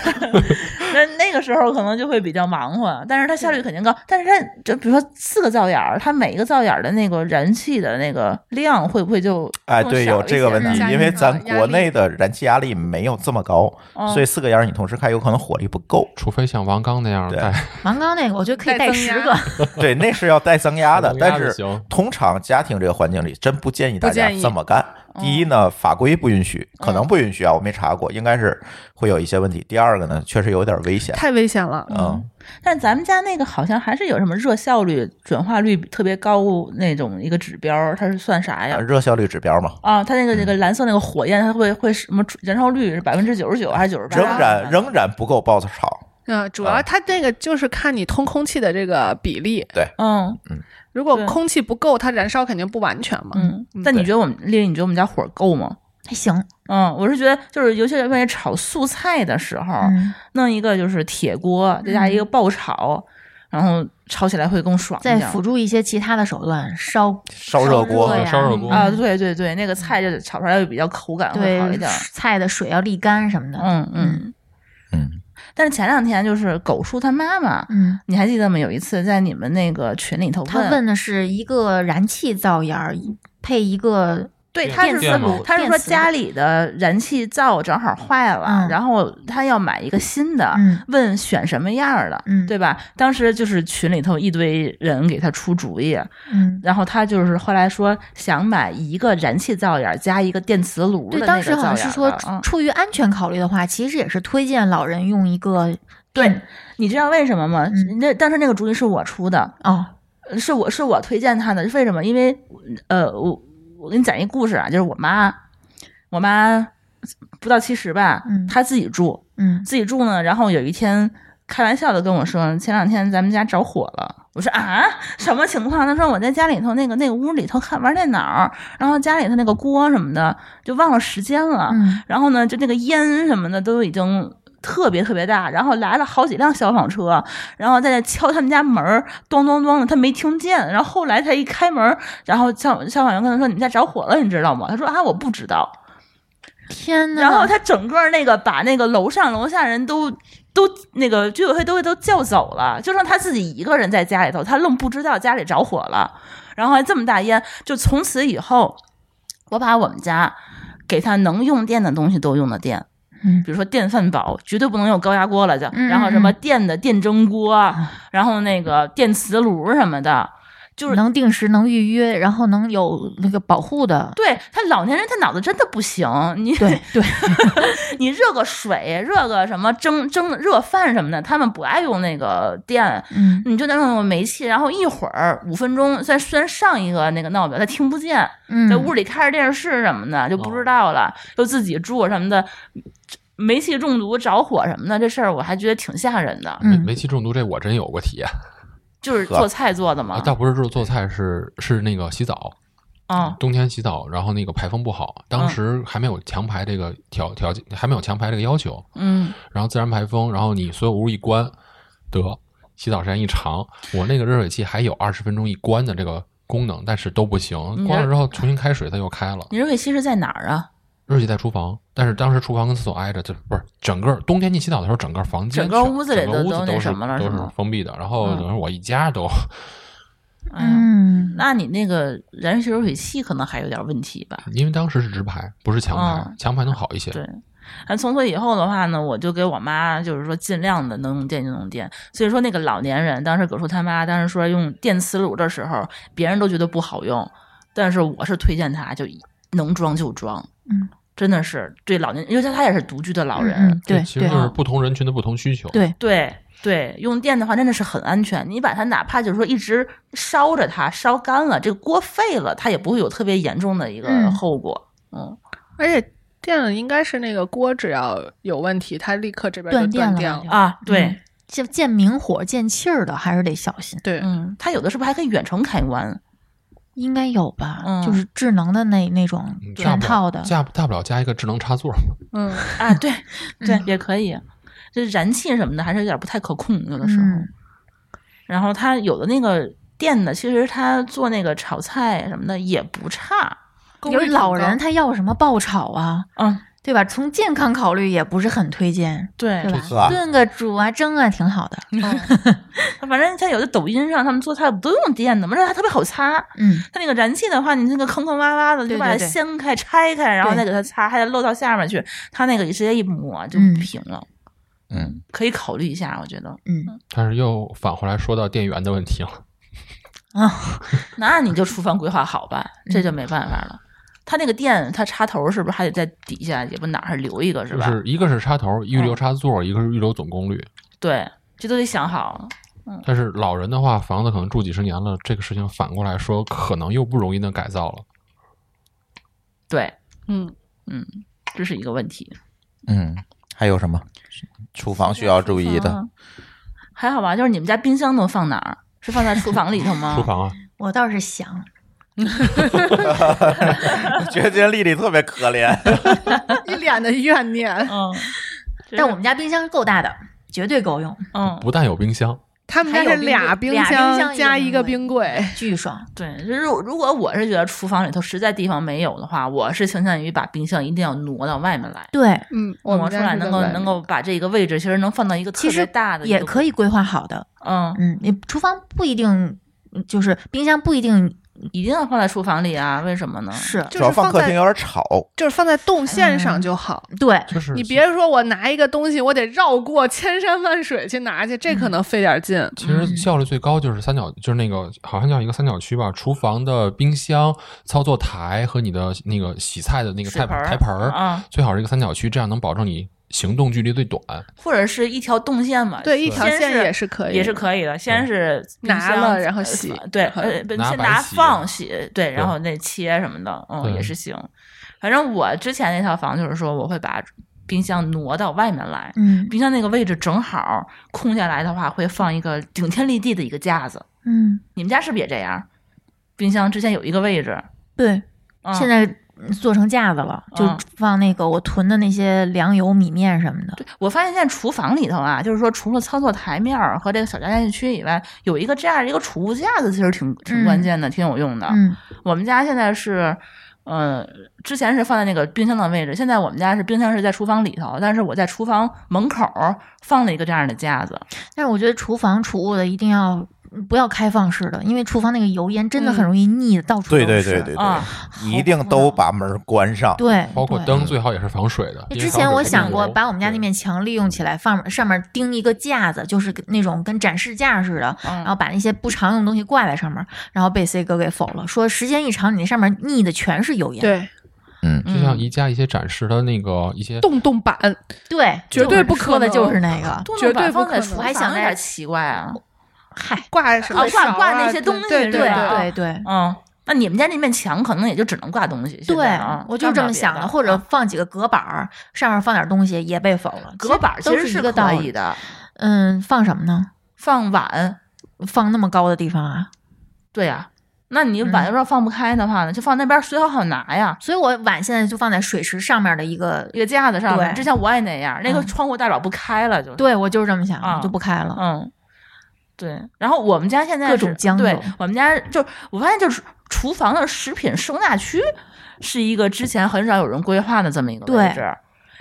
那那个时候可能就会比较忙活，但是它效率肯定高。但是它就比如说四个灶眼儿，它每一个灶眼儿的那个燃气的那个量会不会就哎，更对，少有一这个些问呢题加，因一为个咱压国力内的燃气压力没有这么高，嗯所以四个烟儿你同时开，有可能火力不够。除非像王刚那样对带王刚那个我觉得可以带带增压十个， [LAUGHS] 对，那是要 [LAUGHS] 带增压的增，压但就是行通常家庭这个环境里，真不建议大不家建议这么干。第一呢，法规不允许，可能不允许啊，我没查过，应该是会有一些问题。第二个呢，确实有点危险。太危险了。嗯，但咱们家那个好像还是有什么热效率、转化率特别高那种一个指标儿，它是算啥呀啊？热效率指标嘛，啊，它那个那个蓝色那个火焰，它会会什么燃烧率是百分之九十九还是九十八？仍然啊仍然不够爆炒。嗯，主要它这个就是看你通空气的这个比例，嗯如果对空气不够，它燃烧肯定不完全嘛。嗯。但你对觉得我们丽丽，你觉得我们家火够吗？还行。嗯，我是觉得就是，尤其是为炒素菜的时候，嗯，弄一个就是铁锅，再加一个爆炒，然后炒起来会更爽一再点。辅助一些其他的手段，烧烧热锅烧热呀嗯烧热锅。啊，对对对，那个菜就炒出来比较口感会好对一点。菜的水要沥干什么的。嗯嗯。嗯，但是前两天就是狗叔他妈妈，嗯，你还记得吗？有一次在你们那个群里头他问的是一个燃气灶眼儿配一个对，电他是电说吗他是说电磁的家里的燃气灶正好坏了，嗯然后他要买一个新的，嗯问选什么样儿的，嗯对吧？当时就是群里头一堆人给他出主意，嗯，然后他就是后来说想买一个燃气灶眼儿加一个电磁炉的对，那当个时好像灶眼是儿说的嗯出于安全考虑的话，其实也是推荐老人用一个电你知道为什么吗？嗯那当时那个主意是我出的，哦，呃是我是我推荐他的，为什么？因为呃，我我给你讲一故事啊，就是我妈，我妈不到七十吧，嗯她自己住，嗯自己住呢，然后有一天开玩笑的跟我说，前两天咱们家着火了，我说啊，什么情况？他说我在家里头那个那个屋里头看玩电脑，然后家里头那个锅什么的就忘了时间了，嗯，然后呢，就那个烟什么的都已经特别特别大，然后来了好几辆消防车，然后在那敲他们家门儿，咚咚咚的，他没听见。然后后来他一开门儿，然后消消防员跟他说：“你们家着火了，你知道吗？”他说：“啊，我不知道。天”哪！然后他整个那个把那个楼上楼下人都。都那个居委会都都叫走了，就剩他自己一个人在家里头，他愣不知道家里着火了，然后还这么大烟，就从此以后，我把我们家给他能用电的东西都用的电，嗯比如说电饭煲，绝对不能用高压锅了就，嗯然后什么嗯啊电的电蒸锅，然后那个电磁炉什么的，就是能定时、能预约，然后能有那个保护的。对他老年人他脑子真的不行，你对对，你热个水，热个什么蒸蒸热饭什么的，他们不爱用那个电。嗯你就能用煤气，然后一会儿五分钟，虽然虽然上一个那个闹表他听不见，嗯，在屋里开着电视什么的就不知道了，就自己住什么的，煤气中毒、着火什么的，这事儿我还觉得挺吓人的。煤嗯煤气中毒这我真有过体验，就是呵做菜做的啊嘛，倒不是做做菜，是是那个洗澡，嗯冬天洗澡，然后那个排风不好，当时还没有强排这个条条件，还没有强排这个要求，嗯，然后自然排风，然后你所有屋一关，得洗澡时间一长，我那个热水器还有二十分钟一关的这个功能，但是都不行，你这关了之后重新开水它又开了。你热水器是在哪儿啊？热水器在厨房，但是当时厨房跟厕所挨着，就不是整个冬天你洗澡的时候，整个房整间个屋子里整个都屋子都那都什么了是都是是吗封闭的，然后嗯等于我一家都哎呀，嗯，那你那个燃气热水器可能还有点问题吧？因为当时是直排，不是强排嗯，强排能好一些。对但从此以后的话呢，我就给我妈就是说尽量的能用电就用电。所以说那个老年人，当时葛叔他妈当时说用电磁炉的时候，别人都觉得不好用，但是我是推荐他就能装就装，嗯，真的是对老年，因为他他也是独居的老人，嗯嗯对其实就对是不同人群的不同需求。对对对，用电的话真的是很安全。你把它哪怕就是说一直烧着它，烧干了，这个锅废了，它也不会有特别严重的一个嗯后果。嗯，而且电了应该是那个锅只要有问题，它立刻这边断就断电电了了。啊，嗯对，见见明火、见气儿的还是得小心，对，嗯，它有的是不是还可以远程开关？应该有吧？嗯就是智能的那那种嗯大全不了套的，加大不了加一个智能插座。嗯，啊，对对，嗯也可以。就是燃气什么的，还是有点不太可控，有的时候。嗯然后它有的那个电的，其实它做那个炒菜什么的也不差。功率有挺老人高他要什么爆炒啊，嗯，对吧？从健康考虑也不是很推荐，对对吧是吧？炖个煮啊蒸啊挺好的，嗯反正在有的抖音上，他们做菜不都用电的吗？而且它特别好擦。嗯，它那个燃气的话，你那个坑坑洼洼的，对就把它对对掀开、拆开，然后对再给它擦，还得漏到下面去。它那个直接一抹就嗯平了，嗯，可以考虑一下，我觉得。但是又返回来说到电源的问题了，那你就厨房规划好吧，这就没办法了。它那个电，它插头是不是还得在底下，也不哪儿留一个是就吧？是一个是插头，预留插座，一个是预留总功率。对，这都得想好。但是老人的话，房子可能住几十年了，这个事情反过来说，可能又不容易能改造了。对，嗯，嗯，这是一个问题。嗯，还有什么？厨房需要注意的，嗯还好吧？就是你们家冰箱都放哪儿？是放在厨房里头吗？ [LAUGHS] 厨房啊，我倒是想， [LAUGHS] 觉得今天丽丽特别可怜。嗯一脸的怨念。嗯，但我们家冰箱够大的，绝对够用，嗯，不但有冰箱，他们还有家是冰俩冰冰俩冰箱箱加一个一个冰冰柜，巨爽。对，就是如如果我是觉得厨房里头实在地方没有的话，我是倾向于把冰箱一定要挪到外面来，对，嗯，我挪们出家来是能在够外面能够把这个位置其实能放到一个特其别实大的，也可以，规划好的，嗯，嗯，你厨房不一定嗯就是冰箱不一定一定要放在厨房里啊？为什么呢？是就主要是放放客厅在有点吵，就是放在动线上就好。对，就是你别说我拿一个东西，我得绕过千山万水去拿去，这可能费点劲。其实嗯效率最高就是三角，就是那个好像叫一个三角区吧，厨房的冰箱、操作台和你的那个洗菜的那个水菜盆儿台盆儿，啊，最好是一个三角区，这样能保证你行动距离最短。或者是一条动线嘛？对，一条先线是也是可以，也是可以的。先是冰拿箱了然后洗呃对，呃，不嗯拿先白拿洗啊放洗，对，然后那切什么的，嗯，对也是行。反正我之前那套房就是说，我会把冰箱挪到外面来，嗯冰箱那个位置正好空下来的话，会放一个顶天立地的一个架子，嗯，你们家是不是也这样？冰箱之前有一个位置，对，嗯、现在嗯做成架子了，就嗯放那个我囤的那些粮油、米面什么的。我发现现在厨房里头啊，就是说除了操作台面儿和这个小家电区以外，有一个这样一个储物架子，其实挺挺嗯关键的，挺有用的。嗯我们家现在是，呃，之前是放在那个冰箱的位置，现在我们家是冰箱是在厨房里头，但是我在厨房门口儿放了一个这样的架子。但是我觉得厨房储物的一定要嗯不要开放式的，因为厨房那个油烟真的很嗯容易腻的，到处都对是。对对对对啊，你一定都把门关上。对，包括对灯最好也是防水的。因为之防前水我是想过油把我们家那对面墙利用起来，放上面钉一个架子，就是跟那种跟展示架似的，嗯然后把那些不常用的东西挂在上面，然后被 C 哥给否了，说时间一长，你那上面腻的全是油烟。对，就像嗯宜家一些展示的那个一些动动板，对，绝对不就我可说的能就是那 [LAUGHS] 个。多绝弄板对不放可在能厨我还房想有在点奇怪啊。嗨，挂什么啊勺啊、挂挂那些东西对是对吧对对嗯，那你们家那面墙可能也就只能挂东西。现对在啊，我就是这么想干不的，了别的，或者啊放几个隔板儿，上面放点东西也被否了。隔板儿都其是实一是个道可理以。的，嗯，放什么呢？放碗。放那么高的地方啊？对呀、那你嗯碗要是放不开的话呢，就放那边儿随手好拿呀。所以我碗现在就放在水池上面的一个一，个架子上面，对之前我也那样，那个嗯窗户大不了不开了，就是。对我就是这么想的啊，就不开了。嗯，对。然后我们家现在各是种将就对我们家就我发现就是厨房的食品收纳区是一个之前很少有人规划的这么一个对位置，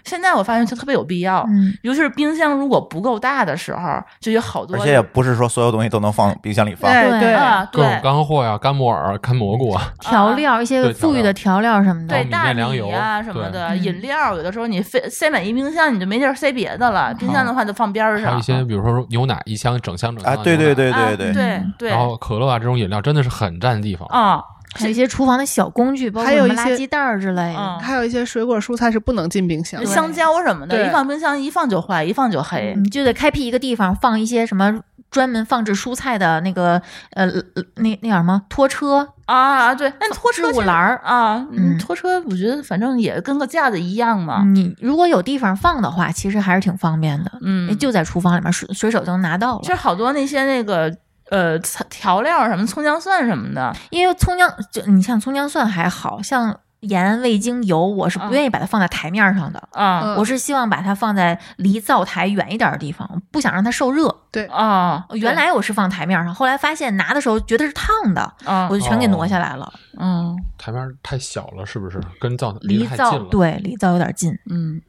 现在我发现就特别有必要。嗯，尤其是冰箱如果不够大的时候，就有好多而且也不是说所有东西都能放冰箱里放，哎对对啊，各种对干货呀、干木耳、干蘑菇啊，调料，一些对富裕的调料什么然的后对，米，大面粮米油啊什么对的，嗯饮料，有的时候你非塞满一冰箱，你就没地儿塞别的了。冰箱的话就放边儿还有上一。些比如说牛奶一箱整箱整箱啊，的对牛对奶对对对，啊对嗯对然后可乐啊这种饮料真的是很占地方。啊，还有一些厨房的小工具，包括还有什么一垃些圾袋儿之类的嗯。还有一些水果蔬菜是不能进冰箱的。香蕉什么的，对一放冰箱一放就坏，一放就黑。你嗯就得开辟一个地方，放一些什么专门放置蔬菜的那个呃呃那那叫什么拖车，啊，对，那拖车置物其实篮儿啊，嗯嗯，拖车我觉得反正也跟个架子一样嘛，你如果有地方放的话，其实还是挺方便的。嗯，就在厨房里面，随随手就能拿到其实了。好多那些那个呃菜调料什么葱姜蒜什么的，因为葱姜，就你像葱姜蒜还好像盐、味精、油，我是不啊愿意把它放在台面上的。啊嗯我是希望把它放在离灶台远一点的地方，我不想让它受热。啊，呃原来我是放台面上，后来发现拿的时候觉得是烫的，啊我，就全给挪下来了。嗯台面太小了，是不是？跟灶离离得太近灶了。对离灶有点近，嗯。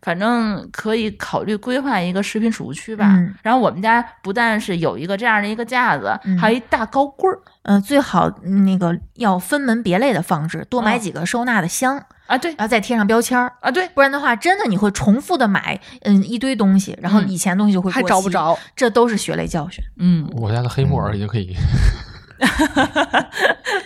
反正可以考虑规划一个食品储物区吧。嗯然后我们家不但是有一个这样的一个架子，嗯还有一大高柜儿呃，最好那个要分门别类的放置，多买嗯几个收纳的箱，啊，对然后再贴上标签儿。啊，对，不然的话，真的你会重复的买，嗯，一堆东西，然后嗯以前东西就会过还期找不，着，这都是血泪教训。嗯，我家的黑木耳已经可以， [LAUGHS]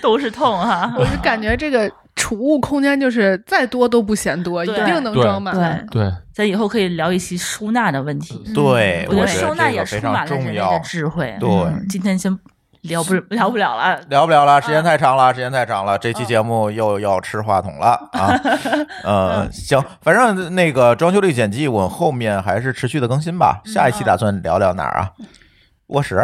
都是痛啊哈、 [LAUGHS] 我就感觉这个储物空间就是再多都不嫌多，一对定能装满。对，对，咱以后可以聊一期收纳的问题。对嗯嗯我我觉觉得得收纳这也个非充常满了重人类的要。智慧。对嗯今天先聊不聊不了了。聊不了了，时嗯间太长了，时间太长了，这期节目又要吃话筒了啊！ [LAUGHS] 呃，嗯行，反正那个装修力简记，我们后面还是持续的更新吧。嗯下一期打算聊聊哪儿啊？卧室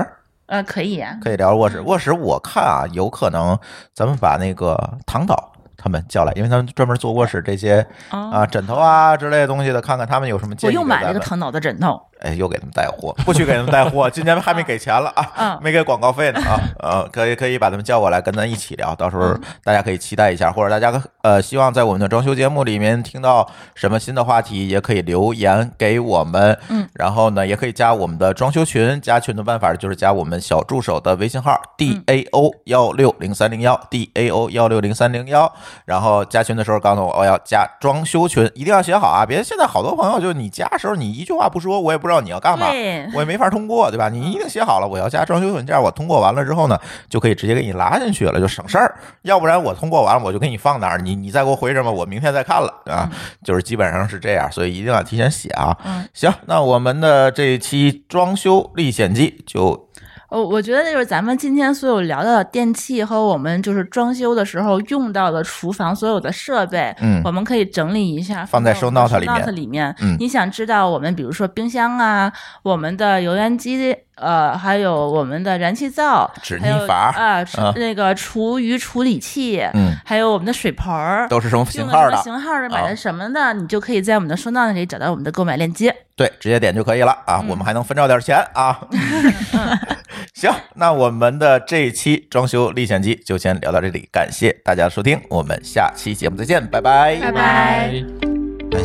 呃，可以啊，可以聊卧室，卧室我看啊，有可能咱们把那个唐导他们叫来，因为他们专门做卧室这些啊啊枕头啊之类的东西的，看看他们有什么建我议给又咱买了们。一个藤岛的枕头。哎，又给他们带货，不许给他们带货，今年还没给钱了啊嗯，没给广告费呢啊，呃，可以可以把他们叫过来跟咱一起聊，到时候大家可以期待一下，或者大家呃希望在我们的装修节目里面听到什么新的话题，也可以留言给我们，嗯，然后呢也可以加我们的装修群，加群的办法就是加我们小助手的微信号 d a o 幺六零三零幺 d a o 幺六零三零幺，然后加群的时候告诉我，我哦要加装修群，一定要写好啊！别现在好多朋友就是你加的时候你一句话不说，我也不知道你要干嘛， [LAUGHS] 对，我也没法通过，对吧？你一定写好了，我要加装修群，这样我通过完了之后呢，就可以直接给你拉进去了，就省事儿。要不然我通过完了我就给你放哪儿，你你再给我回什么，我明天再看了啊。就是基本上是这样，所以一定要提前写啊。嗯嗯行，那我们的这一期装修历险记就哦，我觉得就是咱们今天所有聊到的电器和我们就是装修的时候用到的厨房所有的设备，嗯我们可以整理一下，放在收 show note 里里面嗯你想知道我们比如说冰箱啊，我们的油烟机，呃，还有我们的燃气灶，纸还有泥阀啊，厨啊那个厨余处理器，嗯，还有我们的水盆儿。都是什么型用号的什的么？型号的，买啊的什么的，你就可以在我们的收纳里找到我们的购买链接。对，直接点就可以了啊，嗯我们还能分着点钱 [LAUGHS] 啊。 [LAUGHS] 行，那我们的这一期装修历险记就先聊到这里，感谢大家的收听，我们下期节目再见，拜拜。拜拜。感